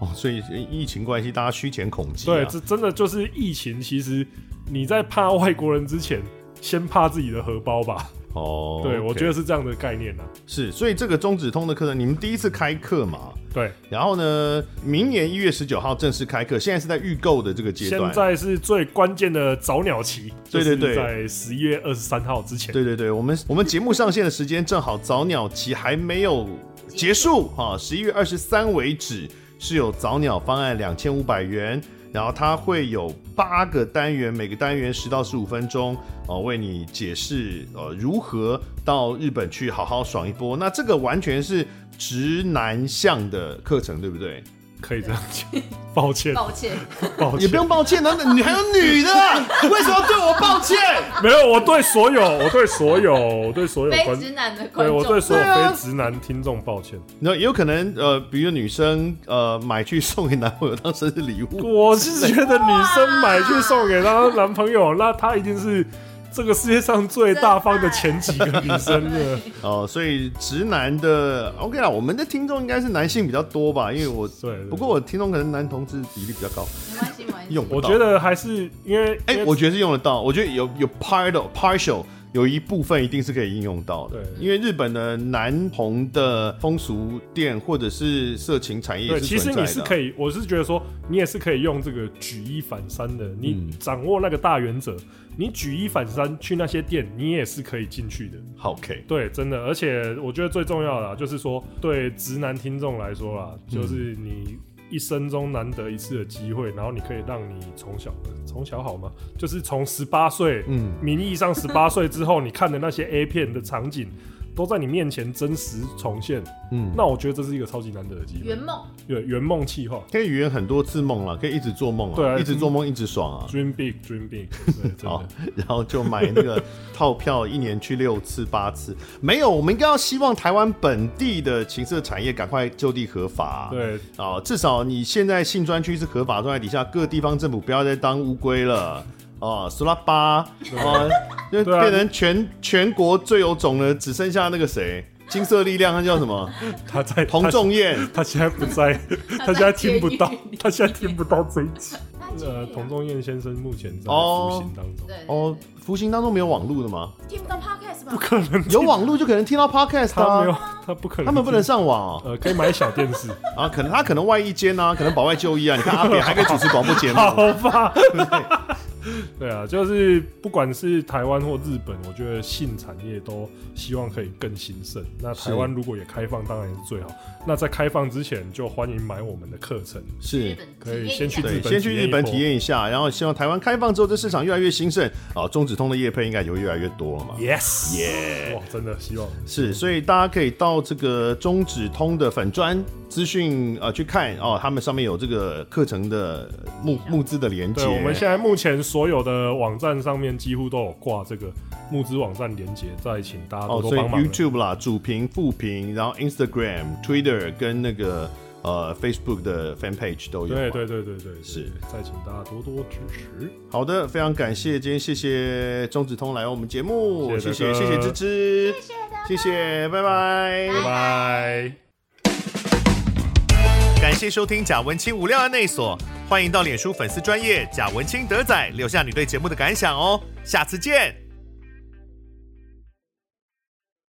Speaker 2: 哦，所以疫情关系，大家虚钱恐惧、啊。
Speaker 3: 对，这真的就是疫情。其实你在怕外国人之前，先怕自己的荷包吧。
Speaker 2: 哦，
Speaker 3: 对，我
Speaker 2: OK
Speaker 3: 觉得是这样的概念啦。啊
Speaker 2: 是。所以这个中指通的课程，你们第一次开课嘛？
Speaker 3: 对，
Speaker 2: 然后呢，明年一月十九号正式开课，现在是在预购的这个阶
Speaker 3: 现
Speaker 2: 段。
Speaker 3: 在是最关键的早鸟期，
Speaker 2: 对对对
Speaker 3: 就是在十一月二十三号之前。
Speaker 2: 对对对，我们我们节目上线的时间正好早鸟期还没有结束哈，十一月二十三为止是有早鸟方案两千五百元，然后它会有八个单元，每个单元十到十五分钟哦，为你解释呃如何到日本去好好爽一波。那这个完全是直男向的课程，对不对？
Speaker 3: 可以这样讲。抱歉，
Speaker 4: 抱歉，
Speaker 3: 抱
Speaker 2: 也
Speaker 3: 歉
Speaker 2: 不，用抱歉，那啊那你还有女的，啊为什么要对我抱歉？
Speaker 3: 没有，我对所有，我对所有，我对所有
Speaker 4: 非
Speaker 3: 观
Speaker 4: 直男的观
Speaker 3: 对我
Speaker 4: 众
Speaker 3: 对所有
Speaker 2: 对啊
Speaker 3: 非直男听众抱歉，
Speaker 2: 那也有可能，呃，比如女生，呃，买去送给男朋友当生日礼 物，
Speaker 3: 我是觉得女生买去送给她男朋友，那她一定是这个世界上最大方的前几个女生 了。
Speaker 2: 哦、所以直男的 OK 啦，我们的听众应该是男性比较多吧，因为我
Speaker 3: 对，对
Speaker 2: 不过我听众可能男同志比例比较高，
Speaker 4: 没关系，没关系。
Speaker 2: 用不
Speaker 3: 我
Speaker 2: 到。
Speaker 3: 觉，得还是因为，
Speaker 2: 哎、
Speaker 3: 因为
Speaker 2: 我觉得是用得到，我觉得有有 partial partial 有一部分一定是可以应用到的，
Speaker 3: 对
Speaker 2: 因为日本的男同的风俗店或者是色情产业
Speaker 3: 对，
Speaker 2: 是
Speaker 3: 其实
Speaker 2: 存在的啊，
Speaker 3: 你是可以，我是觉得说，你也是可以用这个举一反三的，
Speaker 2: 嗯
Speaker 3: 你掌握那个大原则，你举一反三去那些店，你也是可以进去的。
Speaker 2: 好 OK，
Speaker 3: 对，真的，而且我觉得最重要的、啊、就是说，对直男听众来说啦，就是你一生中难得一次的机会，然后你可以让你从小从小好吗？就是从十八岁，嗯，名义上十八岁之后，你看的那些 A 片的场景。都在你面前真实重现，嗯，那我觉得这是一个超级难得的机会
Speaker 6: 圆。梦，
Speaker 3: 对，圆梦气化
Speaker 2: 可以圆很多次梦了，可以一直做梦啊，
Speaker 3: 对啊
Speaker 2: 一直做梦一直爽啊。
Speaker 3: ，dream big，dream big，对，真
Speaker 2: 好
Speaker 3: 的，，
Speaker 2: 然后就买那个套票，一年去六次八次，没有，我们应该要希望台湾本地的情色产业赶快就地合法、，
Speaker 3: 对，
Speaker 2: 哦，至少你现在性专区是合法的状态底下，各地方政府不要再当乌龟了。哦，苏拉巴，哦，就
Speaker 3: 对啊
Speaker 2: 变成全全国最有种的，只剩下那个谁，金色力量，他叫什 么？
Speaker 3: 他在
Speaker 2: 童仲彦。
Speaker 3: 他现在不在，他现在听不到，他现在听不到这一集。
Speaker 6: 那今
Speaker 3: 呃，
Speaker 6: 天
Speaker 3: 童仲彦先生目前在
Speaker 2: 哦
Speaker 3: 服刑当中。
Speaker 6: 对
Speaker 2: 哦，服刑当中没有网路的吗？
Speaker 6: 听不到 podcast 吧？
Speaker 2: 有网路就可能听到 podcast
Speaker 3: 他没有
Speaker 2: 啊。，
Speaker 3: 他不可能，
Speaker 2: 他们不能上网哦、
Speaker 3: 呃，可以买小电视，
Speaker 2: 啊，可能他可能外役间啊，可能保外就医啊。你看阿扁还可以主持广播 节目，
Speaker 3: 好吧？对啊，就是不管是台湾或日本，我觉得性产业都希望可以更兴盛。那台湾如果也开放，当然也是最好。那在开放之前，就欢迎买我们的课程。
Speaker 2: 是
Speaker 6: 日本
Speaker 3: 可以
Speaker 6: 体验
Speaker 3: 先去
Speaker 6: 一下
Speaker 3: 日
Speaker 2: 对，
Speaker 3: 本
Speaker 2: 先去
Speaker 3: 体验
Speaker 2: 日
Speaker 3: 一
Speaker 2: 本
Speaker 3: 波
Speaker 2: 体验一下，然后希望台湾开放之后，这市场越来越兴盛啊，中指通的业配应该也会越来越多了嘛。
Speaker 3: Yes，哇，真的希望
Speaker 2: 是，所以大家可以到这个中指通的粉砖资讯啊去看哦，他们上面有这个课程的募募资的连接。
Speaker 3: 对，我们现在目前所有的网站上面几乎都有挂这个募资网站连接，再请大家
Speaker 2: 哦
Speaker 3: 多，
Speaker 2: 所
Speaker 3: 多
Speaker 2: 以
Speaker 3: 帮忙。
Speaker 2: YouTube 啦，主评、副评，然后 Instagram、Twitter 跟那个呃 Facebook 的 Fan Page 都有。啊
Speaker 3: 对对对对对，对
Speaker 2: 是，
Speaker 3: 再请大家多多支持。
Speaker 2: 好的，非常感谢，今天谢谢中子通来我们节目，
Speaker 3: 谢
Speaker 2: 谢谢
Speaker 3: 谢大
Speaker 2: 谢
Speaker 3: 哥
Speaker 2: 谢芝芝，谢谢，拜拜，
Speaker 3: 拜拜。
Speaker 2: 感谢收听贾文清无料案内所，欢迎到脸书粉丝专业贾文清德仔留下你对节目的感想哦，下次见。